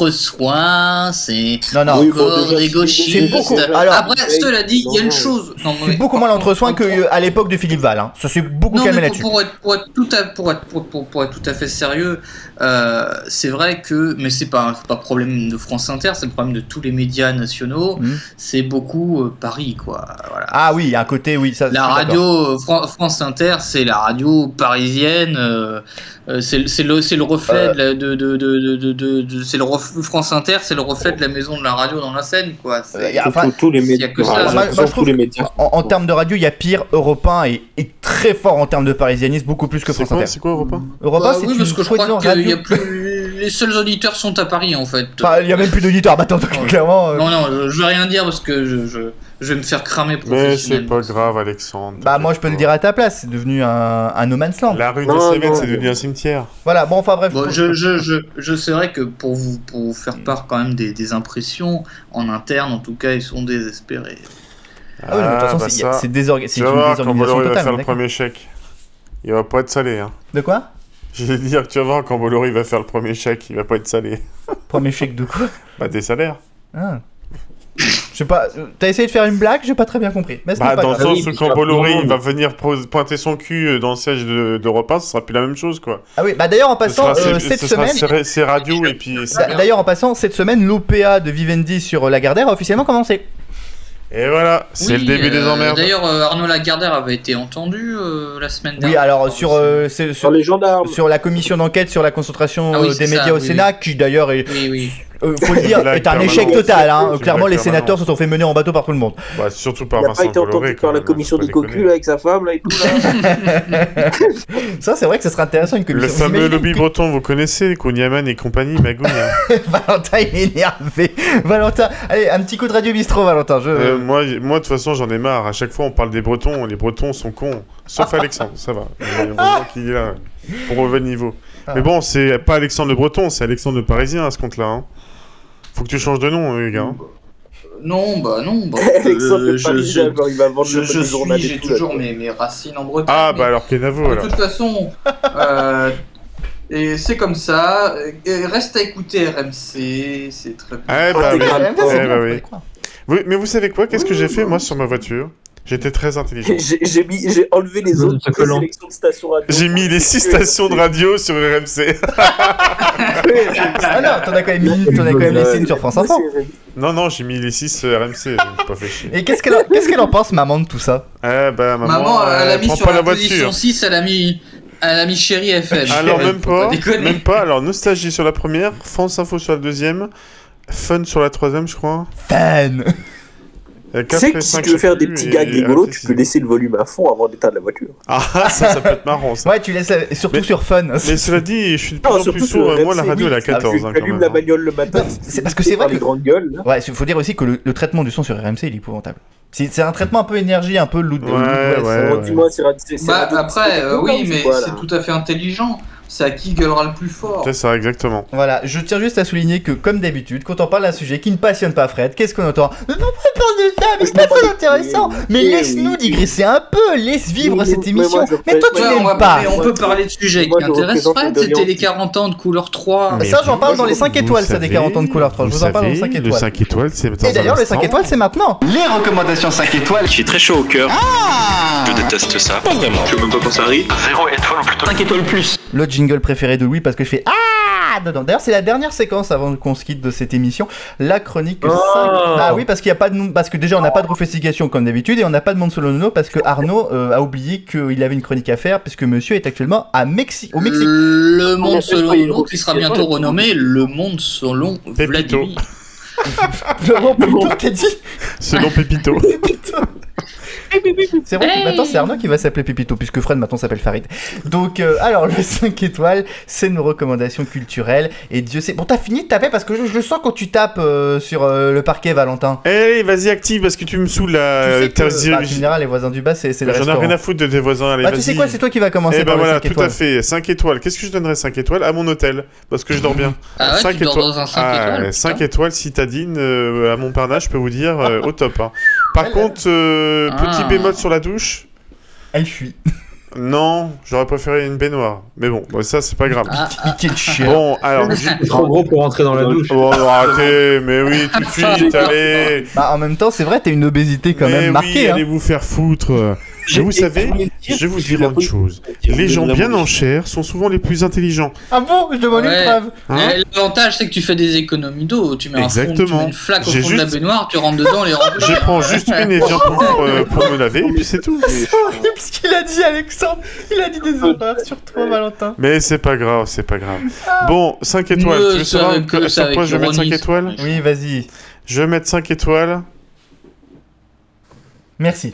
Speaker 6: l'entre-soi, c'est
Speaker 3: Non non,
Speaker 4: Oui, bon,
Speaker 6: encore
Speaker 4: déjà,
Speaker 6: des
Speaker 4: c'est-
Speaker 6: gauchistes.
Speaker 3: c'est beaucoup- alors-
Speaker 6: Après, cela dit, il y a une
Speaker 4: Non,
Speaker 6: chose. Non, mais-
Speaker 3: c'est beaucoup moins l'entre-soin que euh, à l'époque de Philippe Val. Hein. Ça s'est beaucoup
Speaker 6: Non,
Speaker 3: calmé
Speaker 6: mais
Speaker 3: là-dessus.
Speaker 6: pour, pour être, pour, être tout à, pour, être, pour, pour- pour être tout à fait sérieux, euh, c'est vrai que, mais c'est pas, c'est pas problème de France Inter, c'est le problème de tous les médias nationaux,
Speaker 3: Mhm.
Speaker 6: c'est beaucoup euh, Paris, quoi. Voilà.
Speaker 3: Ah oui, il y a un côté oui, ça. je
Speaker 6: La
Speaker 3: suis d'accord.
Speaker 6: radio euh, Fran- France Inter, c'est la radio parisienne, euh, euh, c'est c'est le, c'est le reflet
Speaker 3: Euh.
Speaker 6: de, la- de, de, de, de, de- de- de- c'est le ref- France Inter, c'est le reflet de la maison de la radio dans la Seine, quoi. C'est-
Speaker 3: Euh, y a-
Speaker 4: Tous-
Speaker 3: enfin,
Speaker 4: tous- tous les
Speaker 6: s'il y a que
Speaker 4: médias.
Speaker 6: ça,
Speaker 4: Voilà,
Speaker 3: moi,
Speaker 4: tous
Speaker 3: moi, je trouve
Speaker 4: les médias.
Speaker 3: En, en termes de radio, il y a pire. Europe 1 est, est très fort en termes de parisianisme, beaucoup plus que
Speaker 8: C'est
Speaker 3: France
Speaker 8: quoi,
Speaker 3: Inter.
Speaker 8: c'est quoi Europe 1
Speaker 3: Europe 1,
Speaker 6: Bah
Speaker 3: c'est
Speaker 6: oui,
Speaker 3: une
Speaker 6: parce que je
Speaker 3: soi-disant
Speaker 6: crois qu'il y
Speaker 3: radio.
Speaker 6: a plus. Les seuls auditeurs sont à Paris, en fait.
Speaker 3: Enfin, il y a même plus d'auditeurs. Bah, attends, donc, clairement. euh,
Speaker 6: Non, non, je, je vais rien dire parce que je, je, je vais me faire cramer
Speaker 8: Mais c'est
Speaker 6: professionnellement.
Speaker 8: pas grave, Alexandre.
Speaker 3: Bah, moi, je peux le dire à ta place. C'est devenu un, un no man's land.
Speaker 8: La rue
Speaker 4: Non,
Speaker 8: des Cévennes,
Speaker 4: non,
Speaker 8: c'est
Speaker 4: non.
Speaker 8: devenu un cimetière.
Speaker 3: Voilà, bon, enfin, bref.
Speaker 6: Bon, je, je, je, je serais que pour vous, pour vous faire part quand même des, des impressions, en interne en tout cas, ils sont désespérés.
Speaker 3: Ah oui, mais de toute façon,
Speaker 8: bah
Speaker 3: c'est- il y a-
Speaker 8: ça,
Speaker 3: c'est désorga- c'est
Speaker 8: Tu
Speaker 3: une
Speaker 8: vas voir, quand
Speaker 3: désorganisation
Speaker 8: Bolloré va
Speaker 3: totale.
Speaker 8: faire le
Speaker 3: d'accord.
Speaker 8: premier chèque, il va pas être salé. Hein.
Speaker 3: De quoi
Speaker 8: Je vais dire, tu vas voir, quand Bolloré va faire le premier chèque, il va pas être salé.
Speaker 3: Premier chèque de quoi
Speaker 8: Bah, des salaires.
Speaker 3: Ah. Je sais pas. euh, T'as essayé de faire une blague J'ai pas très bien compris. Mais c'est
Speaker 8: Bah,
Speaker 3: pas
Speaker 8: dans le
Speaker 3: grave.
Speaker 8: sens
Speaker 7: Oui,
Speaker 4: Ah
Speaker 8: où
Speaker 7: puis
Speaker 8: quand
Speaker 7: ça,
Speaker 8: Bolloré
Speaker 7: tout le
Speaker 8: il
Speaker 7: monde.
Speaker 8: va venir pose- pointer son cul euh, dans le siège de- d'Europe 1, ce sera plus la même chose, quoi.
Speaker 3: Ah oui, bah d'ailleurs, en
Speaker 8: Ce
Speaker 3: passant,
Speaker 8: sera
Speaker 3: euh,
Speaker 8: ses-
Speaker 3: cette
Speaker 8: ce sera
Speaker 3: semaine.
Speaker 8: ses- ses radios et
Speaker 6: Bah,
Speaker 8: puis...
Speaker 3: d'a- D'ailleurs, en passant, cette semaine, l'OPA de Vivendi sur euh, Lagardère a officiellement commencé.
Speaker 8: Et voilà, c'est
Speaker 6: Oui,
Speaker 8: le début des
Speaker 6: euh,
Speaker 8: emmerdes.
Speaker 6: D'ailleurs, euh, Arnaud Lagardère avait été entendu euh, la semaine
Speaker 3: Oui,
Speaker 6: dernière.
Speaker 3: alors, sur, euh, c'est-
Speaker 4: Sur
Speaker 3: sur,
Speaker 4: les gendarmes.
Speaker 3: sur la commission d'enquête sur la concentration
Speaker 6: Ah oui,
Speaker 3: euh,
Speaker 6: c'est
Speaker 3: des
Speaker 6: ça,
Speaker 3: médias au
Speaker 6: oui,
Speaker 3: Sénat, qui d'ailleurs est
Speaker 6: Oui, oui.
Speaker 3: Euh, faut le dire,
Speaker 8: Blague
Speaker 3: est un
Speaker 8: permanente.
Speaker 3: échec total. hein.
Speaker 8: C'est une
Speaker 3: Clairement,
Speaker 8: blague
Speaker 3: les
Speaker 8: permanente.
Speaker 3: sénateurs se sont fait mener en bateau par tout le monde.
Speaker 8: Bah, surtout par
Speaker 4: Il n'a
Speaker 8: Vincent
Speaker 4: pas été
Speaker 8: Bolloré,
Speaker 4: entendu
Speaker 8: quand
Speaker 4: par la
Speaker 8: même,
Speaker 4: commission
Speaker 8: faut
Speaker 4: des
Speaker 8: pas
Speaker 4: cocus
Speaker 8: déconner.
Speaker 4: là, avec sa femme là et tout là.
Speaker 3: Ça, c'est vrai que ça serait intéressant une commission.
Speaker 8: Le
Speaker 3: Vous
Speaker 8: fameux
Speaker 3: imaginez
Speaker 8: lobby
Speaker 3: une
Speaker 8: breton, vous connaissez, Kouniaman et compagnie, Magouille. hein.
Speaker 3: pute- Valentin, il est énervé. Valentin, allez, un petit coup de radio bistrot, Valentin. Je...
Speaker 8: Euh, moi, moi, de toute façon, j'en ai marre. À chaque fois, on parle des bretons, les bretons sont cons. Sauf Alexandre, ça va. Mais
Speaker 6: Ah
Speaker 8: Heureusement qu'il est là, pour relever le niveau.
Speaker 3: Ah.
Speaker 8: Mais bon, c'est pas Alexandre le breton, c'est Alexandre le parisien à ce compte-là. hein. Faut que tu changes de nom, les gars. hein.
Speaker 6: Mmh. Non, bah non. Bah,
Speaker 4: Alexandre
Speaker 6: euh,
Speaker 4: le
Speaker 6: je,
Speaker 4: Parisien,
Speaker 6: je,
Speaker 4: genre, il va vendre
Speaker 6: je,
Speaker 4: le
Speaker 6: je
Speaker 4: petit journal
Speaker 6: suis,
Speaker 4: et
Speaker 6: j'ai
Speaker 4: tout, là.
Speaker 6: toujours mes, mes racines en Bretagne.
Speaker 8: Ah,
Speaker 6: mais-
Speaker 8: bah alors Kenavo,
Speaker 6: De
Speaker 8: alors.
Speaker 6: toute façon, euh, et c'est comme ça. et reste à écouter RMC, c'est très bien.
Speaker 8: Eh bah,
Speaker 4: Intégrale.
Speaker 8: oui.
Speaker 3: Ah, mais-
Speaker 8: Eh bah
Speaker 3: faut
Speaker 8: oui.
Speaker 3: les croire.
Speaker 6: Mmh.
Speaker 8: Oui, mais vous savez quoi Qu'est-ce que j'ai fait moi sur ma voiture J'étais très intelligent.
Speaker 4: J'ai j'ai mis- j'ai enlevé les autres toutes les sélections de stations radio.
Speaker 8: J'ai mis les six stations de radio sur RMC.
Speaker 3: Ah non, t'en as quand même mis, t'en as quand même laissé une sur France Info.
Speaker 8: Non, non, j'ai mis les euh, 6 RMC, j'ai pas fait chier.
Speaker 3: Et qu'est-ce qu'elle en- qu'est-ce qu'elle en pense, maman, de tout ça
Speaker 8: Eh ben, maman,
Speaker 6: Maman,
Speaker 8: euh,
Speaker 6: elle a mis
Speaker 8: prends
Speaker 6: sur
Speaker 8: pas
Speaker 6: la,
Speaker 8: la
Speaker 6: position
Speaker 8: voiture. Ah
Speaker 6: 6, elle a mis, elle a mis Chéri FM.
Speaker 8: Alors,
Speaker 6: Faut
Speaker 8: même pas,
Speaker 6: déconner.
Speaker 8: même pas. Alors, Nostalgie sur la première, France Info sur la deuxième, Fun sur la troisième, je crois. Euh,
Speaker 3: Fun
Speaker 4: Tu sais que si tu veux faire des petits gags rigolos, tu peux laisser le volume à fond avant d'éteindre la voiture.
Speaker 8: Ah, ça, ça peut être marrant, ça.
Speaker 3: Ouais, tu laisses, la- et surtout sur Fun.
Speaker 8: Mais cela dit, je suis de plus
Speaker 4: Non,
Speaker 8: en plus
Speaker 4: surtout
Speaker 8: sourd.
Speaker 4: sur
Speaker 8: euh, Moi, la
Speaker 4: RMC,
Speaker 8: radio, elle est
Speaker 4: oui,
Speaker 8: à
Speaker 4: Ah, parce
Speaker 8: 14.
Speaker 4: que
Speaker 8: hein,
Speaker 4: tu
Speaker 8: quand
Speaker 4: allumes
Speaker 8: même.
Speaker 4: la bagnole le matin.
Speaker 3: C'est parce que c'est vrai que.
Speaker 4: grande gueule.
Speaker 3: Ouais, il faut dire aussi que le, le traitement du son sur RMC, il est épouvantable. C'est c'est un traitement un peu énergie, un peu loot.
Speaker 8: Ouais, ouais,
Speaker 4: Bon, Dis-moi, c'est c'est- c'est
Speaker 6: Bah,
Speaker 4: radio-
Speaker 6: après,
Speaker 4: hein, c'est
Speaker 6: euh,
Speaker 4: radio
Speaker 6: oui,
Speaker 4: ou
Speaker 6: mais
Speaker 4: quoi, là
Speaker 6: c'est tout à fait intelligent. C'est à qui gueulera le plus fort.
Speaker 8: C'est ça, exactement.
Speaker 3: Voilà, je tiens juste à souligner que, comme d'habitude, quand on parle d'un sujet qui ne passionne pas Fred, qu'est-ce qu'on entend Mais pourquoi on parle de ça Mais c'est pas très intéressant Mais laisse-nous digresser un peu, laisse vivre cette émission Mais toi, tu
Speaker 6: Ouais, on, va
Speaker 3: n'aimes pas
Speaker 6: parler- on peut parler de sujets qui
Speaker 4: Moi, je
Speaker 6: intéressent
Speaker 4: représente
Speaker 6: Fred,
Speaker 4: une
Speaker 6: c'était
Speaker 4: alliance.
Speaker 6: les 40 ans de couleur 3.
Speaker 3: Mais ça, j'en parle dans les 5 étoiles, ça, des
Speaker 8: savez,
Speaker 3: 40 ans de couleur 3. Je vous en parle dans
Speaker 8: savez,
Speaker 3: les 5
Speaker 8: Le
Speaker 3: étoiles.
Speaker 8: 5 étoiles, c'est dans
Speaker 3: Et d'ailleurs,
Speaker 8: un
Speaker 3: les 5
Speaker 8: instant.
Speaker 3: étoiles, c'est maintenant
Speaker 11: Les recommandations 5 étoiles. Je suis très chaud au cœur. je déteste ça. Pas vraiment. Je veux même pas penser à rire. 0 étoile ou plutôt 5 étoiles plus.
Speaker 3: le jingle préféré de Louis parce que je fais Ah dedans. D'ailleurs, c'est la dernière séquence avant qu'on se quitte de cette émission. La chronique 5. Ah oui, parce qu'il y a pas de nom- parce que déjà on n'a pas de refestigation comme d'habitude et on n'a pas de monde solo nono parce que Arnaud euh, a oublié qu'il avait une chronique à faire puisque monsieur est actuellement à Mexi au Mexique.
Speaker 6: Mm.
Speaker 4: Ah,
Speaker 6: Le monde selon Nono, qui sera bientôt renommé Le monde selon Vladimir.
Speaker 3: Laurent Plutôt, t'as dit
Speaker 8: Selon Pépito.
Speaker 3: C'est vrai que
Speaker 6: Hey.
Speaker 3: maintenant c'est Arnaud qui va s'appeler Pépito puisque Fred maintenant s'appelle Farid. Donc euh, alors le 5 étoiles, c'est nos recommandations culturelles et Dieu sait. Bon t'as fini de taper parce que je, je le sens quand tu tapes euh, sur euh, le parquet Valentin.
Speaker 8: Eh, vas-y, active parce que tu me saoules
Speaker 3: Tu
Speaker 8: la
Speaker 3: sais que, bah, en général, les voisins du bas, c'est c'est le
Speaker 8: Bah, J'en ai
Speaker 3: restaurant.
Speaker 8: rien à foutre de tes voisins. Allez,
Speaker 3: Bah, tu sais
Speaker 8: vas-y.
Speaker 3: quoi, c'est toi qui vas commencer
Speaker 8: Eh ben
Speaker 3: par le
Speaker 8: voilà,
Speaker 3: cinq
Speaker 8: tout
Speaker 3: étoiles.
Speaker 8: à fait. 5 étoiles. Qu'est-ce que je donnerais 5 étoiles À mon hôtel. Parce que je dors bien.
Speaker 6: Ah ouais, tu dors dans un cinq
Speaker 8: Ah,
Speaker 6: étoiles, putain.
Speaker 8: 5 étoiles citadine euh, à Montparnasse, je peux vous dire, euh, au top. hein. Par contre, euh, petit
Speaker 6: Ah.
Speaker 8: bémol sur la douche.
Speaker 3: Elle fuit.
Speaker 8: Non, j'aurais préféré une baignoire. Mais bon, bah, ça, c'est pas grave.
Speaker 6: Ah.
Speaker 3: Piqué de chien.
Speaker 8: Bon, alors. ju-
Speaker 7: Trop gros pour rentrer dans la douche.
Speaker 8: Oh, arrêtez, mais oui, tout de suite, allez.
Speaker 3: Bah, en même temps, c'est vrai, t'as une obésité quand
Speaker 8: mais
Speaker 3: même
Speaker 8: oui,
Speaker 3: marquée. hein.
Speaker 8: allez vous faire foutre. Mais vous savez, je vais vous dire autre chose. Les gens bien en chair sont souvent les plus intelligents.
Speaker 3: Ah bon Je demande
Speaker 6: Ouais.
Speaker 3: une preuve.
Speaker 8: Hein
Speaker 6: Eh, L'avantage, c'est que tu fais des économies d'eau. Tu mets, un fond, tu
Speaker 8: Exactement.
Speaker 6: mets une flaque au fond
Speaker 8: J'ai
Speaker 6: de la
Speaker 8: juste-
Speaker 6: baignoire, tu rentres dedans, les remplis.
Speaker 8: Je prends juste une et viens pour, euh, pour me laver, et puis c'est tout.
Speaker 3: Horrible ce qu'il a dit, Alexandre. Il a dit des horreurs sur toi, Valentin.
Speaker 8: Mais c'est pas grave, c'est pas grave.
Speaker 3: Ah.
Speaker 8: Bon, 5 étoiles.
Speaker 6: Mieux,
Speaker 8: tu veux
Speaker 6: ça
Speaker 8: savoir
Speaker 6: avec-
Speaker 8: que-
Speaker 6: ça
Speaker 8: sur
Speaker 6: avec
Speaker 8: quoi je vais mettre 5
Speaker 6: ironie,
Speaker 8: étoiles
Speaker 6: ça.
Speaker 3: Oui, vas-y.
Speaker 8: Je vais mettre 5 étoiles
Speaker 3: Merci.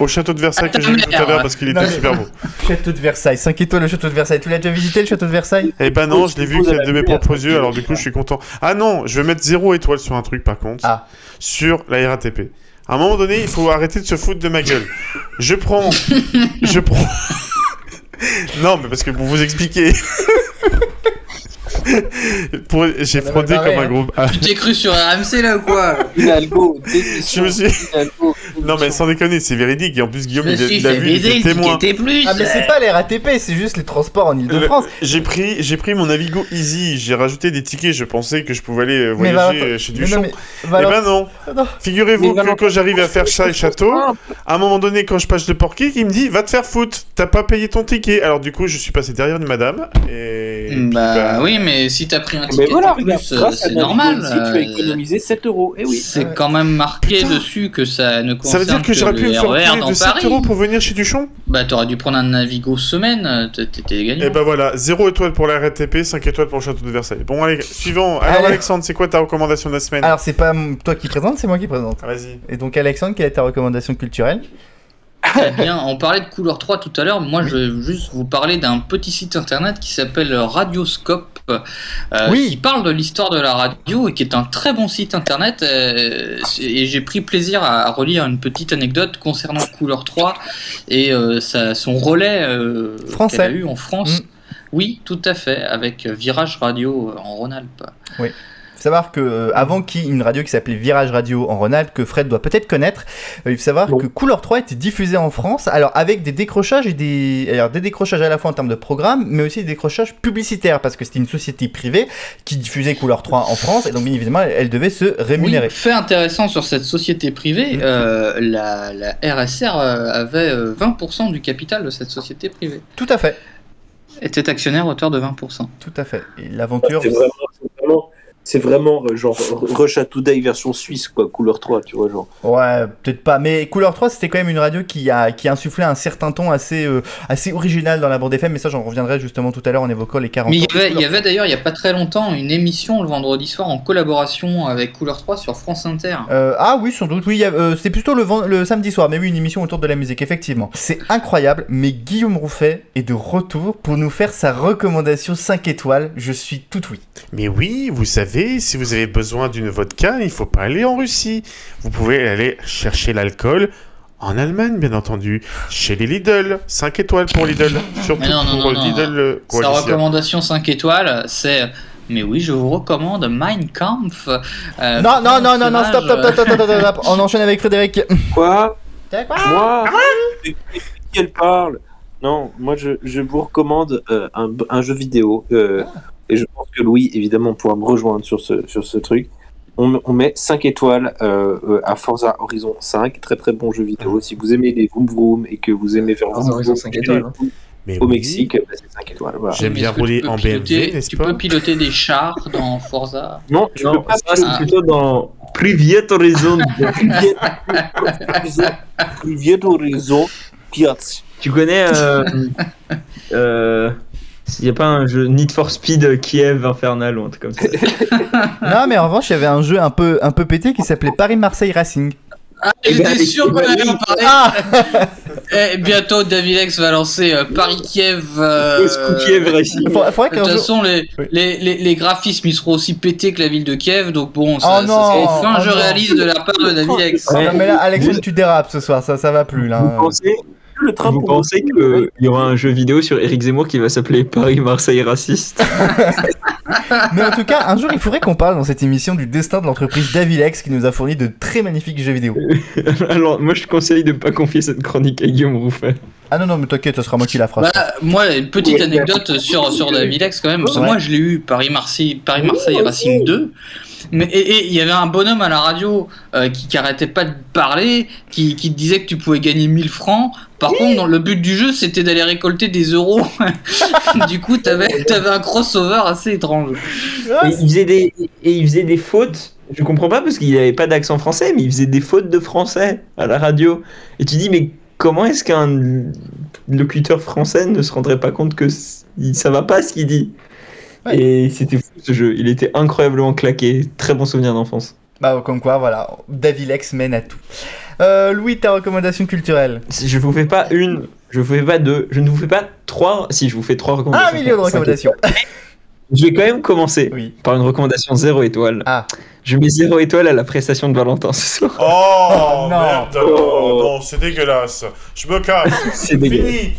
Speaker 8: au château de Versailles que j'ai vu tout à l'heure parce qu'il
Speaker 3: Non,
Speaker 8: était
Speaker 3: mais-
Speaker 8: super beau.
Speaker 3: Château de Versailles. 5 étoiles, le château de Versailles. Tu l'as déjà visité, le château de Versailles
Speaker 8: Eh ben non, je l'ai vu que de mes propres yeux, alors du coup je suis content. Ah non, je vais mettre 0 étoile sur un truc par contre.
Speaker 3: Ah.
Speaker 8: Sur la RATP. À un moment donné, il faut arrêter de se foutre de ma gueule. Je prends. je prends. non, mais parce que pour vous expliquer. Pour- J'ai
Speaker 3: On avait
Speaker 8: fraudé
Speaker 3: parlé,
Speaker 8: comme
Speaker 3: hein.
Speaker 8: un groupe. Ah,
Speaker 6: Tu t'es cru sur RMC là ou quoi
Speaker 4: Hidalgo,
Speaker 8: je me suis. Non, mais sans déconner, c'est véridique. Et en plus, Guillaume,
Speaker 6: Je me
Speaker 8: il, a-
Speaker 6: suis
Speaker 8: il a
Speaker 6: fait
Speaker 8: vu, il
Speaker 6: baiser,
Speaker 8: était
Speaker 6: il dit qu'il
Speaker 8: témoin.
Speaker 6: était plus.
Speaker 3: Ah, mais c'est pas les RATP, c'est juste les transports en
Speaker 8: Le-
Speaker 3: Ile-de-France.
Speaker 8: J'ai pris, j'ai pris mon Navigo Easy, j'ai rajouté des tickets, je pensais que je pouvais aller euh,
Speaker 3: Mais
Speaker 8: voyager
Speaker 3: Valentin-
Speaker 8: euh, chez
Speaker 3: mais non,
Speaker 8: Duchamp.
Speaker 3: mais bah,
Speaker 8: Eh
Speaker 3: Valentin-
Speaker 8: ben non,
Speaker 3: Non.
Speaker 8: Figurez-vous
Speaker 4: Mais
Speaker 8: que
Speaker 4: Valentin,
Speaker 8: quand j'arrive à faire chat et château, à un moment donné, quand je passe le porquet, il me dit Va te faire foutre, t'as pas payé ton ticket. Alors, du coup, je suis passé derrière une madame. Et. et puis,
Speaker 6: Bah oui, mais si t'as pris un
Speaker 4: Mais
Speaker 6: ticket
Speaker 4: voilà,
Speaker 6: en
Speaker 4: regarde,
Speaker 6: plus, euh,
Speaker 4: grâce à
Speaker 6: c'est
Speaker 4: Navigo
Speaker 6: normal.
Speaker 4: Easy, tu as
Speaker 6: euh,
Speaker 4: économisé 7 euros. Eh oui.
Speaker 6: C'est
Speaker 8: Ouais.
Speaker 6: quand même marqué
Speaker 8: Putain.
Speaker 6: dessus que ça ne concerne
Speaker 8: Ça veut dire que j'aurais pu
Speaker 6: le
Speaker 8: me faire
Speaker 6: RER
Speaker 8: payer
Speaker 6: E dans
Speaker 8: de 7
Speaker 6: Paris.
Speaker 8: euros pour venir chez Duchamp
Speaker 6: Bah t'aurais dû prendre un Navigo semaine, euh, t- t'étais gagnant.
Speaker 8: Et bah voilà, 0 étoile pour la E RATP, 5 étoiles pour le château de Versailles. Bon, allez, suivant. Alors,
Speaker 3: Allez.
Speaker 8: Alexandre, c'est quoi ta recommandation de la semaine
Speaker 3: Alors, c'est pas mm, toi qui présente, c'est moi qui présente.
Speaker 8: Ah, Vas-y.
Speaker 3: Et donc, Alexandre, quelle est ta recommandation culturelle
Speaker 6: Eh bien, on parlait de couleur 3 tout à l'heure. Moi, je vais juste vous parler d'un petit site internet qui s'appelle Radioscope, euh,
Speaker 3: Oui.
Speaker 6: qui parle de l'histoire de la radio et qui est un très bon site internet. euh, et j'ai pris plaisir à relire une petite anecdote concernant couleur 3 et euh, sa- son relais euh,
Speaker 3: Français.
Speaker 6: qu'elle a eu en France.
Speaker 3: Mm.
Speaker 6: Oui, tout à fait, avec Virage Radio euh, en Rhône-Alpes.
Speaker 3: savoir que euh, avant qu'il y ait une radio qui s'appelait Virage Radio en Rhône-Alpes, que Fred doit peut-être connaître, euh, il faut savoir que Couleur 3 était diffusé en France, alors avec des décrochages et des, alors, des décrochages à la fois en termes de programme, mais aussi des décrochages publicitaires, parce que c'était une société privée qui diffusait Couleur 3 en France, et donc bien évidemment, elle, elle devait se rémunérer.
Speaker 6: Fait intéressant sur cette société
Speaker 3: Mm.
Speaker 6: privée, euh, la, la RSR euh, avait euh, 20% du capital de cette société privée.
Speaker 3: Tout à fait.
Speaker 6: Était actionnaire à hauteur de 20%.
Speaker 3: Tout à fait. Et l'aventure.
Speaker 4: Ah, C'est vraiment, c'est vraiment- c'est vraiment, euh, genre Rush à Today version suisse, quoi, couleur 3, tu vois, genre.
Speaker 3: Ouais, peut-être pas. Mais Couleur 3, c'était quand même une radio qui a, qui a insufflé un certain ton assez, euh, assez original dans la bande FM. Mais ça, j'en reviendrai justement tout à l'heure en évoquant les 40
Speaker 6: Mais il
Speaker 3: ans.
Speaker 6: y avait, il y avait d'ailleurs, il n'y a pas très longtemps, une émission le vendredi soir en collaboration avec Couleur 3 sur France Inter.
Speaker 3: Euh, ah oui, sans doute. Oui, il y a- euh, c'est plutôt le, ven- le samedi soir, mais oui, une émission autour de la musique, effectivement. C'est incroyable, mais Guillaume Rouffet est de retour pour nous faire sa recommandation 5 étoiles. Je suis tout oui.
Speaker 8: Mais oui, vous savez, si vous avez besoin d'une vodka, il faut pas aller en Russie. Vous pouvez aller chercher l'alcool en Allemagne, bien entendu, chez les Lidl. 5 étoiles pour Lidl, surtout
Speaker 6: Mais non, non,
Speaker 8: pour
Speaker 6: non, non.
Speaker 8: Lidl. euh,
Speaker 6: Sa
Speaker 8: Koalitia.
Speaker 6: recommandation 5 étoiles, c'est. Mais oui, je vous recommande Mein Kampf. euh,
Speaker 3: non, non, non, non,
Speaker 6: pour
Speaker 3: non,
Speaker 6: personnage, euh,
Speaker 3: stop, stop, stop, stop, stop, stop, stop. On enchaîne avec Frédéric.
Speaker 4: Quoi
Speaker 3: Quoi
Speaker 4: Moi
Speaker 7: Ah
Speaker 4: Qui elle parle Non, moi je, je vous recommande euh, un, un jeu vidéo. euh, Et je pense que Louis, évidemment, pourra me rejoindre sur ce, sur ce truc. On, me- on met 5 étoiles euh, euh, à Forza Horizon 5. Très très bon jeu vidéo. Si vous aimez les vroom vroom et que vous aimez faire
Speaker 7: Ah. Forza Horizon 5 étoiles, hein.
Speaker 8: Mais
Speaker 4: au
Speaker 8: oui.
Speaker 4: Mexique, bah, c'est 5 étoiles. voilà.
Speaker 8: J'aime bien
Speaker 4: Est-ce que
Speaker 8: rouler
Speaker 4: tu peux
Speaker 8: en
Speaker 4: piloter-
Speaker 8: BMW,
Speaker 6: Tu
Speaker 8: n'est-ce pas
Speaker 6: peux piloter des chars dans Forza.
Speaker 4: Non, tu peux pas
Speaker 7: Ah. ça, c'est plutôt dans Priviet Horizon.
Speaker 4: Priviet Horizon.
Speaker 7: Tu connais. Euh, euh, S'il n'y a pas un jeu Need for Speed euh, Kiev Infernal ou un truc comme ça.
Speaker 3: non, mais en revanche, il y avait un jeu un peu, un peu pété qui s'appelait Paris-Marseille Racing. Ah,
Speaker 6: Ah,
Speaker 3: Eh ben,
Speaker 6: j'étais
Speaker 3: avec
Speaker 6: sûr qu'on
Speaker 3: Ivan
Speaker 6: allait en
Speaker 3: Lee.
Speaker 6: parler. Eh, bientôt, Davilex va lancer euh, Paris-Kiev. euh,
Speaker 3: Faudrait- faudrait
Speaker 6: de
Speaker 3: qu'un
Speaker 6: toute
Speaker 3: jour-
Speaker 6: façon, les, les, les, les graphismes ils seront aussi pétés que la ville de Kiev, donc bon, ça,
Speaker 3: Oh
Speaker 6: ça,
Speaker 3: non,
Speaker 6: c'est enfin
Speaker 3: oh
Speaker 6: je
Speaker 3: non. Oh,
Speaker 6: réalise de la part de Davilex.
Speaker 3: Non, mais là, Alexandre, tu dérapes ce soir, ça, ça va plus, là.
Speaker 7: Euh, Vous pensez qu'il y aura un jeu vidéo sur Eric Zemmour qui va s'appeler Paris-Marseille raciste
Speaker 3: Mais en tout cas, un jour, il faudrait qu'on parle dans cette émission du destin de l'entreprise Davilex qui nous a fourni de très magnifiques jeux vidéo.
Speaker 7: Alors, moi, je conseille de ne pas confier cette chronique à Guillaume Rouffet.
Speaker 3: Ah non, non, mais t'inquiète, ce sera moi qui la fera.
Speaker 6: Bah, moi, une petite anecdote sur, sur Davilex quand même, parce que
Speaker 3: Ouais.
Speaker 6: moi je l'ai eu Paris-Marseille Paris -Marseille Racing 2. Mais, et et il y avait un bonhomme à la radio euh, qui, qui arrêtait pas de parler, qui, qui te disait que tu pouvais gagner 1000 francs. Par contre, dans le but du jeu, c'était d'aller récolter des euros. du coup, t'avais avais un crossover assez étrange.
Speaker 3: Ah,
Speaker 7: Et il faisait des, et il faisait des fautes. Je comprends pas parce qu'il avait pas d'accent français, mais il faisait des fautes de français à la radio. Et tu dis, mais comment est-ce qu'un locuteur français ne se rendrait pas compte que c- ça va pas ce qu'il dit Et c'était fou ce jeu. Il était incroyablement claqué. Très bon souvenir d'enfance.
Speaker 3: Bah, comme quoi, voilà, Davilex mène à tout. Euh, Louis, ta recommandation culturelle
Speaker 7: Je vous fais pas une, je vous fais pas deux, je ne vous fais pas trois. Si je vous fais trois recommandations.
Speaker 3: Un million de recommandations. Eh
Speaker 7: Je vais quand même commencer par une recommandation zéro étoile.
Speaker 3: Ah.
Speaker 7: Je mets zéro étoile à la prestation de Valentin ce soir.
Speaker 8: Oh, merde, non, non, c'est dégueulasse. Je me casse.
Speaker 7: C'est dégueulasse.
Speaker 8: fini.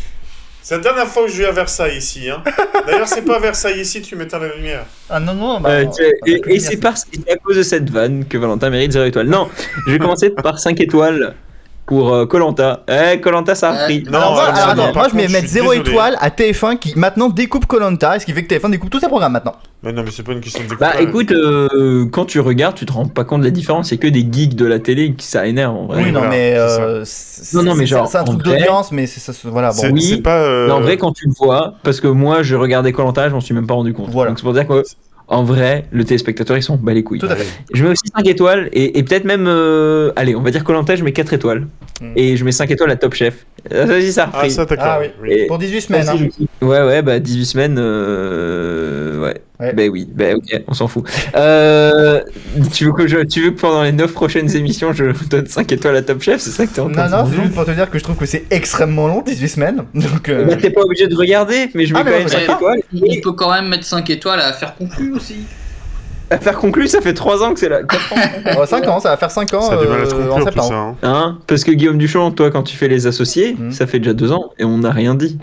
Speaker 8: C'est la dernière fois que je vais à Versailles ici. Hein. D'ailleurs, c'est pas à Versailles ici, tu m'éteins la lumière.
Speaker 3: Ah non, non,
Speaker 8: bah,
Speaker 7: Euh,
Speaker 8: non,
Speaker 7: tu- et et c'est par- c'est à cause de cette vanne que Valentin mérite 0 étoile. Non, je vais commencer par 5 étoiles pour Colanta. eh, Colanta, ça a pris.
Speaker 3: Euh, Alors, moi, alors, attends, moi, je vais mettre 0 étoile à TF1 qui maintenant découpe Colanta, ce qui fait que TF1 découpe tous ses programmes maintenant.
Speaker 8: Mais non, mais c'est pas une question de découpage.
Speaker 7: Bah écoute, euh, quand tu regardes, tu te rends pas compte de la différence. C'est que des geeks de la télé qui ça énerve en vrai.
Speaker 3: Oui, non, mais. euh,
Speaker 7: Non, non, mais genre,
Speaker 3: C'est un truc
Speaker 7: en vrai-
Speaker 3: d'audience, mais c'est ça, c'est- voilà. Bon,
Speaker 7: oui,
Speaker 8: euh,
Speaker 7: mais
Speaker 3: euh,
Speaker 7: en vrai, quand tu le vois, parce que moi, je regardais Colanta, je m'en suis même pas rendu compte. Donc c'est pour dire que. En vrai, le téléspectateur, ils sont bas les couilles.
Speaker 3: Tout à fait.
Speaker 7: Je mets aussi 5 étoiles et, et peut-être même. euh, allez, on va dire Colanta, je mets 4 étoiles.
Speaker 3: Hmm.
Speaker 7: Et je mets 5 étoiles à Top Chef. Ah, ça, si, ça a
Speaker 8: Ah,
Speaker 7: repris.
Speaker 8: ça, d'accord, Ah oui, oui.
Speaker 7: Et-
Speaker 3: Pour 18 semaines,
Speaker 7: Ah, si,
Speaker 3: hein.
Speaker 7: je- Ouais, ouais, bah 18 semaines. euh, Ouais. Bah oui, bah ok, on s'en fout. Euh, tu, veux que je- tu veux que pendant les 9 prochaines émissions, je donne 5 étoiles à Top Chef C'est ça que t'es en train
Speaker 3: Non,
Speaker 7: de
Speaker 3: non,
Speaker 7: dire
Speaker 3: c'est juste pour te dire que je trouve que c'est extrêmement long, 18 semaines. Donc, euh,
Speaker 7: Bah, T'es pas obligé de regarder, mais je mets
Speaker 3: Ah, mais
Speaker 7: quand
Speaker 3: on
Speaker 7: même
Speaker 3: sait
Speaker 7: 5
Speaker 3: pas.
Speaker 7: étoiles.
Speaker 6: Il peut quand même mettre 5 étoiles à faire conclure aussi.
Speaker 7: À faire conclure, ça fait 3 ans que c'est là.
Speaker 3: 5 oh, ans, ça va faire 5 ans euh, en septembre.
Speaker 7: Hein Parce que Guillaume Duchamp, toi, quand tu fais les associés,
Speaker 3: Mmh.
Speaker 7: ça fait déjà 2 ans et on n'a rien dit.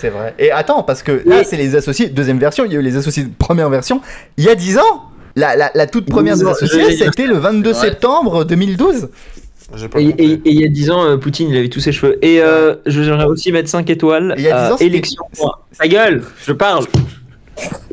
Speaker 3: C'est vrai. Et attends, parce que là, c'est les associés, deuxième version, il y a eu les associés de première version, il y a 10 ans La, la- la toute première des associés, c'était le 22 septembre 2012.
Speaker 7: Et et- et il y a 10 ans, euh, Poutine, il avait tous ses cheveux. Et euh, je j'aimerais aussi mettre 5 étoiles
Speaker 3: Et il y a 10
Speaker 7: à
Speaker 3: ans, c'était-
Speaker 7: élection. Ta gueule, je parle.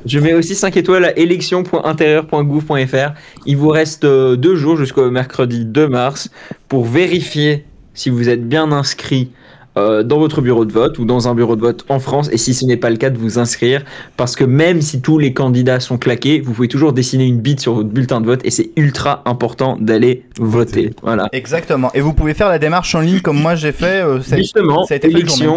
Speaker 7: Je mets aussi 5 étoiles à élection.intérieur.gouv.fr. Il vous reste 2 jours jusqu'au mercredi 2 mars pour vérifier si vous êtes bien inscrit euh, dans votre bureau de vote ou dans un bureau de vote en France. Et si ce n'est pas le cas, de vous inscrire. Parce que même si tous les candidats sont claqués, vous pouvez toujours dessiner une bite sur votre bulletin de vote. Et c'est ultra important d'aller voter. Voilà.
Speaker 3: Exactement. Et vous pouvez faire la démarche en ligne comme moi j'ai fait. euh, ça-
Speaker 7: Justement,
Speaker 3: ça a été fait le jour même.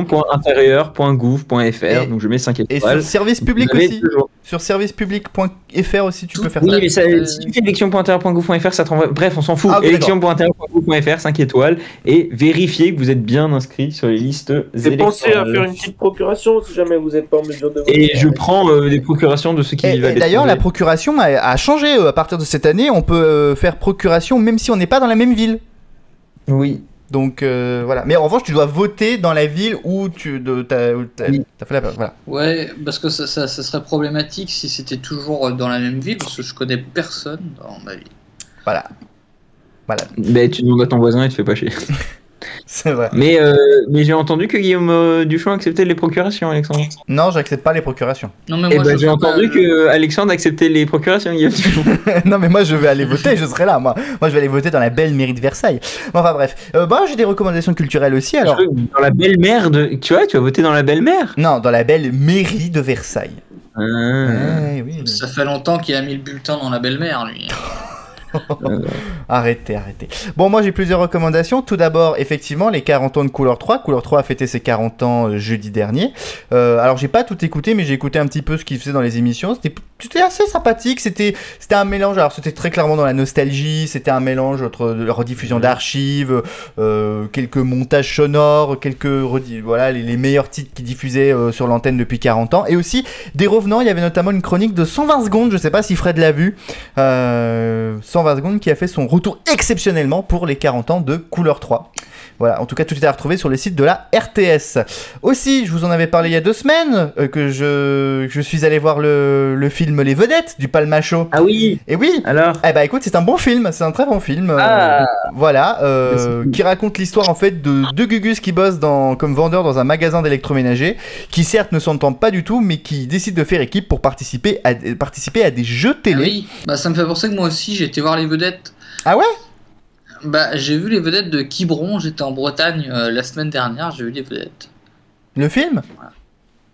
Speaker 7: élection.intérieur.gouv.fr. Donc je mets 5
Speaker 3: Et
Speaker 7: étoiles.
Speaker 3: sur service public
Speaker 7: Vous avez
Speaker 3: aussi.
Speaker 7: deux jours.
Speaker 3: Sur servicepublic.fr aussi, tu peux faire ça. Euh,
Speaker 7: Oui, mais ça, si tu fais élection.intérieur.gouv.fr, ça te renvoie. Bref, on s'en fout.
Speaker 3: Ah, ok, d'accord.
Speaker 7: élection.intérieur.gouv.fr, 5 étoiles. Et vérifiez que vous êtes bien inscrit sur les listes
Speaker 4: Et pensez à
Speaker 7: électorales.
Speaker 4: faire une petite procuration si jamais vous n'êtes pas en mesure de voter.
Speaker 7: euh, Et je prends euh, des procurations de ceux qui
Speaker 3: Et,
Speaker 7: vivent à
Speaker 3: et d'ailleurs, la
Speaker 7: l'étranger.
Speaker 3: procuration a, a changé. euh, À partir de cette année, on peut euh, faire procuration même si on n'est pas dans la même ville.
Speaker 7: Oui.
Speaker 3: Donc euh, voilà. Mais en revanche, tu dois voter dans la ville où tu de, t'as, où t'as- t'as fait la voilà.
Speaker 6: Ouais, parce que ça, ça- ça serait problématique si c'était toujours dans la même ville, parce que je connais personne dans ma ville.
Speaker 3: Voilà. Voilà.
Speaker 7: Mais Ben, tu demandes à ton voisin et tu fais pas chier.
Speaker 3: C'est vrai.
Speaker 7: Mais, euh, mais j'ai entendu que Guillaume euh, Duchamp acceptait les procurations, Alexandre.
Speaker 3: Non, j'accepte pas les procurations.
Speaker 6: Non, mais
Speaker 7: Eh ben, j'ai entendu
Speaker 3: euh,
Speaker 7: que Alexandre acceptait les procurations, Guillaume Duchamp.
Speaker 3: non mais moi je vais aller voter, je serai là moi. Moi je vais aller voter dans la belle mairie de Versailles. Bon, enfin bref, Euh, bah j'ai des recommandations culturelles aussi alors.
Speaker 7: Dans la belle mère de, tu vois, tu vas voter dans la belle mère
Speaker 3: Non, dans la belle mairie de Versailles.
Speaker 7: Mmh.
Speaker 6: Ah.
Speaker 3: Eh
Speaker 6: Ça fait longtemps qu'il a mis le bulletin dans la belle-mère, lui.
Speaker 3: Arrêtez, arrêtez. Bon, moi j'ai plusieurs recommandations. Tout d'abord, effectivement, les 40 ans de Couleur 3. Couleur 3 a fêté ses 40 ans euh, jeudi dernier. Euh, alors j'ai pas tout écouté, mais j'ai écouté un petit peu ce qu'ils faisaient dans les émissions. C'était c'était assez sympathique. C'était c'était un mélange. Alors c'était très clairement dans la nostalgie. C'était un mélange entre de la rediffusion d'archives, euh, quelques montages sonores, quelques redi- voilà les, les meilleurs titres qui diffusaient euh, sur l'antenne depuis 40 ans, et aussi des revenants. Il y avait notamment une chronique de 120 secondes. Je sais pas si Fred l'a vu. euh, 120 secondes qui a fait son retour exceptionnellement pour les 40 ans de Couleur 3. Voilà, en tout cas, tout est à retrouver sur le site de la RTS. Aussi, je vous en avais parlé il y a deux semaines, euh, que je, je suis allé voir le, le film Les Vedettes du Palmacho.
Speaker 7: Ah oui
Speaker 3: Et oui
Speaker 7: Alors
Speaker 3: Eh bah écoute, c'est un bon film, c'est un très bon film. euh, Voilà, euh, qui raconte l'histoire en fait de deux Gugus qui bossent dans, comme vendeurs dans un magasin d'électroménager, qui certes ne s'entendent pas du tout, mais qui décident de faire équipe pour participer à, participer à des jeux télé.
Speaker 6: Oui, bah ça me fait penser que moi aussi j'ai été voir les vedettes.
Speaker 3: Ah ouais
Speaker 6: Bah j'ai vu les vedettes de Quiberon, j'étais en Bretagne euh, la semaine dernière, j'ai vu les vedettes.
Speaker 3: Le film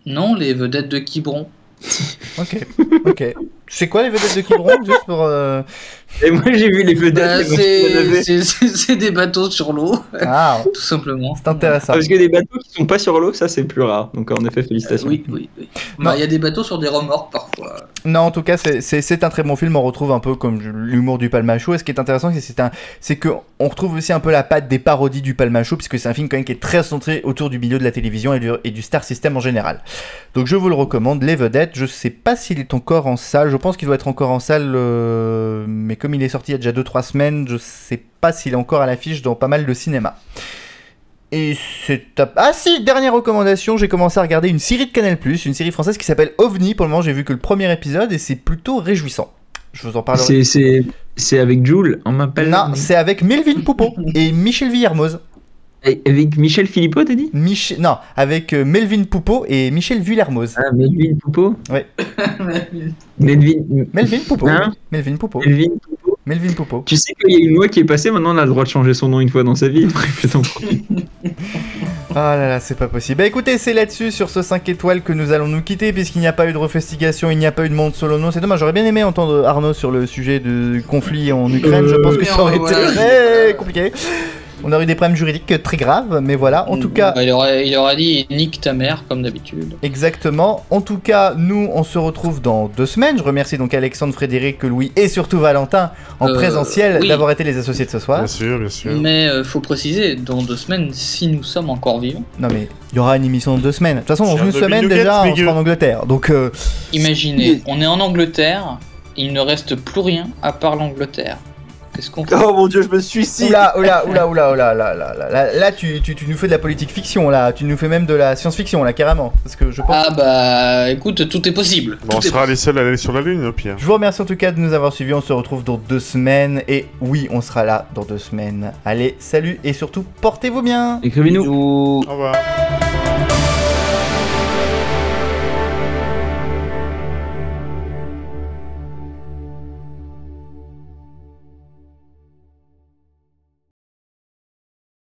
Speaker 6: Non, les vedettes de Quiberon.
Speaker 3: Ok, ok. C'est quoi les vedettes de Quiberon juste pour... euh,
Speaker 7: Et moi j'ai vu les
Speaker 6: Bah,
Speaker 7: vedettes.
Speaker 6: c'est- c'est c'est- c'est des bateaux sur l'eau,
Speaker 3: Ah,
Speaker 6: tout simplement.
Speaker 3: C'est intéressant.
Speaker 7: Parce que des bateaux qui sont pas sur l'eau, ça c'est plus rare. Donc en effet, félicitations.
Speaker 6: oui, oui, oui. Bah, Il y a des bateaux sur des remorques parfois.
Speaker 3: Non, en tout cas, c'est- c'est c'est un très bon film. On retrouve un peu comme je- l'humour du Palmachou. Et ce qui est intéressant, c'est- c'est un, c'est que on retrouve aussi un peu la patte des parodies du Palmachou, puisque c'est un film quand même qui est très centré autour du milieu de la télévision et du, et du star system en général. Donc je vous le recommande. Les vedettes. Je sais pas s'il est encore en salle. Je pense qu'il doit être encore en salle, euh, mais comme il est sorti il y a déjà 2-3 semaines, je sais pas s'il est encore à l'affiche dans pas mal de cinéma. Et c'est top. Ah si, dernière recommandation, j'ai commencé à regarder une série de Canal+, une série française qui s'appelle OVNI. Pour le moment, j'ai vu que le premier épisode et c'est plutôt réjouissant. Je vous en parlerai.
Speaker 7: C'est- C'est c'est avec Jules, on m'appelle.
Speaker 3: Non, c'est avec Melvin Poupeau et Michel Villermoz.
Speaker 7: Avec Michel Philippot, t'as dit
Speaker 3: Mich Non, avec euh, Melvin Poupeau et Michel Villermoz.
Speaker 7: Ah, Melvin Poupeau
Speaker 3: Ouais.
Speaker 7: Melvin.
Speaker 3: Melvin Poupeau.
Speaker 7: Hein
Speaker 3: Melvin Poupeau.
Speaker 7: Melvin Poupeau.
Speaker 3: Melvin Poupeau.
Speaker 7: Tu sais qu'il y a une loi qui est passée, maintenant on a le droit de changer son nom une fois dans sa vie. Putain.
Speaker 3: Ah là là, c'est pas possible. Bah écoutez, c'est là-dessus, sur ce 5 étoiles, que nous allons nous quitter, puisqu'il n'y a pas eu de refestigation, il n'y a pas eu de monde solo. Non, c'est dommage, j'aurais bien aimé entendre Arnaud sur le sujet du conflit en Ukraine. Je pense que ça aurait été très compliqué. On aurait eu des problèmes juridiques très graves, mais voilà, en tout cas.
Speaker 6: Bah, il, aurait, il aurait dit nique ta mère comme d'habitude.
Speaker 3: Exactement. En tout cas, nous, on se retrouve dans deux semaines. Je remercie donc Alexandre, Frédéric, Louis et surtout Valentin en
Speaker 6: Euh,
Speaker 3: présentiel
Speaker 6: oui.
Speaker 3: d'avoir été les associés de ce soir.
Speaker 8: Bien sûr, bien sûr.
Speaker 6: Mais euh, faut préciser, dans deux semaines, si nous sommes encore vivants,
Speaker 3: Non mais il y aura une émission dans deux semaines. De toute façon, dans
Speaker 6: J'ai un
Speaker 3: une
Speaker 6: demi
Speaker 3: semaine
Speaker 6: nougat,
Speaker 3: déjà, on
Speaker 6: mes
Speaker 3: sera en
Speaker 6: gueux.
Speaker 3: Angleterre. Donc. euh,
Speaker 6: imaginez, on est en Angleterre, il ne reste plus rien à part l'Angleterre. Qu'est-ce qu'on
Speaker 4: Oh mon dieu, je me suicide
Speaker 3: Oula, oula, oula, oula, oula, là, là, là, là, là, tu, tu, tu nous fais de la politique fiction, là, tu nous fais même de la science-fiction, là, carrément. Parce que je pense.
Speaker 13: Ah bah écoute, tout est possible.
Speaker 8: Bon, on
Speaker 13: Tout est
Speaker 8: sera les seuls à aller sur la Lune, au pire.
Speaker 3: Je vous remercie en tout cas de nous avoir suivis, on se retrouve dans deux semaines, et oui, on sera là dans deux semaines. Allez, salut, et surtout, portez-vous bien
Speaker 7: Écrivez-nous.
Speaker 8: Au revoir.